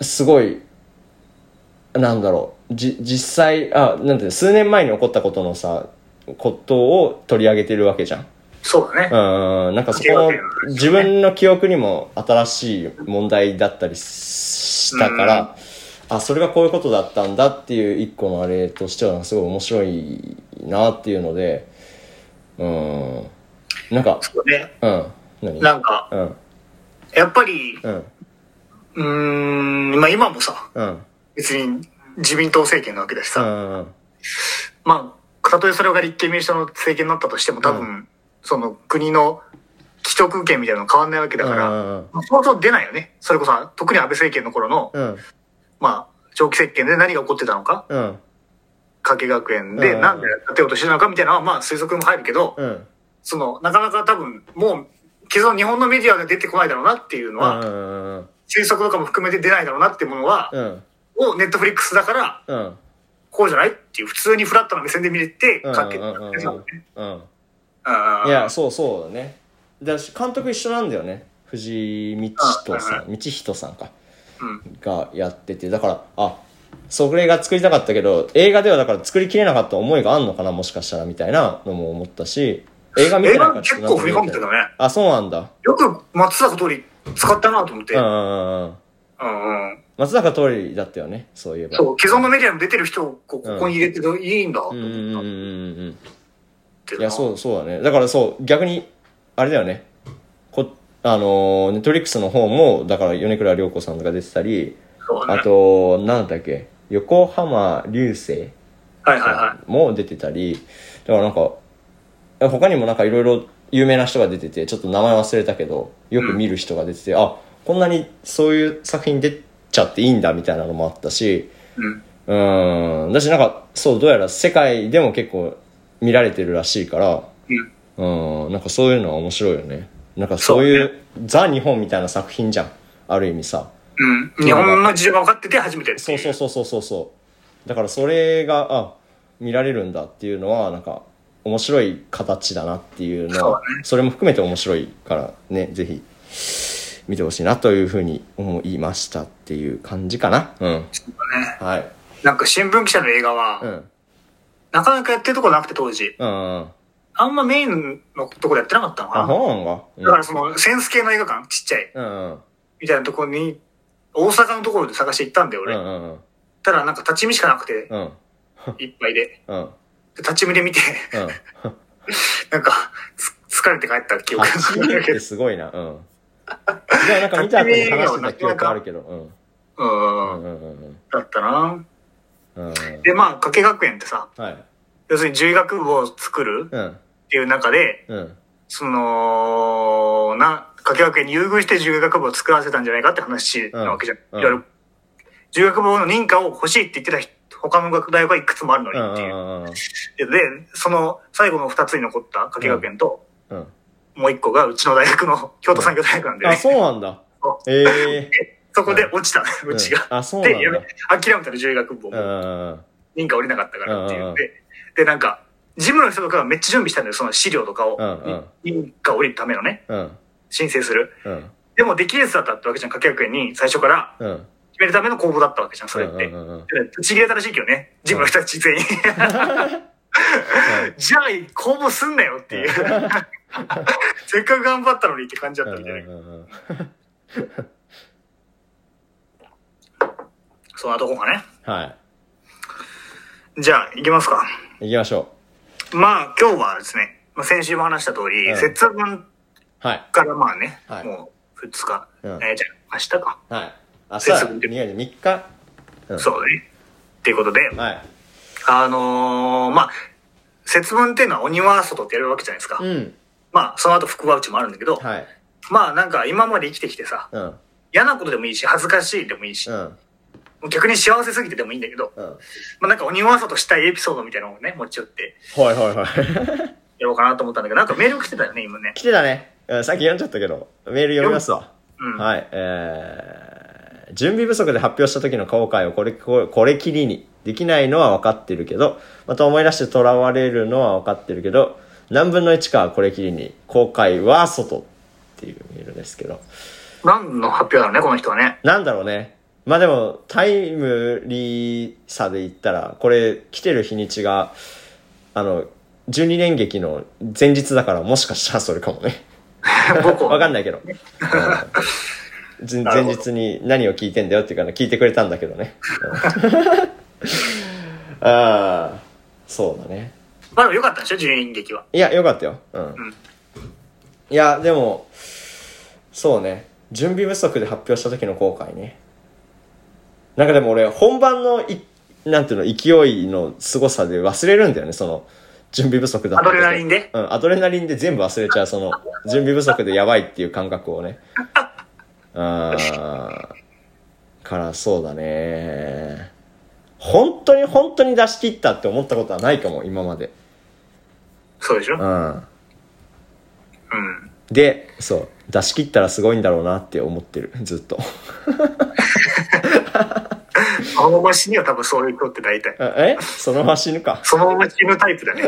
Speaker 1: すごいなんだろうじ実際あなんていうの数年前に起こったことのさことを取り上げてるわけじゃん
Speaker 2: そうだね。
Speaker 1: うんなんかそこの自分の記憶にも新しい問題だったりしたから、あそれがこういうことだったんだっていう一個のあれとしてはすごい面白いなっていうので、うん。なんか、
Speaker 2: そうね。
Speaker 1: うん。何
Speaker 2: なんか、
Speaker 1: うん。
Speaker 2: やっぱり、
Speaker 1: うん。
Speaker 2: うーん、まあ今もさ、
Speaker 1: うん。
Speaker 2: 別に自民党政権なわけだし
Speaker 1: う
Speaker 2: さ、
Speaker 1: ん。
Speaker 2: まあ、たとえそれが立憲民主党の政権になったとしても多分、
Speaker 1: う
Speaker 2: その国の既得権みたいなの変わんないわけだから、
Speaker 1: うん
Speaker 2: まあそうそう出ないよね。それこそ、特に安倍政権の頃の、
Speaker 1: うん。
Speaker 2: まあ、長期政権で何が起こってたのか、
Speaker 1: うん。
Speaker 2: 加計学園
Speaker 1: う
Speaker 2: で
Speaker 1: ん
Speaker 2: なんでやってようとしてたのかみたいなのは、まあ推測も入るけど、
Speaker 1: うん。
Speaker 2: その、なかなか多分、もう、既存日本のメディアで出てこないだろうなっていうのは、
Speaker 1: うん。
Speaker 2: 推測とかも含めて出ないだろうなっていうものは、
Speaker 1: うん。
Speaker 2: をネットフリックスだから、
Speaker 1: うん。
Speaker 2: こうじゃないっていう、普通にフラットな目線で見れて、
Speaker 1: うん
Speaker 2: かけ
Speaker 1: うんうんうんうん。
Speaker 2: あー
Speaker 1: いや、そうそうだね。だし、監督一緒なんだよね。藤井道人さん、道人さんか。
Speaker 2: うん
Speaker 1: がやってて、だから、あ、それが作りたかったけど、映画ではだから作りきれなかった思いがあんのかな、もしかしたら、みたいなのも思ったし、映画見て
Speaker 2: 映
Speaker 1: な
Speaker 2: 画
Speaker 1: かった
Speaker 2: 結構踏み込んでたね。
Speaker 1: あ、そうなんだ。
Speaker 2: よく松坂通り使ったなと思って。
Speaker 1: う
Speaker 2: うん
Speaker 1: うんんうんうん。
Speaker 2: うん
Speaker 1: 松坂桃李だったよね、そういえば。
Speaker 2: そう、既存のメディアに出てる人をこうここに入れてどいいんだと
Speaker 1: う
Speaker 2: 思
Speaker 1: ん
Speaker 2: っ
Speaker 1: うんうん
Speaker 2: た
Speaker 1: う
Speaker 2: っ
Speaker 1: んうん。
Speaker 2: ていう
Speaker 1: い
Speaker 2: のは
Speaker 1: や、そう、そうだね。だからそう、逆に、あれだよね。こ、あのー、ネットフリックスの方も、だから、米倉涼子さんとか出てたり、
Speaker 2: そうね
Speaker 1: あと、なんだっけ、横浜流星
Speaker 2: はいはいは
Speaker 1: さんも出てたり、だからなんか、他にもなんかいろいろ有名な人が出てて、ちょっと名前忘れたけど、よく見る人が出てて、あ、こんなにそういう作品出ちゃっていいんだみたいなのもあったし、
Speaker 2: い。うん。
Speaker 1: うーん、だしなんか、そう、どうやら世界でも結構見られてるらしいから、
Speaker 2: うん
Speaker 1: うん、なんかそういうのは面白いよね。なんかそういう、ザ・日本みたいな作品じゃん。ある意味さ。
Speaker 2: うん。日本の事情が分かってて初めてってい
Speaker 1: そうそうそうそうそうそう。だからそれが、あ、見られるんだっていうのは、なんか、面白い形だなっていうのは、それも含めて面白いからね、ぜひ、見てほしいなというふうに思いましたっていう感じかな。うん。
Speaker 2: ね。
Speaker 1: はい。
Speaker 2: なんか新聞記者の映画
Speaker 1: う
Speaker 2: は、
Speaker 1: ん。
Speaker 2: なかなかやってるとこなくて当時。
Speaker 1: うんうん。
Speaker 2: あんまメインのところやってなかったの
Speaker 1: あ、
Speaker 2: かな。
Speaker 1: そうなんだ。うん
Speaker 2: だからそのセンス系の映画館、ちっちゃい、
Speaker 1: うんうん。
Speaker 2: みたいなところに、大阪のところで探して行ったんだよ、
Speaker 1: う
Speaker 2: 俺。
Speaker 1: んうん
Speaker 2: ただなんか立ち見しかなくて、
Speaker 1: うん。
Speaker 2: いっぱいで。
Speaker 1: うん。うん。
Speaker 2: で立ち見で見て、
Speaker 1: うん。
Speaker 2: なんか、つ疲れて帰った記憶が
Speaker 1: 8
Speaker 2: あ
Speaker 1: 人
Speaker 2: る
Speaker 1: っ
Speaker 2: け
Speaker 1: て
Speaker 2: ど。
Speaker 1: すごいな。うん。じゃあなんか見た後に話してた記憶あるけど。うん。
Speaker 2: う
Speaker 1: うん
Speaker 2: ん。
Speaker 1: うんうん
Speaker 2: だったな。
Speaker 1: うん。うん。
Speaker 2: で、まあ、加計学園ってさ、
Speaker 1: はい。
Speaker 2: 要するに獣医学部を作る
Speaker 1: うん。
Speaker 2: っていう中で、
Speaker 1: うん。
Speaker 2: その、な、加計学園に優遇して獣医学部を作らせたんじゃないかって話なわけじゃん。
Speaker 1: うん
Speaker 2: いわゆる、獣医学部の認可を欲しいって言ってた人他の学大がいくつもあるの
Speaker 1: う
Speaker 2: に
Speaker 1: ん
Speaker 2: っ
Speaker 1: う
Speaker 2: てい
Speaker 1: んうん
Speaker 2: う。で、その最後の二つに残った加計学園と、
Speaker 1: うん。
Speaker 2: もう一個がうちの大学の京都産業大学なんで、
Speaker 1: あ、そうなんだ
Speaker 2: そ。
Speaker 1: ええ。
Speaker 2: そこで落ちたの、うちが。
Speaker 1: んあ、そう
Speaker 2: で、
Speaker 1: なん
Speaker 2: やめ
Speaker 1: だ
Speaker 2: 諦。めたの、獣医学部を
Speaker 1: う。んうん
Speaker 2: 認可降りなかったからっていう
Speaker 1: うんうんん
Speaker 2: で、で、なんか、事務の人とかがめっちゃ準備したんだよ、その資料とかを。
Speaker 1: うんうん
Speaker 2: 認可降りるためのね、
Speaker 1: うん。
Speaker 2: 申請する。
Speaker 1: うん。
Speaker 2: でも、できるやつだったってわけじゃん、加計学園に最初から
Speaker 1: うん。うん。
Speaker 2: 決めるための公募だったわけじゃん、それっ
Speaker 1: うん
Speaker 2: て。
Speaker 1: うんうん。
Speaker 2: でちぎれたらしいけどね、事務の人たち全員。じゃあ、公募すんなよっ ていう。せっかく頑張ったのにって感じだったみたいな。
Speaker 1: うんうんうん
Speaker 2: そんなとこかね。
Speaker 1: は
Speaker 2: じゃあ、行きますか。
Speaker 1: い。行きましょ
Speaker 2: まあ、今日はですね、まあ、先週も話した通り、
Speaker 1: うん
Speaker 2: 節分
Speaker 1: う。はい。
Speaker 2: からまあね、
Speaker 1: はい
Speaker 2: もう2日、
Speaker 1: うん
Speaker 2: えーじゃあ、明日か。
Speaker 1: はい。あ、そうだ。
Speaker 2: 節分で
Speaker 1: 2月3日。うん
Speaker 2: そうね。っていうことで、
Speaker 1: はい。
Speaker 2: あのーまあ、節分っていうのは鬼は外ってやるわけじゃないですか。
Speaker 1: うん。
Speaker 2: まあ、その後福は内もあるんだけど、
Speaker 1: はい。
Speaker 2: まあ、なんか今まで生きてきてさ、
Speaker 1: うん。
Speaker 2: 嫌なことでもいいし、恥ずかしいでもいいし、
Speaker 1: うん。
Speaker 2: 逆に幸せすぎてでもいいんだけど、
Speaker 1: うん。
Speaker 2: まあ、なんか鬼は外したいエピソードみたいなのをね、持ち寄って
Speaker 1: はいはいはい。
Speaker 2: やろうかなと思ったんだけど、なんかメール来てたよね、今ね。
Speaker 1: 来てたね。うん、さっき読んじゃったけど、メール読みますわ。
Speaker 2: うん。
Speaker 1: はい、えー、準備不足で発表した時の後悔をこれ、これこれきりに。できないのは分かってるけど、また思い出して囚われるのは分かってるけど、何分の1かはこれきりに。後悔は外っていうメールですけど。
Speaker 2: 何の発表だろうね、この人は ね。
Speaker 1: なんだろうね。まあでも、タイムリーさで言ったら、これ、来てる日にちが、あの、12年劇の前日だから、もしかしたらそれかもね。
Speaker 2: 僕は
Speaker 1: わかんないけど。うんじ前日に何を聞いてんだよっていうから聞いてくれたんだけどね。うんああ、そうだね。
Speaker 2: まあでもよかったんでしょ順演劇は。
Speaker 1: いや、よかったよ。うん。
Speaker 2: ん
Speaker 1: いや、でも、そうね。準備不足で発表した時の後悔ね。なんかでも俺、本番のい、なんていうの、勢いの凄さで忘れるんだよね、その、準備不足だった
Speaker 2: ア
Speaker 1: こと
Speaker 2: ドレナリンで。
Speaker 1: うん、アドレナリンで全部忘れちゃう、その、準備不足でやばいっていう感覚を ね。あーから、そうだね。本当に本当に出し切ったって思ったことはないかも、今まで。
Speaker 2: そうでしょ
Speaker 1: う。
Speaker 2: うんん。
Speaker 1: で、そう、出し切ったらすごいんだろうなって思ってる、 ずっと。
Speaker 2: そのまま死には多分そういう人って大体。
Speaker 1: あえそのまま死ぬか。
Speaker 2: そのまま死ぬタイプだね。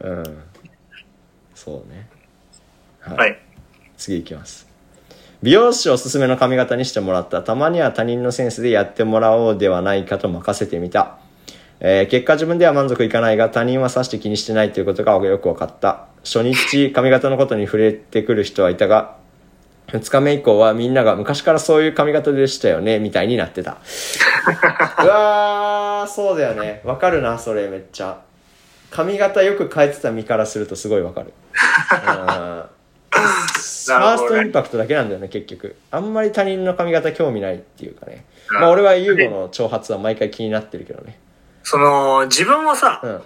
Speaker 1: うん。そうね。はい
Speaker 2: はい。
Speaker 1: 次いきます。美容師おすすめの髪型にしてもらった。たまには他人のセンスでやってもらおうではないかと任せてみた。えー結果自分では満足いかないが他人はさして気にしてないということがよく分かった。初日髪型のことに触れてくる人はいたが、2日目以降はみんなが昔からそういう髪型でしたよね、みたいになってた。 うわー、そうだよね。わかるな、それめっちゃ。髪型よく変えてた身からするとすごいわかる。うんファーストインパクトだけなんだよね、結局。あんまり他人の髪型興味ないっていうかね。まあ俺はユーゴの長髪は毎回気になってるけどね。
Speaker 2: その、自分はさ
Speaker 1: う、ん。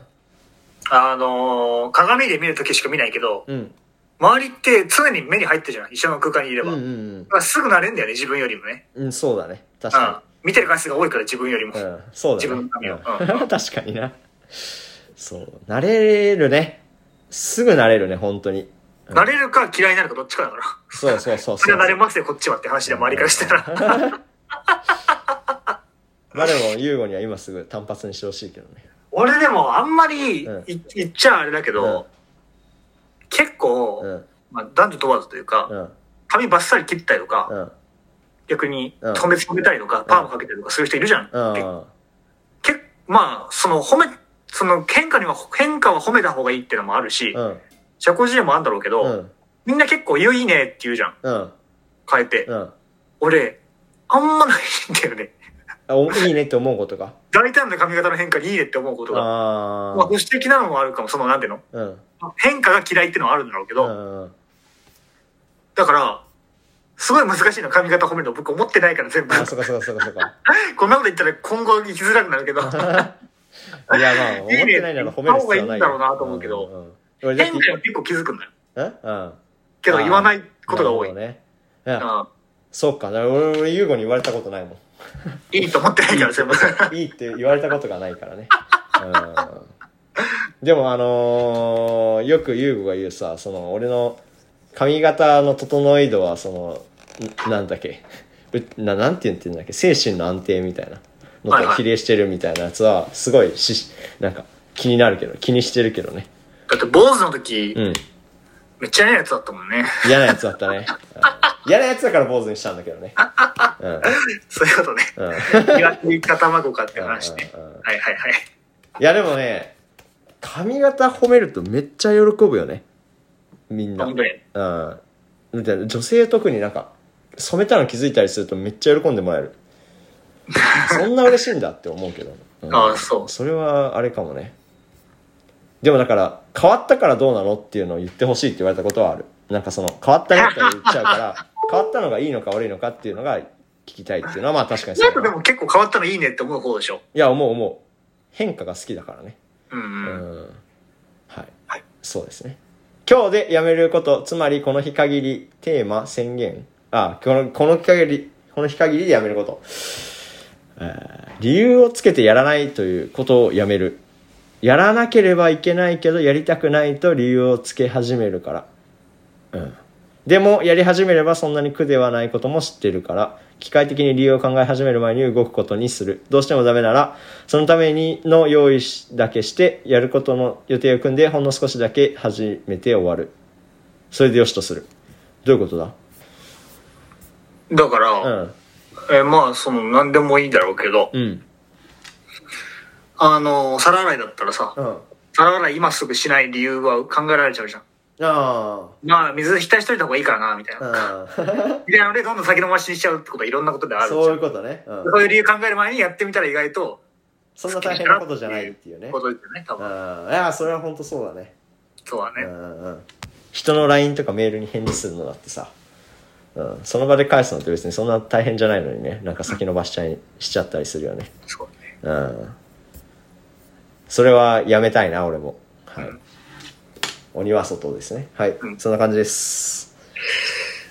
Speaker 2: あのー、鏡で見るときしか見ないけど、
Speaker 1: うん。
Speaker 2: 周りって常に目に入ってるじゃん。一緒の空間にいれ
Speaker 1: うん
Speaker 2: ば。
Speaker 1: うん
Speaker 2: だ
Speaker 1: うん
Speaker 2: からすぐ慣れんだよね、自分よりもね。
Speaker 1: うん。そうだね。確
Speaker 2: うん
Speaker 1: か。
Speaker 2: 見てる回数が多いから、自分よりも。
Speaker 1: に。うん。そうだ
Speaker 2: 自
Speaker 1: ね。
Speaker 2: 分の髪を
Speaker 1: うん確かにな。そう。慣れるね。すぐ慣れるね、本当に。うん
Speaker 2: 慣れるか嫌いになるかどっちかだから。
Speaker 1: そうそうそう
Speaker 2: そ
Speaker 1: そ
Speaker 2: れ
Speaker 1: う。
Speaker 2: は慣れますよ、こっちはって話で周りからしたら。
Speaker 1: まあでも、ユーゴには今すぐ単発にしてほしいけどね。
Speaker 2: 俺でもあんまりい
Speaker 1: うん
Speaker 2: 言っちゃあれだけど、結
Speaker 1: う
Speaker 2: 構、
Speaker 1: ん。
Speaker 2: まあ男女問わずというか
Speaker 1: う、ん。
Speaker 2: 髪バッサリ切ったりとか
Speaker 1: う、ん。
Speaker 2: 逆に
Speaker 1: うん
Speaker 2: 止めつめたりとか、パーマかけたりとかする人いるじゃん。
Speaker 1: うん。
Speaker 2: けまあ、その褒め、その変化には、変化は褒めた方がいいっていうのもあるし
Speaker 1: う、ん。
Speaker 2: 社交辞令もあるんだろうけ
Speaker 1: う
Speaker 2: ど、
Speaker 1: ん。
Speaker 2: みんな結構、いいよいいねって言うじゃん。
Speaker 1: うん。
Speaker 2: 変えて。
Speaker 1: うん。
Speaker 2: 俺、あんまないんだよね。
Speaker 1: あおいいねって思うことが。
Speaker 2: 大胆な髪型の変化にいいねって思うことが。
Speaker 1: あ
Speaker 2: まあ、
Speaker 1: あ
Speaker 2: 保。守的なのもあるかも、その、なんていうの
Speaker 1: うん。
Speaker 2: 変化が嫌いってのはあるんだろうけど、
Speaker 1: うん。
Speaker 2: だから、すごい難しいの、髪型褒めるの。僕思ってないから全部。
Speaker 1: あ、そっかそっかそっかそっか。
Speaker 2: こんなこと言ったら今後生きづらくなるけど、
Speaker 1: いや、まあ、思ってないなら褒める必要ないよ。
Speaker 2: いいねって言った方がいいんだろうなと思うけど
Speaker 1: んん。俺だって
Speaker 2: 変化は結構気づくんだよ。
Speaker 1: うんうん。
Speaker 2: けど言わないことが多い。
Speaker 1: な
Speaker 2: う
Speaker 1: るほどね。うん
Speaker 2: ん
Speaker 1: そうか。だから俺、俺ユーゴに言われたことないもん。
Speaker 2: いいと思ってないから全 部。
Speaker 1: いいって言われたことがないからね。うん。でも、あのーよくユーゴが言うさ、その、俺の髪型の整い度は、その、んなんだっけ。うななんて言ってんだっけ精神の安定みたいなの
Speaker 2: はい
Speaker 1: と
Speaker 2: はい
Speaker 1: 比例してるみたいなやつはすごいしなんか気になるけど気にしてるけどね
Speaker 2: だって坊主の時、
Speaker 1: うん
Speaker 2: めっちゃ嫌なやつだったもんね。
Speaker 1: 嫌なやつだったね。うん嫌なやつだから坊主にしたんだけどね。うん。うん。
Speaker 2: そうい うことね。
Speaker 1: うんうん
Speaker 2: 岩切りか卵かって話ね。
Speaker 1: うん
Speaker 2: はいはいはい。
Speaker 1: いやでもね、髪型褒めるとめっちゃ喜ぶよね。みんな。
Speaker 2: 本当に。
Speaker 1: うん。だって女性特になんか、染めたの気づいたりするとめっちゃ喜んでもらえる。そんな嬉しいんだって思うけど。うん
Speaker 2: ああ、そう。
Speaker 1: それはあれかもね。でもだから、変わったからどうなのっていうのを言ってほしいって言われたことはある。なんかその、変わったねって言っちゃう から、変わったのがいいのか悪いのかっていうのが聞きたいっていうのはまあ確かに
Speaker 2: な
Speaker 1: そ
Speaker 2: んか
Speaker 1: う
Speaker 2: で
Speaker 1: だな。
Speaker 2: も結構変わったのいいねって思う方でしょ。
Speaker 1: いや、思う思う。変化が好きだからね。
Speaker 2: うん
Speaker 1: う
Speaker 2: うん。
Speaker 1: ん。はい。
Speaker 2: はい
Speaker 1: そうですね。今日でやめること、つまりこの日限り、テーマ、宣言。あ、この、この日限り、この日限りでやめること。えー理由をつけてやらないということをやめる。やらなければいけないけど、やりたくないと理由をつけ始めるから。うん。でも、やり始めればそんなに苦ではないことも知ってるから、機械的に理由を考え始める前に動くことにする。どうしてもダメなら、そのためにの用意しだけして、やることの予定を組んで、ほんの少しだけ始めて終わる。それでよしとする。どういうことだ
Speaker 2: だか
Speaker 1: う
Speaker 2: ら、
Speaker 1: ん。
Speaker 2: えーまあ、その、なんでもいいだろうけど、
Speaker 1: うん。
Speaker 2: あの、皿洗いだったらさ
Speaker 1: う、ん。あ
Speaker 2: 皿洗い今すぐしない理由は考えられちゃうじゃん。
Speaker 1: あ。
Speaker 2: まあ、水浸しといた方がいいからな、みたいな。
Speaker 1: うん。
Speaker 2: みたいなので、どんどん先延ばしにしちゃうってことはいろんなことであるじゃん。
Speaker 1: そういうことね。うん。
Speaker 2: そういう理由考える前にやってみたら意外と、
Speaker 1: そんな大変なことじゃないっていうね。
Speaker 2: ことですよね、多
Speaker 1: うん。い
Speaker 2: 分。
Speaker 1: や、それは本当そうだね。
Speaker 2: そうは
Speaker 1: う
Speaker 2: ね。
Speaker 1: んうんうん人の LINE とかメールに返事するのだってさ、うん、その場で返すのって別にそんな大変じゃないのにねなんか先延ばしちゃいしちゃったりするよね
Speaker 2: そうね。
Speaker 1: うんそれはやめたいな俺もはい、鬼は外ですねはい、
Speaker 2: うん
Speaker 1: そんな感じです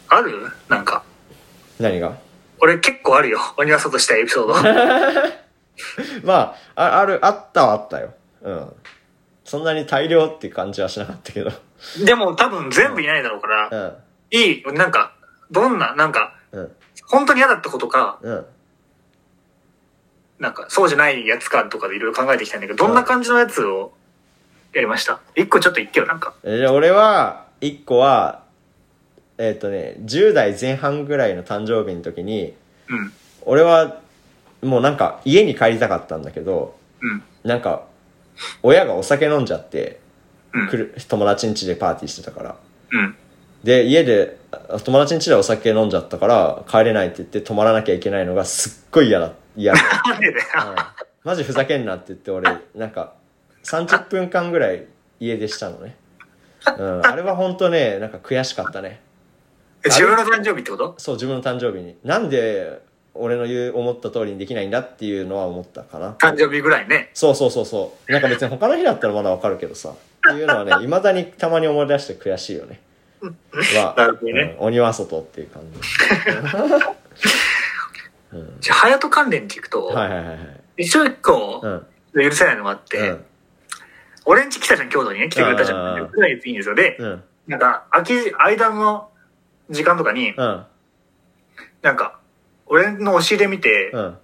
Speaker 2: あるなんか。
Speaker 1: 何が
Speaker 2: 俺結構あるよ。鬼は外したいエピソード。あ
Speaker 1: まあああるあったはあったようんそんなに大量っていう感じはしなかったけど
Speaker 2: でも多分全部いないだろうから、
Speaker 1: うん
Speaker 2: いい、なんか、どんな、なんか、
Speaker 1: うん
Speaker 2: 本当に嫌だったことか、
Speaker 1: うん
Speaker 2: なんか、そうじゃないやつかとかでいろいろ考えてきたんだけど、どんな感じのやつをやりました一個ちょっと言ってよ、なんか。
Speaker 1: えー俺は1個はえっ、とね10代前半ぐらいの誕生日の時に
Speaker 2: うん。
Speaker 1: 俺はもうなんか家に帰りたかったんだけど
Speaker 2: うん。
Speaker 1: なんか親がお酒飲んじゃって
Speaker 2: うん
Speaker 1: 来る友達ん家でパーティーしてたから
Speaker 2: うん。
Speaker 1: で家であ友達ん家でお酒飲んじゃったから帰れないって言って泊まらなきゃいけないのがすっごい嫌だ 嫌で、
Speaker 2: なんでだよ。
Speaker 1: うんマジふざけんなって言って俺なんか30分間ぐらい家出したのね、うん、あれは本当ねなんか悔しかったね
Speaker 2: え自分の誕生日ってこと
Speaker 1: そう、自分の誕生日に。なんで、俺の言う、思った通りにできないんだっていうのは思ったかな。
Speaker 2: 誕生日ぐらいね。
Speaker 1: そうそうそうそう。なんか別に他の日だったらまだわかるけどさ。っていうのはね、未だにたまに思い出して悔しいよね。は、
Speaker 2: なるほどね
Speaker 1: うん鬼は外っていう感じ。うん
Speaker 2: じゃあ、ハヤト関連っていくと、
Speaker 1: はいはいはいはい。
Speaker 2: 一応一個
Speaker 1: うん。
Speaker 2: 許せないのがあって、
Speaker 1: うん。
Speaker 2: 俺ん家来たじゃん、京都にね。来てくれたじゃ。
Speaker 1: うんん
Speaker 2: 来てくれたいいんですよ。で、
Speaker 1: うん。
Speaker 2: なんか、空き、間の時間とかに、
Speaker 1: うん。
Speaker 2: なんか、俺の押し入れ見て、
Speaker 1: うん。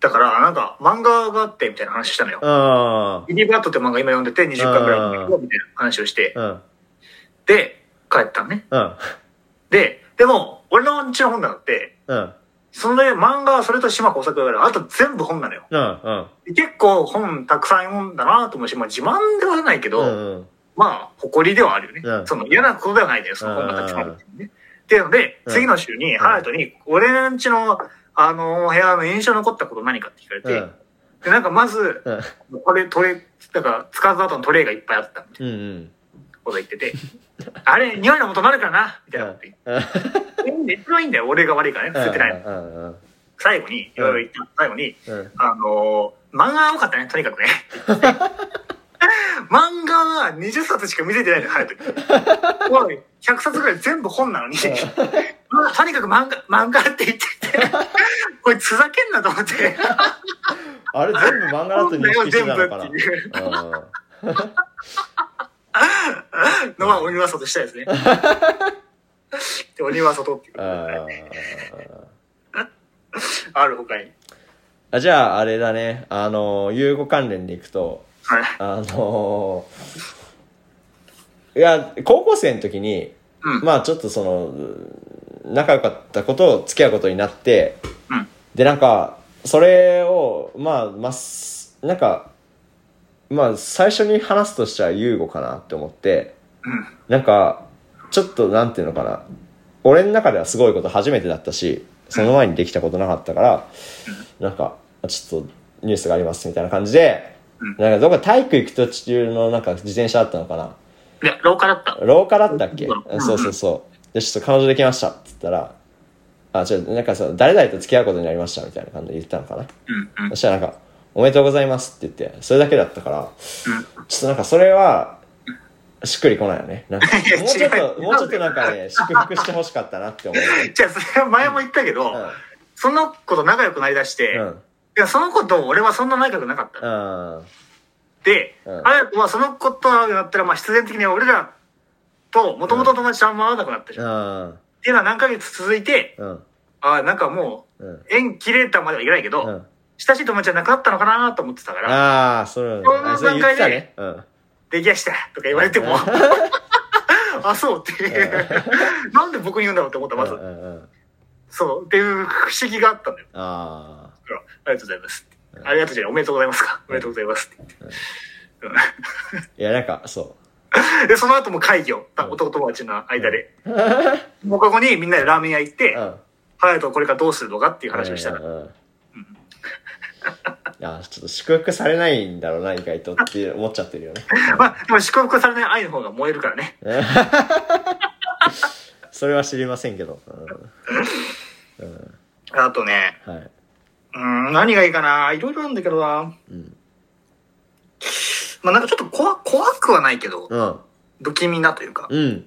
Speaker 2: だから、なんか、漫画があって、みたいな話したのよ。
Speaker 1: あ
Speaker 2: ビリーバットって漫画今読んでて、20巻ぐらいなんだけどみたいな話をして
Speaker 1: ー。、うん。
Speaker 2: で、帰ったのね。
Speaker 1: うん。
Speaker 2: で、でも、俺のうちの本棚って、
Speaker 1: うん。
Speaker 2: そのね、漫画、それと島工作がある。あと全部本なのよ。
Speaker 1: うん。うん。
Speaker 2: で結構本たくさん読んだなと思うし、まあ自慢ではないけど、
Speaker 1: うん。うん。
Speaker 2: まあ、誇りではあるよね。
Speaker 1: うん
Speaker 2: その嫌なことではないだよ、その本がたくさんあるっていうね。っていうので、
Speaker 1: うん
Speaker 2: 次の週に、ハヤトに、俺んちの、あの、部屋の印象に残ったこと何かって聞かれて、
Speaker 1: うん。
Speaker 2: で、なんかまず、
Speaker 1: うん
Speaker 2: これ、トレー、だから、使わず後のトレイがいっぱいあったみたいな
Speaker 1: うん。うん。
Speaker 2: こと言ってて、あれ、匂いの元なるからなみたいなこと言って。え一番いいんだよ、俺が悪いからね、捨ててないの。
Speaker 1: うん。うん。
Speaker 2: 最後に、いろいろ言った最後に、
Speaker 1: うん。
Speaker 2: あのー漫画が多かったね、とにかく ね。漫画は20冊しか見せてないのよ、ハヤトに。おい、100冊ぐらい全部本なのに。 まあとにかく漫画、漫画って 言ってて、こいつふざけんなと思って。
Speaker 1: あれ全部漫画だと認識してたのかな
Speaker 2: 本だよ全部っていう
Speaker 1: うん
Speaker 2: のは鬼は外した いですね。で鬼は外っていう
Speaker 1: あ
Speaker 2: ある他に。
Speaker 1: ーじゃああれだねあのー遊語関連でいくと
Speaker 2: はい。
Speaker 1: あのーいや高校生の時に
Speaker 2: うん。
Speaker 1: まあちょっとそのうん仲良かったことを付き合うことになって、
Speaker 2: うん
Speaker 1: でなんかそれをまあまっすなんかまあ最初に話すとしたら優吾かなって思って
Speaker 2: うん。
Speaker 1: なんか、ちょっとなんていうのかな。俺の中ではすごいこと初めてだったし、その前にできたことなかったから、なんか、ちょっとニュースがありますみたいな感じで、
Speaker 2: うん
Speaker 1: なんかどこか体育行く途中のなんか自転車だったのかな。
Speaker 2: いや、廊下だった。
Speaker 1: 廊下だったっけ、
Speaker 2: うんうん
Speaker 1: そうそうそう。で、ちょっと彼女できましたって言ったら、あ、ちょ、なんかさ、誰々と付き合うことになりましたみたいな感じで言ったのかな。
Speaker 2: うん。うん
Speaker 1: そ。したらなんか、おめでとうございますって言って、それだけだったから、ちょっとなんかそれは、しっくりこないよね。なんか
Speaker 2: いや
Speaker 1: もうちょっ
Speaker 2: 違
Speaker 1: と、
Speaker 2: う
Speaker 1: もうちょっとなんかね、祝福してほしかったなって思う。
Speaker 2: じゃあ、それは前も言ったけど、その子と仲良くなりだして、
Speaker 1: う
Speaker 2: い
Speaker 1: ん。
Speaker 2: や、その子と俺はそんな仲良くなかった。
Speaker 1: うん。
Speaker 2: で、
Speaker 1: うん
Speaker 2: あやとはその子と会うようになったら、まあ必然的に俺らと、もともと友達とあんま会わなくなったじゃん。っ
Speaker 1: うん。
Speaker 2: ていうのは何ヶ月続いて、
Speaker 1: うん。
Speaker 2: ああ、なんかも
Speaker 1: うん。
Speaker 2: う、縁切れたまではいけないけど、
Speaker 1: うん。
Speaker 2: 親しい友達はなくなったのかなと思ってたから、
Speaker 1: ああ、それ、
Speaker 2: この
Speaker 1: あそれ言ってたね。うん。
Speaker 2: 出来やしたとか言われても、 あ、そうっていう。なんで僕に言うんだろうって思った、まず
Speaker 1: う。んうんうん。
Speaker 2: そう、っていう不思議があったんだよ。
Speaker 1: あ
Speaker 2: だからありがとうございますって。ありがとうじゃない、おめでとうございますか。おめでとうございますって言って。
Speaker 1: あ。いや、なんか、そ
Speaker 2: で、その後も会議を、男友達の間で。もうここにみんなでラーメン屋行って、
Speaker 1: う。うん。
Speaker 2: 隼人はこれからどうするのかっていう話をしたら、
Speaker 1: うんうんうんあちょっと祝福されないんだろうな、意外とって思っちゃってるよね。
Speaker 2: まあ、でも祝福されない愛の方が燃えるからね。
Speaker 1: それは知りませんけど。うん。
Speaker 2: あとね、
Speaker 1: うん、はい。
Speaker 2: うん、何がいいかな。いろいろあるんだけどな。
Speaker 1: うん。
Speaker 2: まあなんかちょっと怖怖くはないけど、
Speaker 1: うん。
Speaker 2: 不気味なというか、
Speaker 1: うん。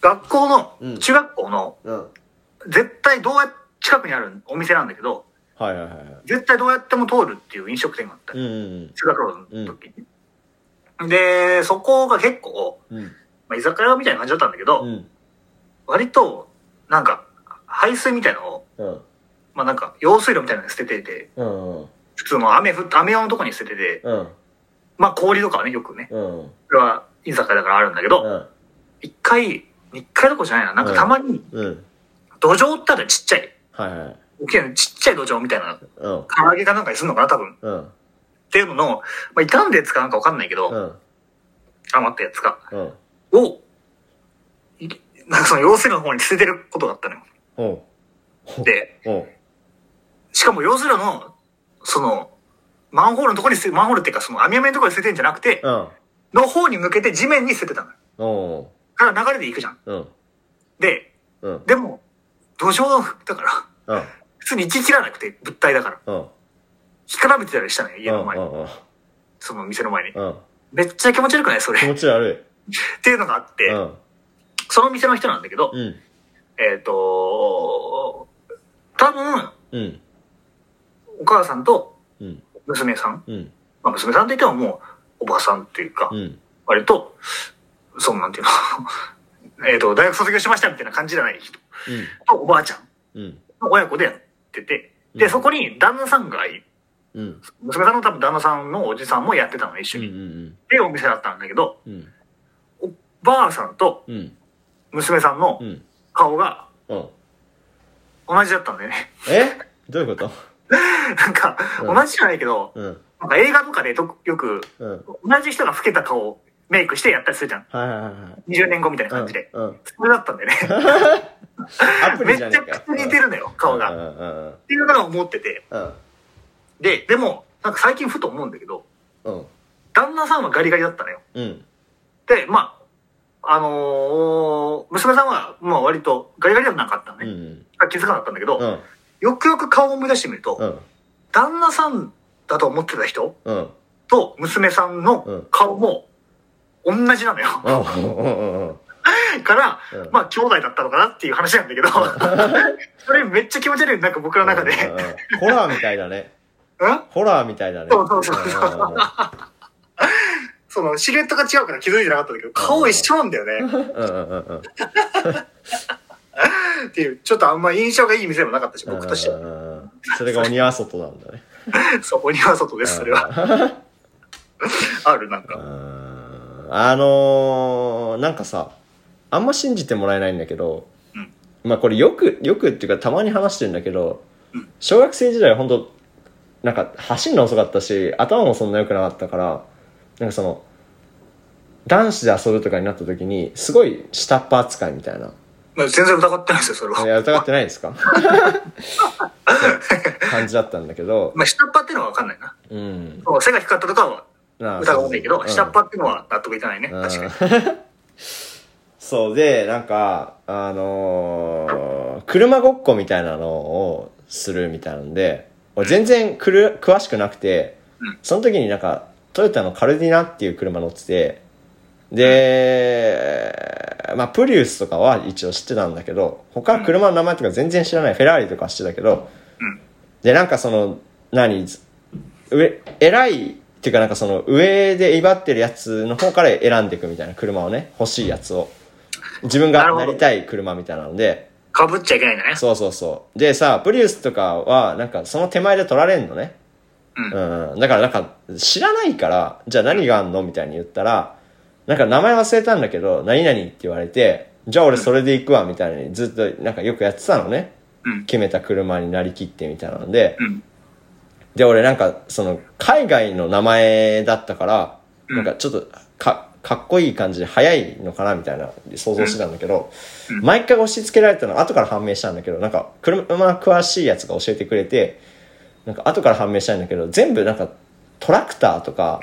Speaker 2: 学校の、
Speaker 1: うん
Speaker 2: 中学校の、
Speaker 1: うん。
Speaker 2: 絶対どうやっ近くにあるお店なんだけど、
Speaker 1: はいはいはいはい。
Speaker 2: 絶対どうやっても通るっていう飲食店があった、
Speaker 1: うんうん
Speaker 2: 中学校の時に。で、そこが結構、
Speaker 1: うん。うん。
Speaker 2: まあ、居酒屋みたいな感じだったんだけど、
Speaker 1: うん。
Speaker 2: 割と、なんか、排水みたいなのを、
Speaker 1: うん。
Speaker 2: まあなんか、用水路みたいなのに捨ててて、
Speaker 1: うん。
Speaker 2: 普通の雨降って、雨用のとこに捨ててて、
Speaker 1: うん。
Speaker 2: まあ氷とかはね、よくね、
Speaker 1: うん。
Speaker 2: これは居酒屋だからあるんだけ
Speaker 1: う
Speaker 2: ど、
Speaker 1: ん。
Speaker 2: 一回、一回どころじゃないな、なんかたまに、
Speaker 1: うん。
Speaker 2: 土壌ってあるちっちゃい、
Speaker 1: はいはい。
Speaker 2: 大きいのちっちゃい土壌みたいな、
Speaker 1: うん。
Speaker 2: 唐揚げかなんかにするのかな、多分。
Speaker 1: うん。
Speaker 2: っていうのの、まあ、傷んでやつかなんかわかんないけど、
Speaker 1: うん。
Speaker 2: 余ったやつか、
Speaker 1: うん。
Speaker 2: を、いなんかその用水路の方に捨ててることがあったのよ。
Speaker 1: おう。
Speaker 2: で、
Speaker 1: おう。
Speaker 2: しかも用水路の、その、マンホールのところに捨て、マンホールっていうかその網網のところに捨ててんじゃなくて、
Speaker 1: うん。
Speaker 2: の方に向けて地面に捨ててたのよ。
Speaker 1: おう。
Speaker 2: だから流れで行くじゃん。
Speaker 1: うん。
Speaker 2: で、
Speaker 1: うん。
Speaker 2: でも、土壌だから、
Speaker 1: うん。
Speaker 2: 普通に一切らなくて、物体だから。
Speaker 1: うん。
Speaker 2: 干からびてたりしたのよ、家の前
Speaker 1: う
Speaker 2: に。
Speaker 1: んうん
Speaker 2: その店の前に。
Speaker 1: うん。
Speaker 2: めっちゃ気持ち悪くないそれ。
Speaker 1: 気持
Speaker 2: っ
Speaker 1: ち悪
Speaker 2: ていうのがあっ
Speaker 1: い。
Speaker 2: て、
Speaker 1: うん。
Speaker 2: その店の人なんだけど、
Speaker 1: うん。
Speaker 2: えっ、と多分、
Speaker 1: うん。
Speaker 2: お母さんと
Speaker 1: うん。
Speaker 2: 娘さん、
Speaker 1: うん。
Speaker 2: まあ、娘さんといってももう、おばさんっていうか
Speaker 1: う、ん。
Speaker 2: 割と、そのなんていうの、 えっと、大学卒業しましたみたいな感じじゃない人
Speaker 1: うん。
Speaker 2: とおばあちゃん
Speaker 1: うん。
Speaker 2: の親子でやってて、
Speaker 1: う
Speaker 2: で、
Speaker 1: ん
Speaker 2: そこに旦那さんがい、
Speaker 1: うん。
Speaker 2: 娘さんの多分旦那さんのおじさんもやってたの、一緒
Speaker 1: うん。う
Speaker 2: に。っ
Speaker 1: ん。
Speaker 2: ていうお店だったんだけど、
Speaker 1: うん。
Speaker 2: ばあさんと
Speaker 1: うん。
Speaker 2: 娘さんの
Speaker 1: うん。
Speaker 2: 顔が
Speaker 1: うん。
Speaker 2: 同じだったんだよね。
Speaker 1: えどういうこと
Speaker 2: なんか、
Speaker 1: うん
Speaker 2: 同じじゃないけど、
Speaker 1: うん。
Speaker 2: なんか映画とかでとよく、
Speaker 1: うん。
Speaker 2: 同じ人が老けた顔をメイクしてやったりするじゃん。
Speaker 1: はいはいはい。
Speaker 2: 20年後みたいな
Speaker 1: うん
Speaker 2: 感じで。。
Speaker 1: うん。
Speaker 2: それだったんだよね。
Speaker 1: アプリ
Speaker 2: めっち
Speaker 1: じゃ
Speaker 2: ゃ
Speaker 1: ねえか。
Speaker 2: くちゃ似てるのよ、顔
Speaker 1: う
Speaker 2: が。っ
Speaker 1: んうん
Speaker 2: ていうのが思ってて。
Speaker 1: うん。
Speaker 2: で、でも、なんか最近ふと思うんだけど、
Speaker 1: うん。
Speaker 2: 旦那さんはガリガリだったのよ。
Speaker 1: うん。
Speaker 2: で、まあ、あのー娘さんは、まあ割とガリガリではなかったの
Speaker 1: う
Speaker 2: ね。
Speaker 1: ん。
Speaker 2: 気づかなかったんだけど、
Speaker 1: うん。
Speaker 2: よくよく顔を思い出してみると、
Speaker 1: うん。
Speaker 2: 旦那さんだと思ってた人
Speaker 1: うん。
Speaker 2: と娘さんの顔も同じなのよ。
Speaker 1: うん。
Speaker 2: から、
Speaker 1: うん
Speaker 2: まあ、兄弟だったのかなっていう話なんだけど、 それめっちゃ気持ち悪い、なんか僕の中で。
Speaker 1: うんうんうんホラーみたいだね。
Speaker 2: うん
Speaker 1: ホラーみたいだね。
Speaker 2: そうそうそう
Speaker 1: うんうんうん
Speaker 2: その、シルエットが違うから気づいてなかったんだけど、顔一緒なんだよね。
Speaker 1: うんうんうん
Speaker 2: っていう、ちょっとあんま印象がいい店もなかったし、僕として
Speaker 1: う
Speaker 2: は。
Speaker 1: んうんうんそれが鬼は外なんだね。
Speaker 2: そう、鬼は外です、それは。ある、なん
Speaker 1: う
Speaker 2: か。
Speaker 1: んあのーなんかさ、あんま信じてもらえないんだけど
Speaker 2: うん、
Speaker 1: まあこれよく、よくっていうかたまに話してるんだけど
Speaker 2: うん、
Speaker 1: 小学生時代は本当なんか走るの遅かったし、頭もそんな良くなかったから、なんかその、男子で遊ぶとかになった時に、すごい下っ端扱いみたいな。
Speaker 2: まあ全然疑ってないですよ、それ
Speaker 1: い
Speaker 2: は。
Speaker 1: や、疑ってないです か感じだったんだけど、
Speaker 2: まあ、下っ端っていうのは分かんないな。
Speaker 1: うん。
Speaker 2: そう背が低かったとかは
Speaker 1: なあ
Speaker 2: 疑わないけど、
Speaker 1: うん
Speaker 2: 下っ端っていうのは納得いかないね。確かに。
Speaker 1: うん そうで、なんか、あのー車ごっこみたいなのをするみたいなんで、俺全然くる詳しくなくて
Speaker 2: うん、
Speaker 1: その時になんか、トヨタのカルディナっていう車乗ってて、で、まあ、プリウスとかは一応知ってたんだけど、他車の名前とか全然知らない、フェラーリとかは知ってたけど、
Speaker 2: うん
Speaker 1: で、なんかその、何、上、偉い、っていうかなんかその上で威張ってるやつの方から選んでいくみたいな車をね、欲しいやつを。自分がなりたい車みたいなので、
Speaker 2: かぶっちゃいけないんだね。
Speaker 1: そうそうそう。でさ、プリウスとかは、なんかその手前で取られんのね。
Speaker 2: うん
Speaker 1: ん。だからなんか、知らないから、じゃあ何があんのみたいに言ったら、なんか名前忘れたんだけど、何々って言われて、じゃあ俺それで行くわ、みたいにずっとなんかよくやってたのね。
Speaker 2: うん
Speaker 1: 決めた車になりきってみたいなので、
Speaker 2: うん。
Speaker 1: で、俺なんか、その、海外の名前だったから、
Speaker 2: うん
Speaker 1: なんかちょっと、か、かっこいい感じで早いのかなみたいな想像してたんだけど、
Speaker 2: うんうん
Speaker 1: 毎回押し付けられたの後から判明したんだけど、なんか、車詳しいやつが教えてくれて、なんか後から判明したいんだけど、全部なんかトラクターと か、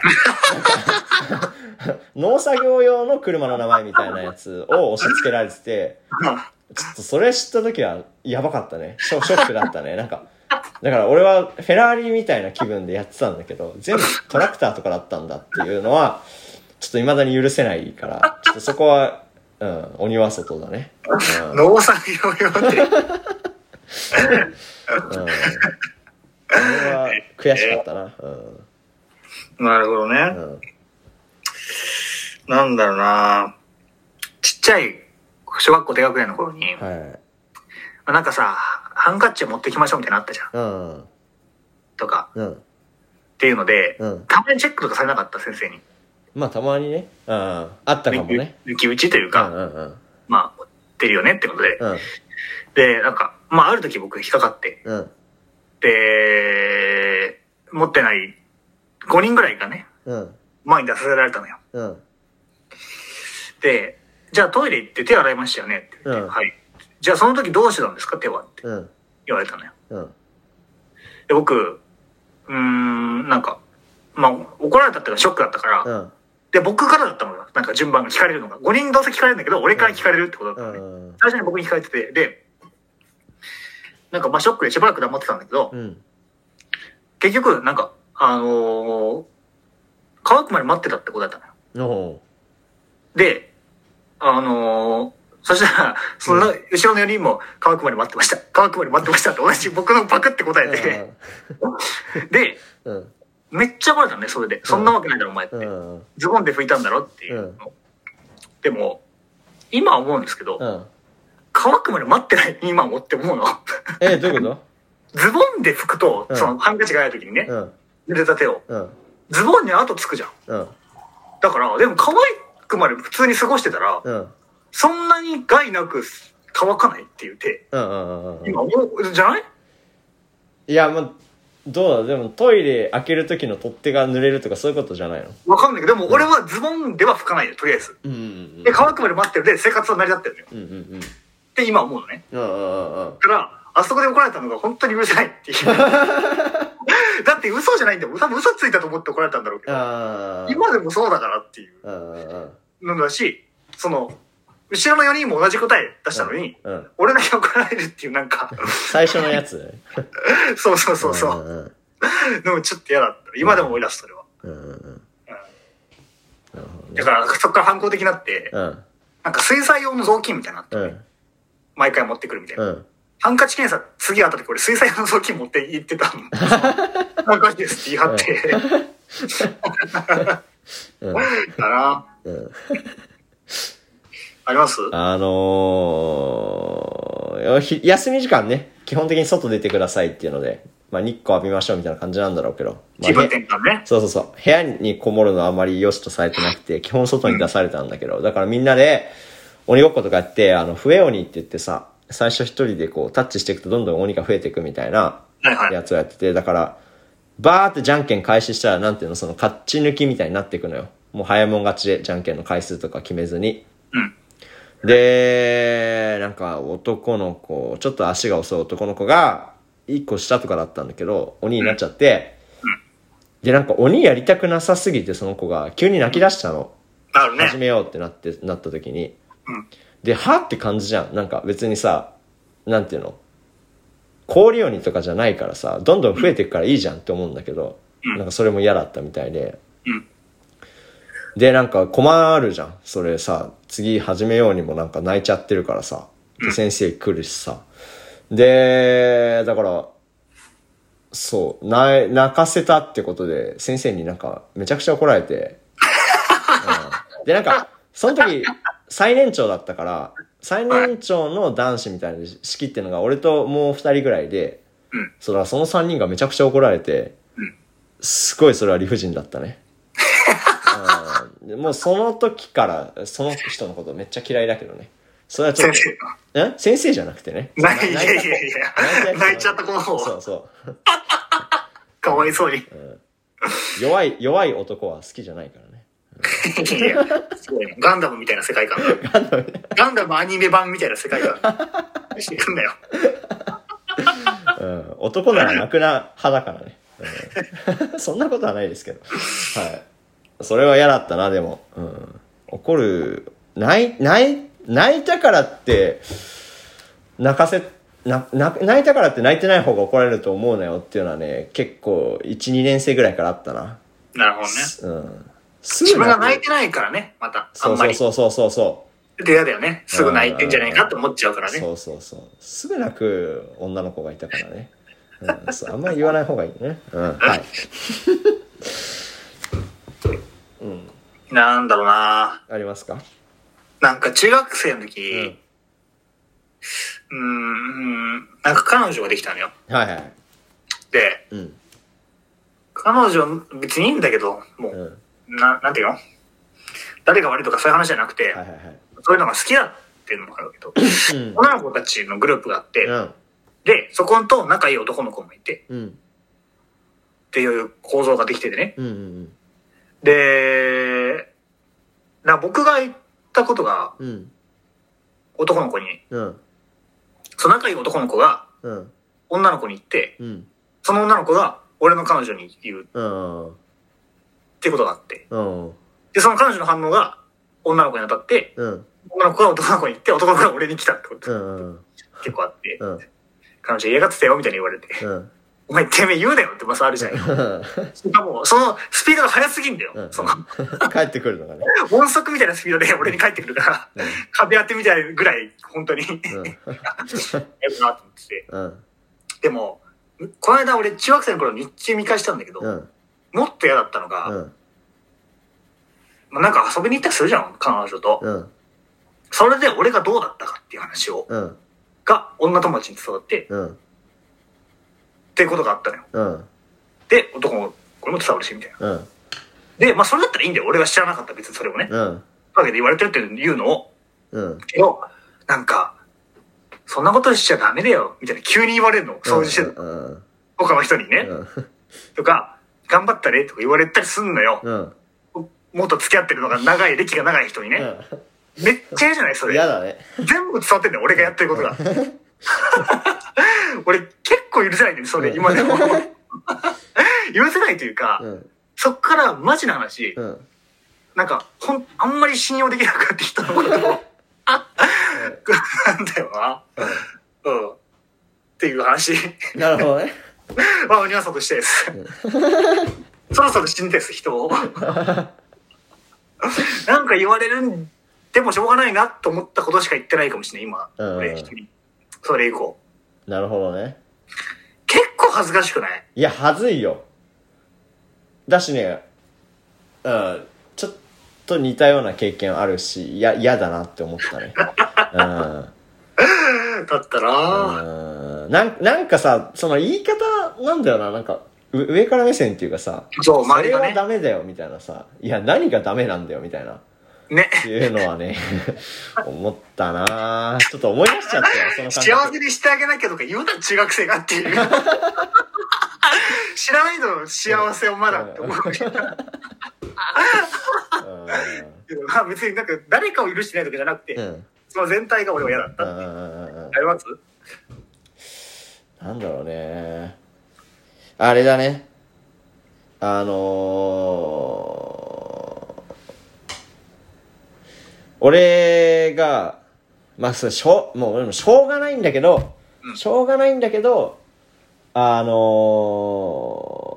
Speaker 1: なんか農作業用の車の名前みたいなやつを押し付けられてて、ちょっとそれ知った時はやばかったね。ショショックだったね。なんか、だから俺はフェラーリみたいな気分でやってたんだけど、全部トラクターとかだったんだっていうのは、ちょっと未だに許せないから、ちょっとそこは、うん、鬼は外だね。うん
Speaker 2: 農作業用って。
Speaker 1: うん。これは悔しかったな。うん。
Speaker 2: なるほどね。
Speaker 1: うん。
Speaker 2: なんだろうなちっちゃい、小学校低学年の頃に、
Speaker 1: はい。
Speaker 2: なんかさ、ハンカチを持ってきましょうみたいなのあったじゃん。
Speaker 1: うん。
Speaker 2: とか、
Speaker 1: うん。
Speaker 2: っていうので、
Speaker 1: うん。
Speaker 2: たまにチェックとかされなかった、先生に。
Speaker 1: まあ、たまにね。うん。あったかもね。
Speaker 2: 抜き打ちという
Speaker 1: うん
Speaker 2: か、
Speaker 1: うんうん。
Speaker 2: まあ、持ってるよねってことで。
Speaker 1: うん。
Speaker 2: で、なんか、まあ、ある時僕引っかかって、
Speaker 1: うん。
Speaker 2: で、持ってない5人ぐらいがね、
Speaker 1: うん。
Speaker 2: 前に出させられたのよ。
Speaker 1: うん。
Speaker 2: で、じゃあトイレ行って手洗いましたよねって言って、
Speaker 1: うん
Speaker 2: はい。じゃあその時どうしてたんですか手はって
Speaker 1: うん。
Speaker 2: 言われたのよ。
Speaker 1: うん。
Speaker 2: で、僕、うーん、なんか、まあ、怒られたっていうのはショックだったから、
Speaker 1: うん。
Speaker 2: で、僕からだったのよ。なんか順番が聞かれるのが。5人どうせ聞かれるんだけど、俺から聞かれるってことだった
Speaker 1: う
Speaker 2: のね。
Speaker 1: ん。
Speaker 2: 最初に僕に聞かれてて、で、なんかまあショックでしばらく黙ってたんだけど、
Speaker 1: うん。
Speaker 2: 結局、なんか、あのー乾くまで待ってたってことだったのよ。
Speaker 1: の
Speaker 2: で、あのーそしたら、その後ろの4人も乾くまで待ってました。乾くまで待ってましたって同じ僕のパクって答えて、で、
Speaker 1: うん。
Speaker 2: めっちゃ怒られたのね、それで。そんなわけないだろ、お前って
Speaker 1: う。ん。
Speaker 2: ズボンで拭いたんだろっていうの。でも、今思うんですけど、
Speaker 1: うん。
Speaker 2: 乾くまで待ってない今思って思うの。
Speaker 1: え、どういうこ
Speaker 2: ズボンで拭くと、
Speaker 1: うん
Speaker 2: そのハンカチがない時にね
Speaker 1: と、うん。
Speaker 2: 濡れた手を。
Speaker 1: うん。
Speaker 2: ズボンに後つくじゃん。
Speaker 1: うん。
Speaker 2: だから、でも乾くまで普通に過ごしてたら、
Speaker 1: うん。
Speaker 2: そんなに害なく乾かないっていう手。
Speaker 1: うん。うん。
Speaker 2: 今思う、じゃない
Speaker 1: いや、まあ、どうだでもトイレ開ける時の取っ手が濡れるとかそういうことじゃないの
Speaker 2: わかんないけど、でも俺はズボンでは拭かないよ、とりあえず。
Speaker 1: うん。うん。
Speaker 2: で、乾くまで待ってるで生活は成り立ってるのよ。
Speaker 1: うん。うん。うん。
Speaker 2: って今思うのね。
Speaker 1: うん。うん。
Speaker 2: だから、あそこで怒られたのが本当に許せないっていう。 だって嘘じゃないんだよ。多分嘘ついたと思って怒られたんだろうけど。
Speaker 1: ああ。
Speaker 2: 今でもそうだからっていう。
Speaker 1: うん。うん。
Speaker 2: のだし、その、後ろの4人も同じ答え出したのに、
Speaker 1: うん。
Speaker 2: 俺だけ怒られるっていうなんか、
Speaker 1: 最初のやつ
Speaker 2: そうそうそうそう。
Speaker 1: う。
Speaker 2: でもちょっと嫌だった。今でも思い出す、それは。
Speaker 1: うんうんうん。なるほどね
Speaker 2: だから、そっから反抗的になって、
Speaker 1: うん
Speaker 2: なんか水彩用の雑巾みたいなのあって、
Speaker 1: うん
Speaker 2: 毎回持ってくるみたいな。
Speaker 1: うん。
Speaker 2: ハンカチ検査、次会った時俺水彩用の雑巾持って行ってたの。 ハンカチですって言い張って。
Speaker 1: うん
Speaker 2: だな。
Speaker 1: うん。
Speaker 2: あります
Speaker 1: あのーよひ休み時間ね、基本的に外出てくださいっていうので、まあ日光浴びましょうみたいな感じなんだろうけど。まあ
Speaker 2: 気分転換ね。
Speaker 1: そうそうそう。部屋にこもるのはあまり良しとされてなくて、基本外に出されたんだけど、だからみんなで、鬼ごっことかやって、あの、笛鬼って言ってさ、最初一人でこう、タッチしていくとどんどん鬼が増えていくみたいな、
Speaker 2: はいはい。
Speaker 1: やつをやってて、だから、バーってじゃんけん開始したら、なんていうの、その、勝ち抜きみたいになっていくのよ。もう早いもん勝ちで、じゃんけんの回数とか決めずに。
Speaker 2: うん。
Speaker 1: で、なんか男の子、ちょっと足が遅い男の子が、一個下とかだったんだけど、鬼になっちゃって、で、なんか鬼やりたくなさすぎて、その子が急に泣き出したの。
Speaker 2: ある
Speaker 1: 始
Speaker 2: ね。
Speaker 1: めようってなって、なった時に。
Speaker 2: うん
Speaker 1: で、はって感じじゃん。なんか別にさ、なんていうの氷鬼とかじゃないからさ、どんどん増えていくからいいじゃんって思うんだけど、
Speaker 2: うん
Speaker 1: なんかそれも嫌だったみたいで。
Speaker 2: うん
Speaker 1: で、なんか困るじゃん。それさ、次始めようにもなんか泣いちゃってるからさ、で先生来るしさ。で、だから、そう、な泣かせたってことで、先生になんかめちゃくちゃ怒られて、うんで、なんか、その時、最年長だったから、最年長の男子みたいな式っていうのが、俺ともう二人ぐらいで、
Speaker 2: うん
Speaker 1: そらその三人がめちゃくちゃ怒られて、
Speaker 2: うん
Speaker 1: すごいそれは理不尽だったね。うんでもうその時から、その人のことめっちゃ嫌いだけどね。それはちょっ
Speaker 2: 先
Speaker 1: と、
Speaker 2: 生が。
Speaker 1: え先生じゃなくてね。
Speaker 2: いやいやいやいや。泣いちゃった子の
Speaker 1: そ
Speaker 2: 方、
Speaker 1: うそう。
Speaker 2: かわいそうに。
Speaker 1: 弱い、弱い男は好きじゃないからね。
Speaker 2: いや、すごいなガンダムみたいな世界観。ガンダムアニメ版みたいな世界観。してくんなよ。
Speaker 1: うんうん、男なら楽な派だからね、うん、 そんなことはないですけどはいそれは嫌だったなでも、うん、怒る泣い泣い泣いたからって泣かせなな泣いたからって泣いてない方が怒られると思うなよっていうのはね結構12年生ぐらいからあったな、
Speaker 2: なるほどね。
Speaker 1: うん、す
Speaker 2: 自
Speaker 1: ぐ
Speaker 2: 分が泣い
Speaker 1: 泣く
Speaker 2: てないからね、また、あ
Speaker 1: そ
Speaker 2: ん
Speaker 1: う
Speaker 2: ま
Speaker 1: そう
Speaker 2: り。
Speaker 1: そうそうそうそう
Speaker 2: で、嫌だよね。すぐ泣いてんじゃないかって思っちゃうからね。
Speaker 1: そうそうそうすぐ泣く女の子がいたからね、うん、そうあんまり言わない方がいいねうんはい
Speaker 2: なんだろうな
Speaker 1: ありますか
Speaker 2: なんか中学生の
Speaker 1: うん
Speaker 2: 時、うーん、ん、なんか彼女ができたのよ。
Speaker 1: はいはい
Speaker 2: で、
Speaker 1: うん
Speaker 2: 彼女、別にいいんだけど、も
Speaker 1: うん
Speaker 2: う、
Speaker 1: はい
Speaker 2: な、なんていうの誰が悪いとかそういう話じゃなくて、
Speaker 1: はいはい
Speaker 2: そういうのが好きだっていうのもあるけど、
Speaker 1: うん
Speaker 2: 女の子たちのグループがあって、
Speaker 1: うん
Speaker 2: で、そこと仲いい男の子もいて、
Speaker 1: うん
Speaker 2: っていう構造ができててね。
Speaker 1: うんうん
Speaker 2: で、な僕が言ったことが
Speaker 1: うんうん
Speaker 2: 男の子に、
Speaker 1: うん
Speaker 2: その仲いい男の子が
Speaker 1: うん
Speaker 2: 女の子に言って、
Speaker 1: うん
Speaker 2: その女の子が俺の彼女に言うっ
Speaker 1: うん
Speaker 2: てことがあって。
Speaker 1: うん
Speaker 2: で、その彼女の反応が女の子に当たって、
Speaker 1: うん
Speaker 2: 女の子が男の子に言って、男の子が俺に来たってこと
Speaker 1: う
Speaker 2: が
Speaker 1: ん
Speaker 2: 結構あって、
Speaker 1: うん
Speaker 2: 彼女嫌がってたよみたいに言われて、
Speaker 1: うん
Speaker 2: お前てめえ言うなよってまずあるじゃん。しかも、そのスピードが速すぎんだよ。
Speaker 1: うん
Speaker 2: その、
Speaker 1: 帰ってくるのがね
Speaker 2: 音速みたいなスピードで俺に帰ってくるから、壁当てみたいぐらい、本当に、や
Speaker 1: うん
Speaker 2: るなと思ってて。
Speaker 1: うん
Speaker 2: でも、この間俺中学生の頃日中見返したんだけど、
Speaker 1: うん
Speaker 2: もっと嫌だったのが、
Speaker 1: うん
Speaker 2: まあ、なんか遊びに行ったりするじゃん、彼女と。
Speaker 1: うん
Speaker 2: それで俺がどうだったかっていう話を、
Speaker 1: うん
Speaker 2: が女友達に伝わって、っ
Speaker 1: うん
Speaker 2: ていうことがあったのよ。
Speaker 1: うん
Speaker 2: で、男も、これも伝わるし、みたいな。
Speaker 1: うん
Speaker 2: で、まあそれだったらいいんだよ。俺が知らなかった、別にそれをね。
Speaker 1: うん
Speaker 2: わけで言われてるっていうのを、
Speaker 1: うん
Speaker 2: けど、なんか、そんなことしちゃダメだよ、みたいな急に言われるの。掃除してる
Speaker 1: うん
Speaker 2: 他の人にね。とか、頑張ったね、とか言われたりすんのよ。
Speaker 1: うん
Speaker 2: もっと付き合ってるのが長い、歴が長い人にね。めっちゃ嫌じゃないそれ。
Speaker 1: 嫌だね
Speaker 2: 全部伝わってんだよ、俺がやってることが。 俺、結構許せないんだよ、それ、
Speaker 1: うん
Speaker 2: 今 でも。許せないというか、
Speaker 1: うん
Speaker 2: そっからマジな話、
Speaker 1: うん
Speaker 2: なんか、ほん、あんまり信用できなくなってきたのことを、あ、 なんだよな。うん。っていう話。
Speaker 1: なるほどね。
Speaker 2: まあ、鬼はそとしてです。そろそろ死んです、人を。なんか言われるんでもしょうがないなと思ったことしか言ってないかもしれない、今。
Speaker 1: うん
Speaker 2: 俺、人に。それ以降。
Speaker 1: なるほどね。
Speaker 2: 結構恥ずかしくない
Speaker 1: いや、はずいよ。だしね、うん、ちょっと似たような経験あるし、いや、嫌だなって思った ね。
Speaker 2: だったら、
Speaker 1: うん。うん。なんなんかさ、その言い方なんだよな、なんか、う上から目線っていうかさ、
Speaker 2: そう、
Speaker 1: そ
Speaker 2: 周り
Speaker 1: れ
Speaker 2: が
Speaker 1: は
Speaker 2: ね。
Speaker 1: ダメだよ、みたいなさ。いや、何がダメなんだよ、みたいな。っ
Speaker 2: ね。
Speaker 1: ていうのはね、思ったなちょっと思い出しちゃったよ、その感覚。
Speaker 2: 幸せにしてあげなきゃとか言うな、中学生がっ ていう。知らないの幸せをまだって思うけど。まあ別になんか誰かを許してないとかじゃなくて、
Speaker 1: うん。うん。
Speaker 2: その全体が俺は嫌だった。
Speaker 1: うんうんうんうん。
Speaker 2: あります
Speaker 1: なんだろうね。あれだね。あのー俺が、まあ、そうしょう、もう俺もしょうがないんだけど、しょうがないんだけど、あのー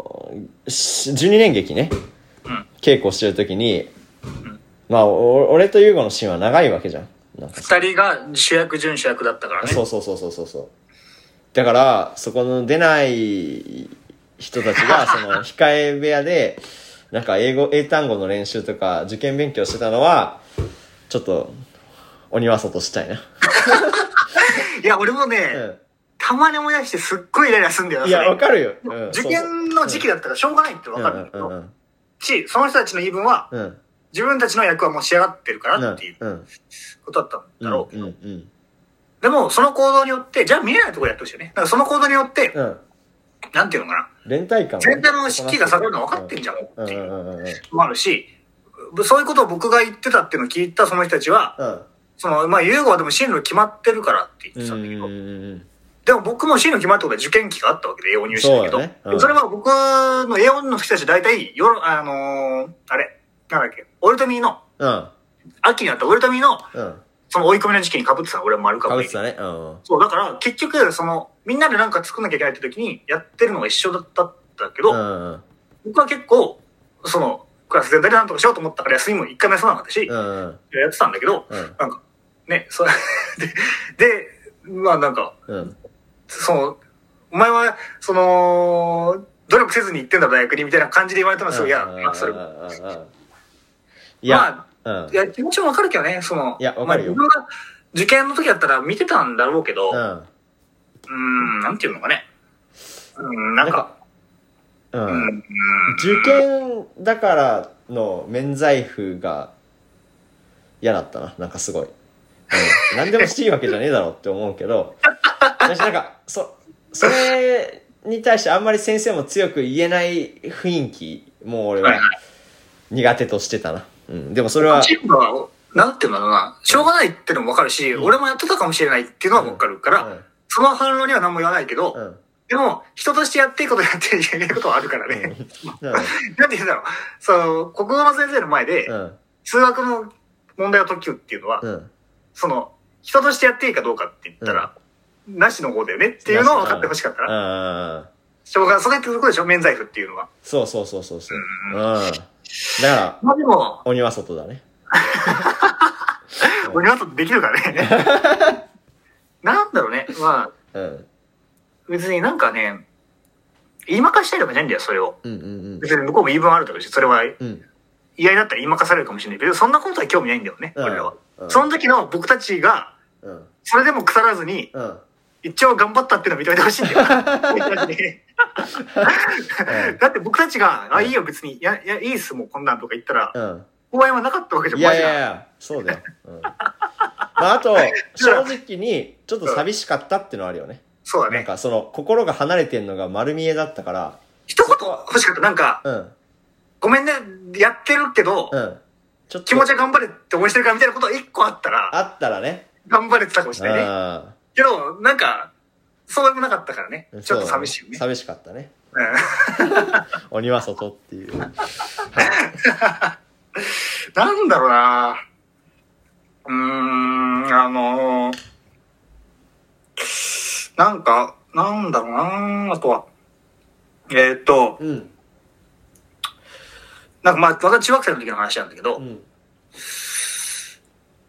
Speaker 1: し12年劇ね、
Speaker 2: ん
Speaker 1: 稽古してるときに、まあ、お俺と優吾のシーンは長いわけじゃん。なんか
Speaker 2: 二人が主役準主役だったからね
Speaker 1: そうそうそうそうそうそうだからそこの出ない人たちがその控え部屋でなんか英語英単語の練習とか受験勉強してたのはちょっと鬼は外したいな、
Speaker 2: いや俺もね、
Speaker 1: う
Speaker 2: たまに思い出してすっごいイライラすんだよ
Speaker 1: ん、いや
Speaker 2: それ
Speaker 1: わかるよ、うん、
Speaker 2: 受験の時期だったからしょうがないってわ
Speaker 1: そう
Speaker 2: かるんだけ
Speaker 1: うんうんう
Speaker 2: ど
Speaker 1: ん
Speaker 2: しその人たちの言い分は
Speaker 1: うん
Speaker 2: 自分たちの役はもう仕上がってるからっていう
Speaker 1: うんうん
Speaker 2: ことだったんだろうけ
Speaker 1: うんう
Speaker 2: ど
Speaker 1: ん
Speaker 2: でもその行動によってじゃあ見えないところやってほしいよねだからその行動によって
Speaker 1: うん
Speaker 2: なんていうのかな
Speaker 1: 連帯感をね
Speaker 2: 全体の士気が下がるの分かってんじゃん
Speaker 1: う
Speaker 2: っ
Speaker 1: ん
Speaker 2: て
Speaker 1: う
Speaker 2: い
Speaker 1: ん
Speaker 2: う
Speaker 1: うんうんうん
Speaker 2: のもあるしそういうことを僕が言ってたっていうのを聞いたその人たちは
Speaker 1: うん
Speaker 2: そのまあ優吾はでも進路決まってるからって言
Speaker 1: うん
Speaker 2: ってたんだけ
Speaker 1: うん
Speaker 2: ど
Speaker 1: うん
Speaker 2: でも僕も進路決まったことで受験期があったわけで、A4 入試だけ
Speaker 1: そ
Speaker 2: ど。
Speaker 1: うだねうん
Speaker 2: それは僕の A4 の人たち大体、よろ、あのーあれ、なんだっけ、オルトミーの、
Speaker 1: うん。
Speaker 2: 秋にあったオルトミーの、
Speaker 1: うん。
Speaker 2: その追い込みの時期に被ってたの俺は丸か
Speaker 1: か
Speaker 2: ぶ
Speaker 1: ぶ
Speaker 2: り
Speaker 1: ってたね。うん。
Speaker 2: そう、だから結局、その、みんなでなんか作んなきゃいけないって時に、やってるのが一緒だったんだけど、
Speaker 1: うん。
Speaker 2: 僕は結構、その、クラス全体でなんとかしようと思ったから休みも一回も休まなかったし、
Speaker 1: うん。
Speaker 2: やってたんだけど、
Speaker 1: うん。
Speaker 2: なんか、ね、そで、で、まあなんか、
Speaker 1: うん。
Speaker 2: その、お前は、その、努力せずに行ってんだろ大学にみたいな感じで言われたのはすごい嫌だな、それ。ま
Speaker 1: いや、
Speaker 2: あ、
Speaker 1: うん
Speaker 2: い。や、気持ちもわかるけどね、その、
Speaker 1: いやわかるよ
Speaker 2: まあ自分が受験の時だったら見てたんだろうけど、
Speaker 1: う。
Speaker 2: うんーん、なんていうのかね。うん、なんか、
Speaker 1: う。
Speaker 2: うん、うんん、
Speaker 1: 受験だからの免罪符が嫌だったな。なんかすごい。うん。何でもしていいわけじゃねえだろって思うけど、私なんか、そ、それに対してあんまり先生も強く言えない雰囲気もう俺は
Speaker 2: はいは
Speaker 1: 苦手としてたな。うん。でもそれは、
Speaker 2: チームは、なんていうんだろうな、しょうがないってのもわかるし、
Speaker 1: うん
Speaker 2: 俺もやってたかもしれないっていうのはわかるから、
Speaker 1: う
Speaker 2: その反論には何も言わないけど、
Speaker 1: ん。うん。
Speaker 2: でも、人としてやっていいことやっていけないことはあるからね。
Speaker 1: うん
Speaker 2: なんて言うんだろう。その、国語の先生の前で、
Speaker 1: うん。
Speaker 2: 数学の問題を解きようっていうのは、
Speaker 1: うん。
Speaker 2: その、人としてやっていいかどうかって言ったら、なしの方だよねっていうのを分かってほしかったな。
Speaker 1: うん。
Speaker 2: しょうが、それってことでしょ免罪符っていうのは。
Speaker 1: そうそうそうそうそう。
Speaker 2: う
Speaker 1: うん。だから、
Speaker 2: まあでも、
Speaker 1: 鬼は外だね。
Speaker 2: 鬼はできるからね。 なんだろうね。まあ、
Speaker 1: うん。
Speaker 2: 別になんかね、言いまかしたりとかじゃないんだよ、それを。
Speaker 1: うんうん
Speaker 2: 別に向こうも言い分あるだろうし、それは
Speaker 1: うん。うん。
Speaker 2: 嫌いだったら言いまかされるかもしれないけど、そんなことは興味ないんだよね、
Speaker 1: うん
Speaker 2: 俺らは。
Speaker 1: うん
Speaker 2: その時の僕たちが、
Speaker 1: うん。
Speaker 2: それでも腐らずに、
Speaker 1: うん。
Speaker 2: 一応頑張ったっていうのを認めてほしいんだよ。僕たち にだって僕たちが、あ、いいよ、別に、いや、いや、いいっす、もうこんなんとか言ったら、
Speaker 1: うん。
Speaker 2: 応援はなかったわけじゃ
Speaker 1: い
Speaker 2: ん、マ
Speaker 1: やい
Speaker 2: ジ
Speaker 1: やい
Speaker 2: で。
Speaker 1: や、そうだよ。うん。まあ、あと、正直に、ちょっと寂しかったってのはあるよね。
Speaker 2: そうだ
Speaker 1: なん
Speaker 2: ね。
Speaker 1: か、その、心が離れてんのが丸見えだったから、
Speaker 2: 一言欲しかった。なんか、
Speaker 1: うん。
Speaker 2: ごめんね、やってるけど
Speaker 1: う、ん。ちょっと、
Speaker 2: 気持ちは頑張れって応援してるからみたいなこと一個あったら、
Speaker 1: あったらね。
Speaker 2: 頑張れてたかもし
Speaker 1: う
Speaker 2: れないね。
Speaker 1: ん。
Speaker 2: けど、なんか、そうでもなかったからね。ちょっと寂しいよね。
Speaker 1: 寂しかったね。
Speaker 2: うん
Speaker 1: 鬼は外っていう。
Speaker 2: なんだろうなうーん、あのーなんか、なんだろうなあとは。えーっ、と、
Speaker 1: うん。
Speaker 2: なんかまあ、また中学生の時の話なんだけど、
Speaker 1: うん。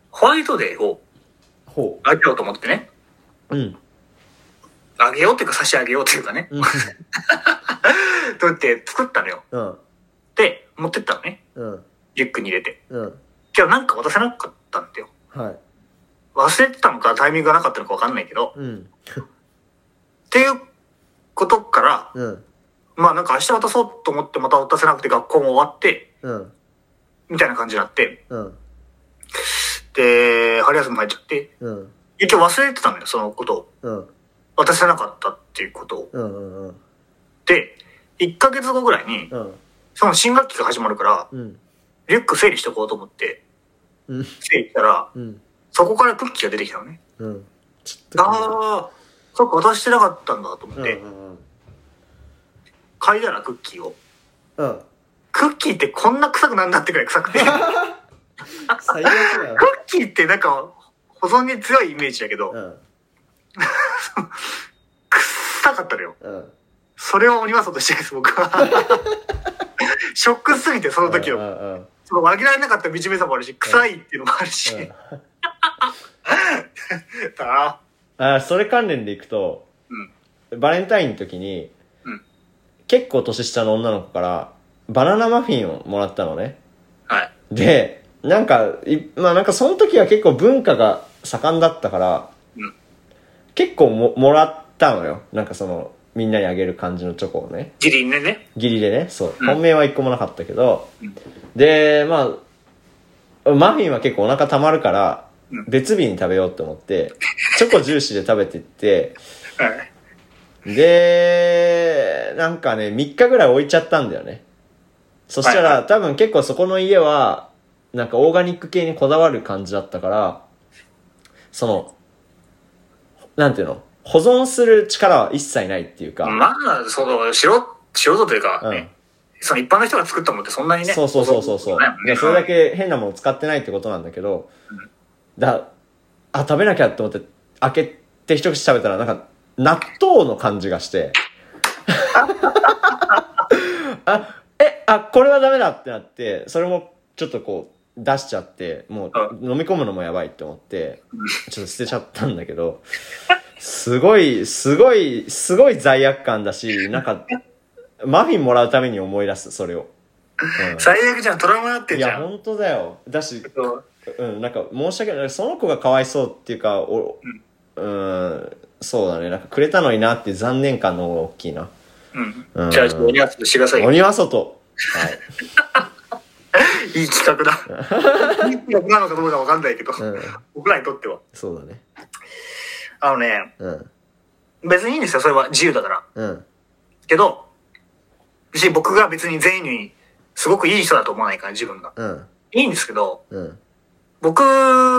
Speaker 2: ホワイトデーを
Speaker 1: ほ
Speaker 2: あげようと思ってね。
Speaker 1: う。うん。
Speaker 2: あげようっていうか差し上げようっていうかね。
Speaker 1: うん。
Speaker 2: と言って作ったのよ。
Speaker 1: うん。
Speaker 2: で、持ってったのね。
Speaker 1: うん。
Speaker 2: リュックに入れて。
Speaker 1: うん。
Speaker 2: けどなんか渡せなかったんだよ。
Speaker 1: はい。
Speaker 2: 忘れてたのかタイミングがなかったのかわかんないけど。
Speaker 1: うん。
Speaker 2: っていうことから、
Speaker 1: うん。
Speaker 2: まあなんか明日渡そうと思ってまた渡せなくて学校も終わって、
Speaker 1: うん。
Speaker 2: みたいな感じになって、
Speaker 1: うん。
Speaker 2: で、春休みも入っちゃって、
Speaker 1: うん。
Speaker 2: 一応忘れてたのよ、そのことを。
Speaker 1: うん。
Speaker 2: 渡せなかったっていうことを。
Speaker 1: うん。うん。
Speaker 2: で、1ヶ月後ぐらいに、
Speaker 1: うん。
Speaker 2: その新学期が始まるから、
Speaker 1: うん。
Speaker 2: リュック整理しておこうと思って、
Speaker 1: うん。
Speaker 2: 整理したら、
Speaker 1: うん。
Speaker 2: そこからクッキーが出てきたのね。
Speaker 1: うん。ちょっと。
Speaker 2: ああ、そっか渡してなかったんだと思
Speaker 1: う
Speaker 2: っ
Speaker 1: ん。
Speaker 2: て、
Speaker 1: うん。
Speaker 2: 嗅いだらクッキーを。
Speaker 1: うん。
Speaker 2: クッキーってこんな臭くなんだってくらい臭 くて、クッ
Speaker 1: 最悪だよ。
Speaker 2: キーってなんか保存に強いイメージだけど、
Speaker 1: うん。
Speaker 2: 臭かったのよ。
Speaker 1: うん。
Speaker 2: それを鬼は外したいです、僕 は。ショックすぎて、その時
Speaker 1: う
Speaker 2: は。
Speaker 1: ん。うん。
Speaker 2: その、紛られなかった惨めさもあるし、臭いっていうのもあるし。 だな
Speaker 1: あ、それ関連でいくと、バレンタインの時に、結構年下の女の子から、バナナマフィンをもらったのね。
Speaker 2: はい。
Speaker 1: で、なんか、いまあなんかその時は結構文化が盛んだったから、
Speaker 2: うん
Speaker 1: 結構ももらったのよ。なんかその、みんなにあげる感じのチョコをね。
Speaker 2: ギリンねね。
Speaker 1: 義理でね、そう。
Speaker 2: うん
Speaker 1: 本命は一個もなかったけど、
Speaker 2: うん
Speaker 1: で、まあ、マフィンは結構お腹溜まるから
Speaker 2: うん、
Speaker 1: 別日に食べようと思って、チョコ重視で食べてって、
Speaker 2: はい。
Speaker 1: で、なんかね、3日ぐらい置いちゃったんだよね。そしたら、
Speaker 2: はい
Speaker 1: 多分結構そこの家は、なんかオーガニック系にこだわる感じだったから、その、なんていうの保存する力は一切ないっていうか、
Speaker 2: まあ、その、素人素人というか、ね
Speaker 1: うん
Speaker 2: その一般の人が作ったものってそんなにね。
Speaker 1: そうそうそうそうそう、
Speaker 2: ないもんね
Speaker 1: でそれだけ変なものを使ってないってことなんだけど、だあ食べなきゃと思って開けて一口食べたらなんか納豆の感じがして あえあこれはダメだってなってそれもちょっとこう出しちゃってもう飲み込むのもやばいって思ってちょっと捨てちゃったんだけどすごいすごいすごい罪悪感だしなんかマフィンもらうために思い出すそれを。うん
Speaker 2: 最悪じゃん、トラウマになってん
Speaker 1: い
Speaker 2: じ
Speaker 1: や
Speaker 2: ゃん。
Speaker 1: 本当だよだし、
Speaker 2: そう
Speaker 1: うん、なんか申し訳ないその子がかわいそうっていうかおうんそうだねなんかくれたのになっていう残念感の方が大きいな
Speaker 2: う。
Speaker 1: うんん
Speaker 2: じゃあ、ちょっと鬼はちょっとしてください。
Speaker 1: 鬼は外はい
Speaker 2: い企画だ。 いい企画なのかどうかわかんないけど、
Speaker 1: うん
Speaker 2: 僕らにとっては。
Speaker 1: そうだね
Speaker 2: あのね、
Speaker 1: うん
Speaker 2: 別にいいんですよ、それは自由だから。
Speaker 1: うん
Speaker 2: けど、し、僕が別に全員に、すごくいい人だと思わないから、自分が。
Speaker 1: うん
Speaker 2: いいんですけど、
Speaker 1: うん
Speaker 2: 僕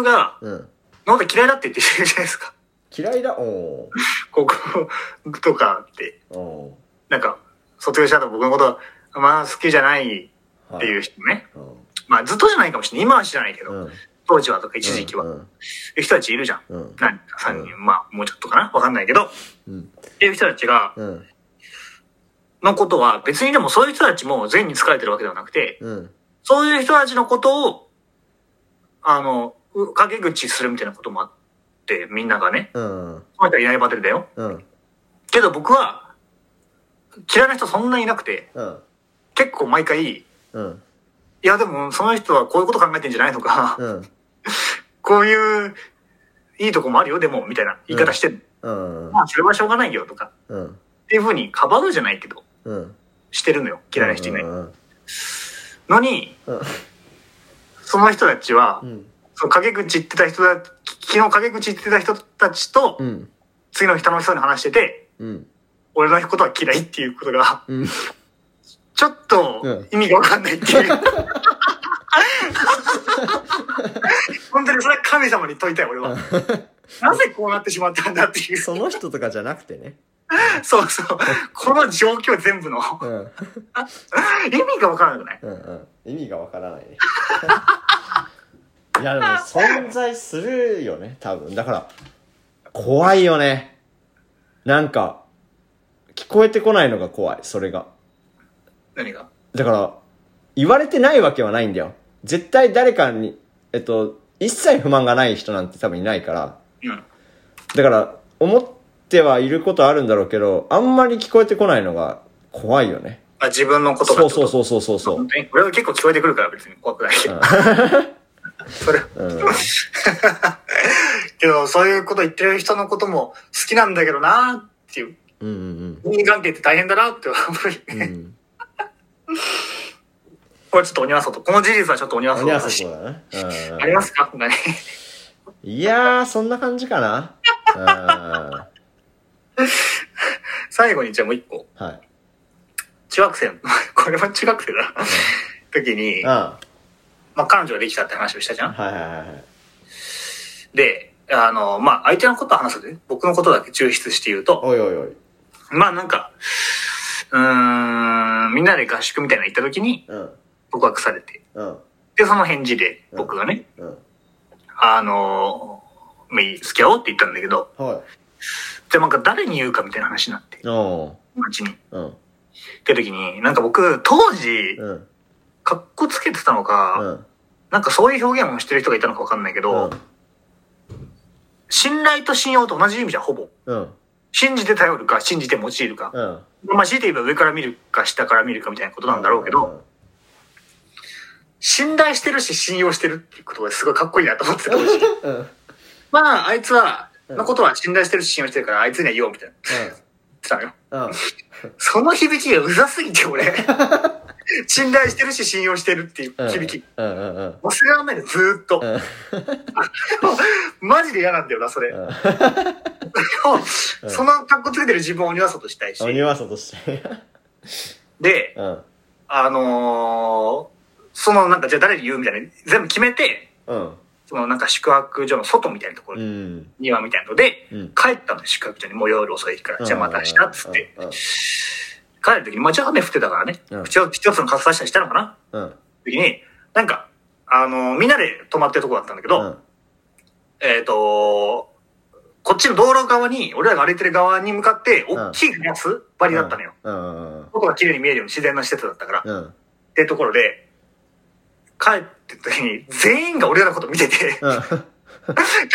Speaker 2: が、
Speaker 1: うん
Speaker 2: ので嫌いだって言ってるじゃないですか。
Speaker 1: 嫌いだお
Speaker 2: 高校とかって、
Speaker 1: ーお
Speaker 2: なんか、卒業した後僕のこと、あんま好きじゃない
Speaker 1: ーは
Speaker 2: っていうう人ね。
Speaker 1: うん
Speaker 2: まあ、ずっとじゃないかもしれない。今は知らないけど、
Speaker 1: うん
Speaker 2: 当時はとか一時期は。
Speaker 1: う
Speaker 2: い
Speaker 1: ん
Speaker 2: う人たちいるじゃん。
Speaker 1: うん
Speaker 2: 何人か3人、まあ、もうちょっとかなわかんないけど、
Speaker 1: うん
Speaker 2: っていう人たちが、
Speaker 1: うん
Speaker 2: のことは、別にでもそういう人たちも善に疲れてるわけではなくて、
Speaker 1: うん
Speaker 2: そういう人たちのことを、あの、う陰口するみたいなこともあって、みんながね、
Speaker 1: うん
Speaker 2: その人はいないバトルだよ。
Speaker 1: うん
Speaker 2: けど僕は、嫌いな人そんなにいなくて、
Speaker 1: うん
Speaker 2: 結構毎回、い
Speaker 1: うん
Speaker 2: やでもその人はこういうこと考えてんじゃないのか、
Speaker 1: うん
Speaker 2: こういう、いいとこもあるよ、でも、みたいな言い方して、
Speaker 1: うん
Speaker 2: まあそれはしょうがないよ、とか、
Speaker 1: うん
Speaker 2: っていうふうにかばうじゃないけど、
Speaker 1: うん
Speaker 2: してるのよ。嫌いな人いない。
Speaker 1: うん
Speaker 2: のに、
Speaker 1: うん
Speaker 2: その人たちは
Speaker 1: う、ん
Speaker 2: その陰口言ってた人だ、き昨日陰口言ってた人たちと、
Speaker 1: うん
Speaker 2: 次の日楽しそうに話してて、
Speaker 1: うん
Speaker 2: 俺のことは嫌いっていうことが、
Speaker 1: うん
Speaker 2: ちょっと
Speaker 1: うん
Speaker 2: 意味がわかんないっていう。本当にそれは神様に問いたい、俺は。なぜこうなってしまったんだっていう。
Speaker 1: その人とかじゃなくてね。
Speaker 2: そうそう。この状況全部の
Speaker 1: うん。
Speaker 2: 意味がわからなくない
Speaker 1: うんうん。意味がわからないね。いや、でも存在するよね、多分。だから、怖いよね。なんか、聞こえてこないのが怖い、それが。
Speaker 2: 何が
Speaker 1: だから、言われてないわけはないんだよ。絶対誰かに、えっと、一切不満がない人なんて多分いないから。
Speaker 2: うん。
Speaker 1: だから、思ってはいることはあるんだろうけど、あんまり聞こえてこないのが怖いよね。
Speaker 2: あ自分のことが
Speaker 1: そう
Speaker 2: ってこと
Speaker 1: そうそうそうそうそう
Speaker 2: 本。当に俺は結構聞こえてくるから別に怖くないけど。それ、
Speaker 1: うん。
Speaker 2: けどそういうこと言ってる人のことも好きなんだけどなっていう。
Speaker 1: うんうん
Speaker 2: 人間関係って大変だなって思う
Speaker 1: うん。うん。
Speaker 2: これちょっと鬼は外。この事実はちょっと鬼は
Speaker 1: 何
Speaker 2: 外
Speaker 1: は
Speaker 2: だ
Speaker 1: そ
Speaker 2: し
Speaker 1: こ。だね。うんうん
Speaker 2: ありますか他に。
Speaker 1: いやー、そんな感じかな。う
Speaker 2: 最後にじゃあもう一個。
Speaker 1: ん。はい。
Speaker 2: 中学生の、 これは中学生だな。時に、
Speaker 1: うん。は
Speaker 2: まあ彼女ができたって話をしたじゃ
Speaker 1: い
Speaker 2: ん。
Speaker 1: はいはいはい。
Speaker 2: で、あの、まあ相手のことは話すで、僕のことだけ抽出して言うと、
Speaker 1: おいおいおい。
Speaker 2: まあなんか、うーん、みんなで合宿みたいなの行った時に
Speaker 1: うん。
Speaker 2: 告白されて、
Speaker 1: うん。
Speaker 2: で、その返事で僕がね、
Speaker 1: うん。
Speaker 2: あの、まあいい付き合おうって言ったんだけど、
Speaker 1: は
Speaker 2: じゃあなんか誰に言うかみたいな話になって、
Speaker 1: い。お
Speaker 2: 友達に。っ
Speaker 1: ー。うん。
Speaker 2: て時に、なんか僕、当時、
Speaker 1: うん。
Speaker 2: かっこつけてたのか、
Speaker 1: うん。
Speaker 2: なんかそういう表現をしてる人がいたのかわかんないけど、信頼と信用と同じ意味じゃん、ほぼ。
Speaker 1: うん。
Speaker 2: 信じて頼るか、信じて用いるか。
Speaker 1: うん。
Speaker 2: まあ、強いて言えば上から見るか、下から見るかみたいなことなんだろうけど、。信頼してるし、信用してるっていうことがすごいかっこいいなと思ってた。当時
Speaker 1: うん。うん。
Speaker 2: まあ、あいつ
Speaker 1: う
Speaker 2: は、
Speaker 1: ん
Speaker 2: のことは信頼してるし、信用してるから、あいつには言おうみたいな。言ってたのよ。
Speaker 1: うん。
Speaker 2: その響きがうざすぎ て俺、信頼してるし信用してるっていう
Speaker 1: うん。
Speaker 2: 響き。
Speaker 1: うんうんうん。
Speaker 2: 忘れられないでずーっと。
Speaker 1: うん。
Speaker 2: マジで嫌なんだよな、それ。
Speaker 1: うん
Speaker 2: その格好つけてる自分を鬼は外したい
Speaker 1: 鬼
Speaker 2: し。
Speaker 1: は外して。
Speaker 2: で、
Speaker 1: うん。
Speaker 2: あのーそのなんかじゃあ誰に言うみたいな、全部決めて、
Speaker 1: うん。
Speaker 2: そのなんか宿泊所の外みたいなところ、
Speaker 1: うん。
Speaker 2: 庭みたいなので、
Speaker 1: うん。
Speaker 2: 帰ったの宿泊所にもう夜遅いから、じゃあまた明日、つって。
Speaker 1: うん。
Speaker 2: 帰る時に、まあ、じゃあ雨降ってたからね
Speaker 1: うん、
Speaker 2: 一つ一つの傘差したりしたのかな
Speaker 1: うん。うん。
Speaker 2: 時に、なんか、あの、みんなで泊まってるとこだったんだけど、
Speaker 1: うん
Speaker 2: えっ、と、こっちの道路側に、俺らが歩いてる側に向かって、
Speaker 1: ん
Speaker 2: 大きいガス張りだったのよ。
Speaker 1: うん。
Speaker 2: 外が綺麗に見えるように自然な施設だったから。っ
Speaker 1: うん。
Speaker 2: ていうところで、帰ってった時に、全員が俺らのこと見てて、
Speaker 1: うん。
Speaker 2: 帰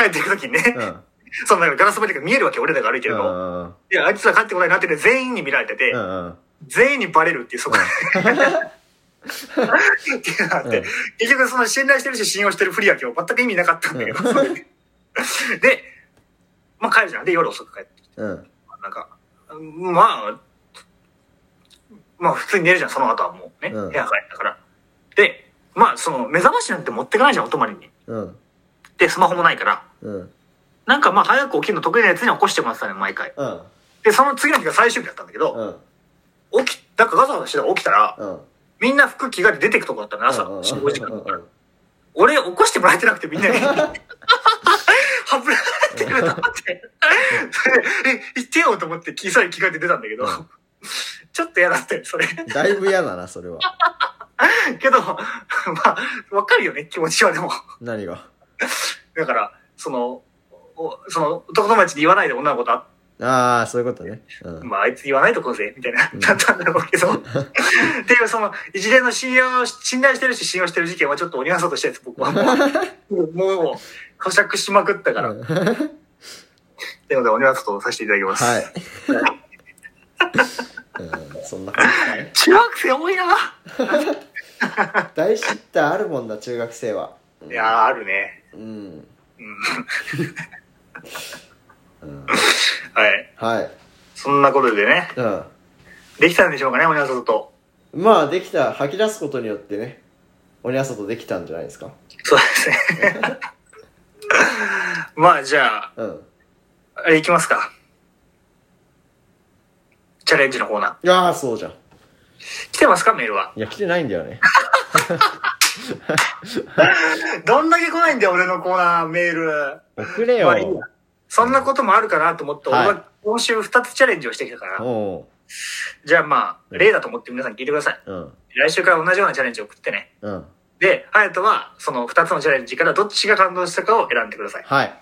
Speaker 2: っていく時にね、
Speaker 1: うん。
Speaker 2: そのなんかガラス張りが見えるわけよ俺らが歩いてる
Speaker 1: う
Speaker 2: の。
Speaker 1: ん。
Speaker 2: で、あいつら帰ってこないなってね全員に見られてて、
Speaker 1: うん。
Speaker 2: 全員にバレるって いう、そこで。っていうのがあって、
Speaker 1: うん
Speaker 2: 結局その信頼してるし信用してるふりは今日全く意味なかったんだけど。 で、まあ帰るじゃん。で、夜遅く帰ってきて、
Speaker 1: うん。
Speaker 2: なんか、まあ、まあ普通に寝るじゃん、その後はもうね。
Speaker 1: うん
Speaker 2: 部屋帰ったから。で、まあその目覚ましなんて持ってかないじゃん、お泊まりに。
Speaker 1: うん。
Speaker 2: で、スマホもないから。
Speaker 1: うん。
Speaker 2: なんかまあ早く起きるの得意なやつには起こしてもらってたのよ、毎回。
Speaker 1: うん。
Speaker 2: で、その次の日が最終日だったんだけど、
Speaker 1: うん。
Speaker 2: 起き、なんかガサガサしてたら起きたら、
Speaker 1: うん。
Speaker 2: みんな服着替えて出てくとこだったのよ、朝、
Speaker 1: うん
Speaker 2: 4、5時間だから。俺、起こしてもらえてなくてみんなに。はぶられてると思って。それでえ、行ってよと思って、急いで着替えて出たんだけど、ちょっと嫌だったよ、それ。
Speaker 1: だいぶ嫌だな、それは。
Speaker 2: けど、まあ、わかるよね、気持ちはでも。
Speaker 1: 何が。
Speaker 2: だから、その、おその男友達に言わないで女の子と会っ
Speaker 1: ああ、そういうことね。うん。
Speaker 2: まあ、あいつ言わないとこうぜ、みたいな、
Speaker 1: うん
Speaker 2: だったんだろうけど。 っていう、その、一連の信用、信頼してるし、信用してる事件はちょっと鬼はそうとしたやつ、僕はも う、もう、もう咀嚼しまくったから。と、いうので、鬼はそうとさせていただきます。
Speaker 1: はい。うん、そんな感じね。
Speaker 2: 中学生多いな。
Speaker 1: 大失態あるもんだ、中学生は。
Speaker 2: いやー、あるね。
Speaker 1: うん。
Speaker 2: うん。
Speaker 1: うん。
Speaker 2: はい。
Speaker 1: はい。
Speaker 2: そんなことでね、
Speaker 1: うん。
Speaker 2: できたんでしょうかね、鬼はそうと。
Speaker 1: まあ、できた、吐き出すことによってね、鬼遊とできたんじゃないですか。
Speaker 2: そうですね。 まあ、じゃあ、
Speaker 1: うん。
Speaker 2: あれいきますか。チャレンジのコーナ
Speaker 1: いやー、そうじゃん。
Speaker 2: ー。来てますか、メールは。
Speaker 1: いや、来てないんだよね。
Speaker 2: どんだけ来ないんだよ、俺のコーナー、メール。
Speaker 1: 送れ
Speaker 2: まあいいや
Speaker 1: よ。
Speaker 2: そんなこともあるかなと思って、
Speaker 1: はい
Speaker 2: 俺は今週2つチャレンジをしてきたから、
Speaker 1: お
Speaker 2: じゃあまあ、例だと思って皆さん聞いてください。
Speaker 1: うん。うん。
Speaker 2: 来週から同じようなチャレンジを送ってね。
Speaker 1: うん。
Speaker 2: で、隼人は、その2つのチャレンジからどっちが感動したかを選んでください。
Speaker 1: はい。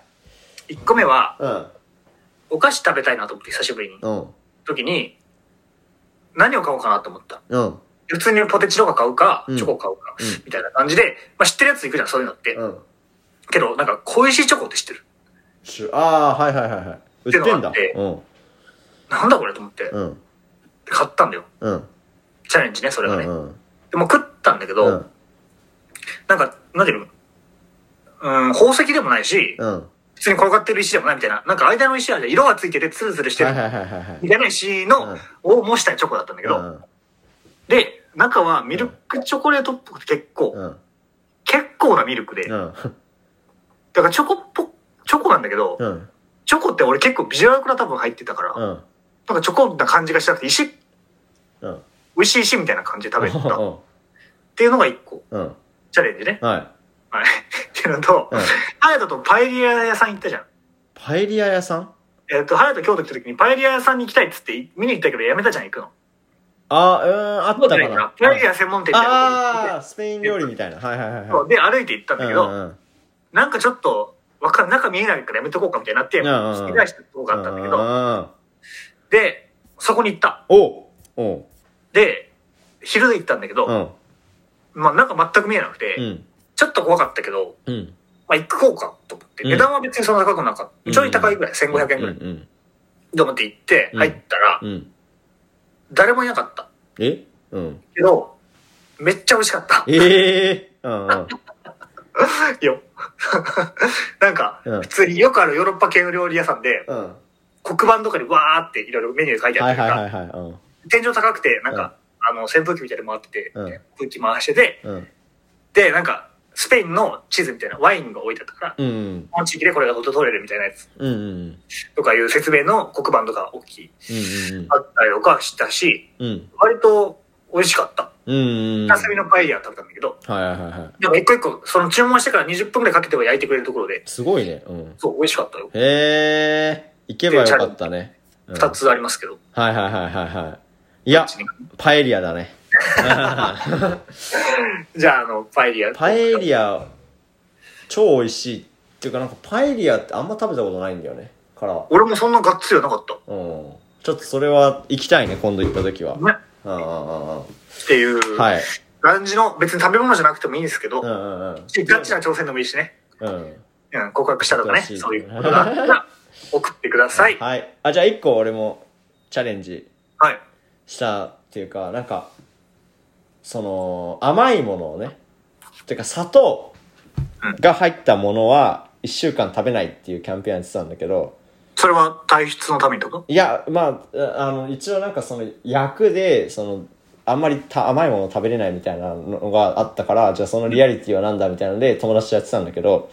Speaker 2: 1個目は、
Speaker 1: うん。
Speaker 2: お菓子食べたいなと思って、久しぶりに。
Speaker 1: うん。
Speaker 2: 時に、何を買おうかなと思った。
Speaker 1: うん。
Speaker 2: 普通にポテチとか買うか、
Speaker 1: うん
Speaker 2: チョコ買うか、
Speaker 1: うん
Speaker 2: みたいな感じで、まあ知ってるやついくじゃん、そういうのって。
Speaker 1: うん。
Speaker 2: けど、なんか、小石チョコって知ってる。
Speaker 1: しゅああ、はいはいはいはい。売ってんだ。
Speaker 2: って
Speaker 1: うん。
Speaker 2: なんだこれと思って、
Speaker 1: うん。
Speaker 2: 買ったんだよ。
Speaker 1: うん。
Speaker 2: チャレンジね、それ
Speaker 1: う
Speaker 2: が
Speaker 1: ん。
Speaker 2: ね。
Speaker 1: うん。
Speaker 2: でも食ったんだけど、
Speaker 1: うん。
Speaker 2: なんか、なんていうのうん、宝石でもないし、
Speaker 1: うん。
Speaker 2: 普通に転がってる石でもないみたいな、なんか間の石は色がついててツルツルして
Speaker 1: はい
Speaker 2: る、
Speaker 1: はいはいはいはい。
Speaker 2: みたいな石
Speaker 1: う
Speaker 2: の、
Speaker 1: ん
Speaker 2: を模したチョコだったんだけど、で、中はミルクチョコレートっぽくて結構、
Speaker 1: うん。うん。
Speaker 2: 結構なミルクで、
Speaker 1: うん。
Speaker 2: だからチョコっぽ、チョコなんだけど、
Speaker 1: うん。
Speaker 2: チョコって俺結構ビジュアルから多分入ってたから、
Speaker 1: う
Speaker 2: なん
Speaker 1: ん。
Speaker 2: かチョコな感じがしなくて、石、
Speaker 1: うん。
Speaker 2: 美味しい石みたいな感じで食べてた。っ
Speaker 1: うん。
Speaker 2: ていうのが一個、
Speaker 1: うん。
Speaker 2: チャレンジね。
Speaker 1: はい。
Speaker 2: はい。 っていうのと
Speaker 1: うん、
Speaker 2: ハヤトとパエリア屋さん行ったじゃん。
Speaker 1: パエリア屋さん
Speaker 2: えっ、と、隼人京都来た時にパエリア屋さんに行きたいっつって見に行ったけどやめたじゃん、行くの。
Speaker 1: あー、うーん、あったかな。
Speaker 2: パエリア専門店みたい
Speaker 1: あ
Speaker 2: な
Speaker 1: あ、スペイン料理みたいな。はいはいはい
Speaker 2: とこ
Speaker 1: は
Speaker 2: 行って。で、歩いて行ったん
Speaker 1: い。
Speaker 2: だけ
Speaker 1: う
Speaker 2: ど、
Speaker 1: んうん
Speaker 2: なんかちょっと、わかん、中見えないからやめとこうかみたいになって、
Speaker 1: うんうんうん
Speaker 2: 引き返したとこがあったんだけど、で、そこに行った。
Speaker 1: うんおお
Speaker 2: で、昼行ったんだけ
Speaker 1: う
Speaker 2: ど、
Speaker 1: ん。
Speaker 2: まあなんか全く見えなく
Speaker 1: う
Speaker 2: て、
Speaker 1: ん。
Speaker 2: ちょっと怖かったけど、
Speaker 1: うん。
Speaker 2: まあ行こうかと思って、
Speaker 1: うん
Speaker 2: 値段は別にそんな高くなかっ
Speaker 1: う
Speaker 2: た。
Speaker 1: ん
Speaker 2: ちょい高いぐらい、1500円ぐらい。
Speaker 1: うん。
Speaker 2: と思って行って、
Speaker 1: うん
Speaker 2: 入ったら、
Speaker 1: うんうん。
Speaker 2: 誰もいなかった。
Speaker 1: えうん。
Speaker 2: けど、めっちゃ美味しかった。
Speaker 1: ええうんうん。
Speaker 2: よ。 なんか、
Speaker 1: うん
Speaker 2: 普通によくあるヨーロッパ系の料理屋さんで、
Speaker 1: うん。
Speaker 2: 黒板とかにわーっていろいろメニュー書いてあ
Speaker 1: は
Speaker 2: っ
Speaker 1: い
Speaker 2: て、
Speaker 1: はいはいはい。うん。
Speaker 2: 天井高くて、なんか、あの、扇風機みたいに回ってて、
Speaker 1: うん
Speaker 2: 空気回してて、
Speaker 1: うん。
Speaker 2: で、なんか、スペインの地図みたいなワインが置いてあったから、
Speaker 1: うん。
Speaker 2: この地域でこれが元取れるみたいなやつ
Speaker 1: うん。うん。
Speaker 2: とかいう説明の黒板とか大きい、
Speaker 1: うん。
Speaker 2: あったりとかしたし、
Speaker 1: うん。
Speaker 2: 割と美味しかった。
Speaker 1: うん。は
Speaker 2: カスミのパエリアを食べたんだけど、
Speaker 1: いはいはいはい。
Speaker 2: でも一個一個、その注文してから20分くらいかけては焼いてくれるところで、
Speaker 1: すごいね。うん。
Speaker 2: そう、美味しかったよ。
Speaker 1: へえ、行けばよかったね。うん
Speaker 2: 二つありますけど。
Speaker 1: はいはいはいはいはい。いや、パエリアだね。
Speaker 2: じゃあ、あの、パエリア。
Speaker 1: パエリア、超美味しい。っていうかなんかパエリアってあんま食べたことないんだよね。から。
Speaker 2: 俺もそんながっつりはなかった。
Speaker 1: うん。ちょっとそれは行きたいね、今度行った時は。
Speaker 2: ね。
Speaker 1: うんうんうんうん。
Speaker 2: っていう
Speaker 1: はい。
Speaker 2: 感じの、別に食べ物じゃなくてもいいんですけど、
Speaker 1: うんうんうん。
Speaker 2: ガチな挑戦でもいいしね、
Speaker 1: うん。
Speaker 2: うん、告白したとかね、
Speaker 1: 難しい
Speaker 2: そういうことがあったら送ってください。
Speaker 1: はい。あ、じゃあ一個俺もチャレンジ
Speaker 2: はい。
Speaker 1: したっていうか、なんか、その、甘いものをね、てか砂糖が入ったものは一週間食べないっていうキャンペーンやってたんだけど、
Speaker 2: それは体質のためにってこと
Speaker 1: いや、まあ、ああの、一応なんかその役で、その、あんまりた甘いものを食べれないみたいなのがあったから、じゃあそのリアリティはなんだみたいなので友達とやってたんだけど、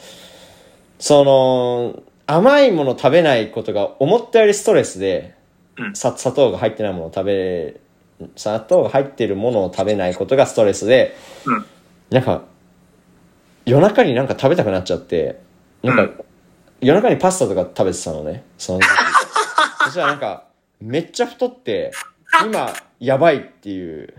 Speaker 1: その、甘いものを食べないことが思ったよりストレスで、
Speaker 2: うん
Speaker 1: さ砂糖が入ってないものを食べ、砂糖が入ってるものを食べないことがストレスで、
Speaker 2: うん
Speaker 1: なんか、夜中になんか食べたくなっちゃって、なんか、
Speaker 2: うん
Speaker 1: 夜中にパスタとか食べてたのね、その 時そしたらなんか、めっちゃ太って、今、やばいっていう。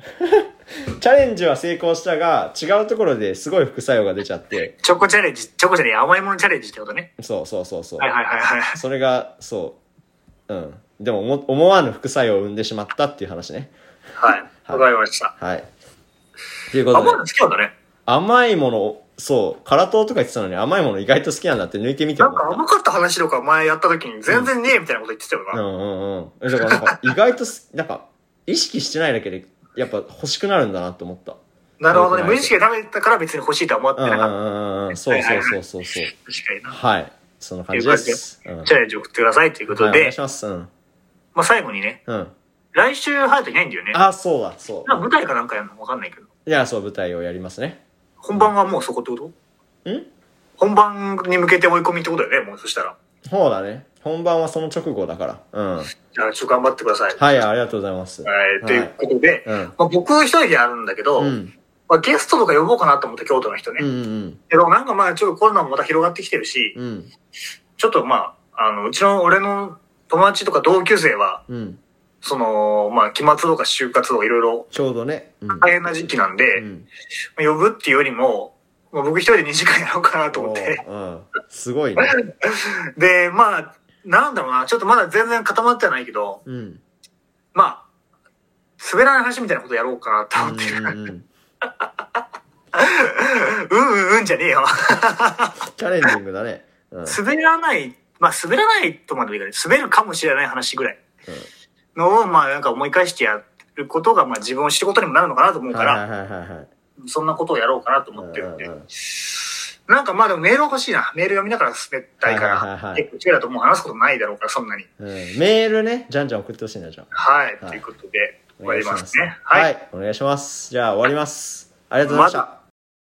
Speaker 1: チャレンジは成功したが、違うところですごい副作用が出ちゃって、
Speaker 2: チョコチャレンジ、チョコじゃねえ、甘いものチャレンジってことね。
Speaker 1: そうそうそうそう。
Speaker 2: はいはいはいはい。
Speaker 1: それが、そう。うん。でも思、思わぬ副作用を生んでしまったっていう話ね。
Speaker 2: はい。わかりました。
Speaker 1: はい。というこ
Speaker 2: 甘い
Speaker 1: と
Speaker 2: の
Speaker 1: で
Speaker 2: 好、きなんだね。
Speaker 1: 甘いもの、そう、辛党とか言ってたのに甘いもの意外と好きなんだって抜いてみて
Speaker 2: な
Speaker 1: も
Speaker 2: んか甘かった話とか前やった時に全然ねえみたいなこと言ってたよ
Speaker 1: う
Speaker 2: な。
Speaker 1: んうんうん。えだからなんか、意外とす、なんか、意識してないだけで、やっぱ欲しくなるんだなって思った。
Speaker 2: なるほどね。無意識で食べたから別に欲しいとは思って
Speaker 1: うんう
Speaker 2: なんかった。
Speaker 1: うんうん。そうそうそうそうそう。
Speaker 2: 確かにな。
Speaker 1: はい。そんな感じです。うん。
Speaker 2: チャレンジ送ってくださいということ
Speaker 1: はい、お願
Speaker 2: で
Speaker 1: いし、ます。うん。
Speaker 2: まあ最後にね、
Speaker 1: うん。
Speaker 2: 来週ハートいないんだよね。
Speaker 1: あ、そうだ、そ
Speaker 2: なんか舞台かなんかやるのわかんないけど。
Speaker 1: う。いや、そう、舞台をやりますね。
Speaker 2: 本番はもうそこってこと
Speaker 1: ん
Speaker 2: 本番に向けて追い込みってことだよね、もうそしたら。
Speaker 1: そうだね。本番はその直後だから。うん。
Speaker 2: じゃあ、ちょっと頑張ってください。
Speaker 1: はい、ありがとうございます。
Speaker 2: はい。ということで、
Speaker 1: うん。
Speaker 2: まあ、僕一人でやるんだけど、
Speaker 1: うん。
Speaker 2: まあ、ゲストとか呼ぼうかなと思って、京都の人ね。
Speaker 1: うんうん
Speaker 2: けど、なんかまあ、ちょっとコロナもまた広がってきてるし、
Speaker 1: うん。うん。
Speaker 2: ちょっとまあ、あの、うちの俺の友達とか同級生は、
Speaker 1: うん。
Speaker 2: その、まあ、期末とか就活とかいろいろ
Speaker 1: ちょうどね。うん。
Speaker 2: 大変な時期なんで、
Speaker 1: うん
Speaker 2: まあ呼ぶっていうよりも、まあ、僕一人で2時間やろうかなと思って。
Speaker 1: おーうん。すごいね。
Speaker 2: で、まあ、なんだろうな、ちょっとまだ全然固まってはないけど、
Speaker 1: うん。
Speaker 2: まあ、滑らない話みたいなことやろうかなと
Speaker 1: う
Speaker 2: 思ってる。
Speaker 1: んうんうん。
Speaker 2: うんうんうんじゃねえよ。
Speaker 1: チャレンジングだね。うん。
Speaker 2: 滑らない、まあ滑らないとまではいかない。滑るかもしれない話ぐらいのを、まあなんか思い返してやることが、まあ自分を知ることにもなるのかなと思うか
Speaker 1: はいは
Speaker 2: ら、
Speaker 1: いはいはいはい。
Speaker 2: そんなことをやろうかなと思ってるんで。なんかまあでもメールは欲しいな。メール読みながら滑ったいか
Speaker 1: はいはいはいは
Speaker 2: ら、
Speaker 1: い
Speaker 2: 結構違うだともう話すことないだろうから、そんなに。
Speaker 1: うんうんメールね、じゃんじゃん送ってほしいな、じゃあ。
Speaker 2: はい。
Speaker 1: はい
Speaker 2: ということで、
Speaker 1: お
Speaker 2: 終わ
Speaker 1: 願い
Speaker 2: り
Speaker 1: し
Speaker 2: ま
Speaker 1: ますす
Speaker 2: ね。はい
Speaker 1: はい。お願いします。じゃあ終わります。ありがとうございました。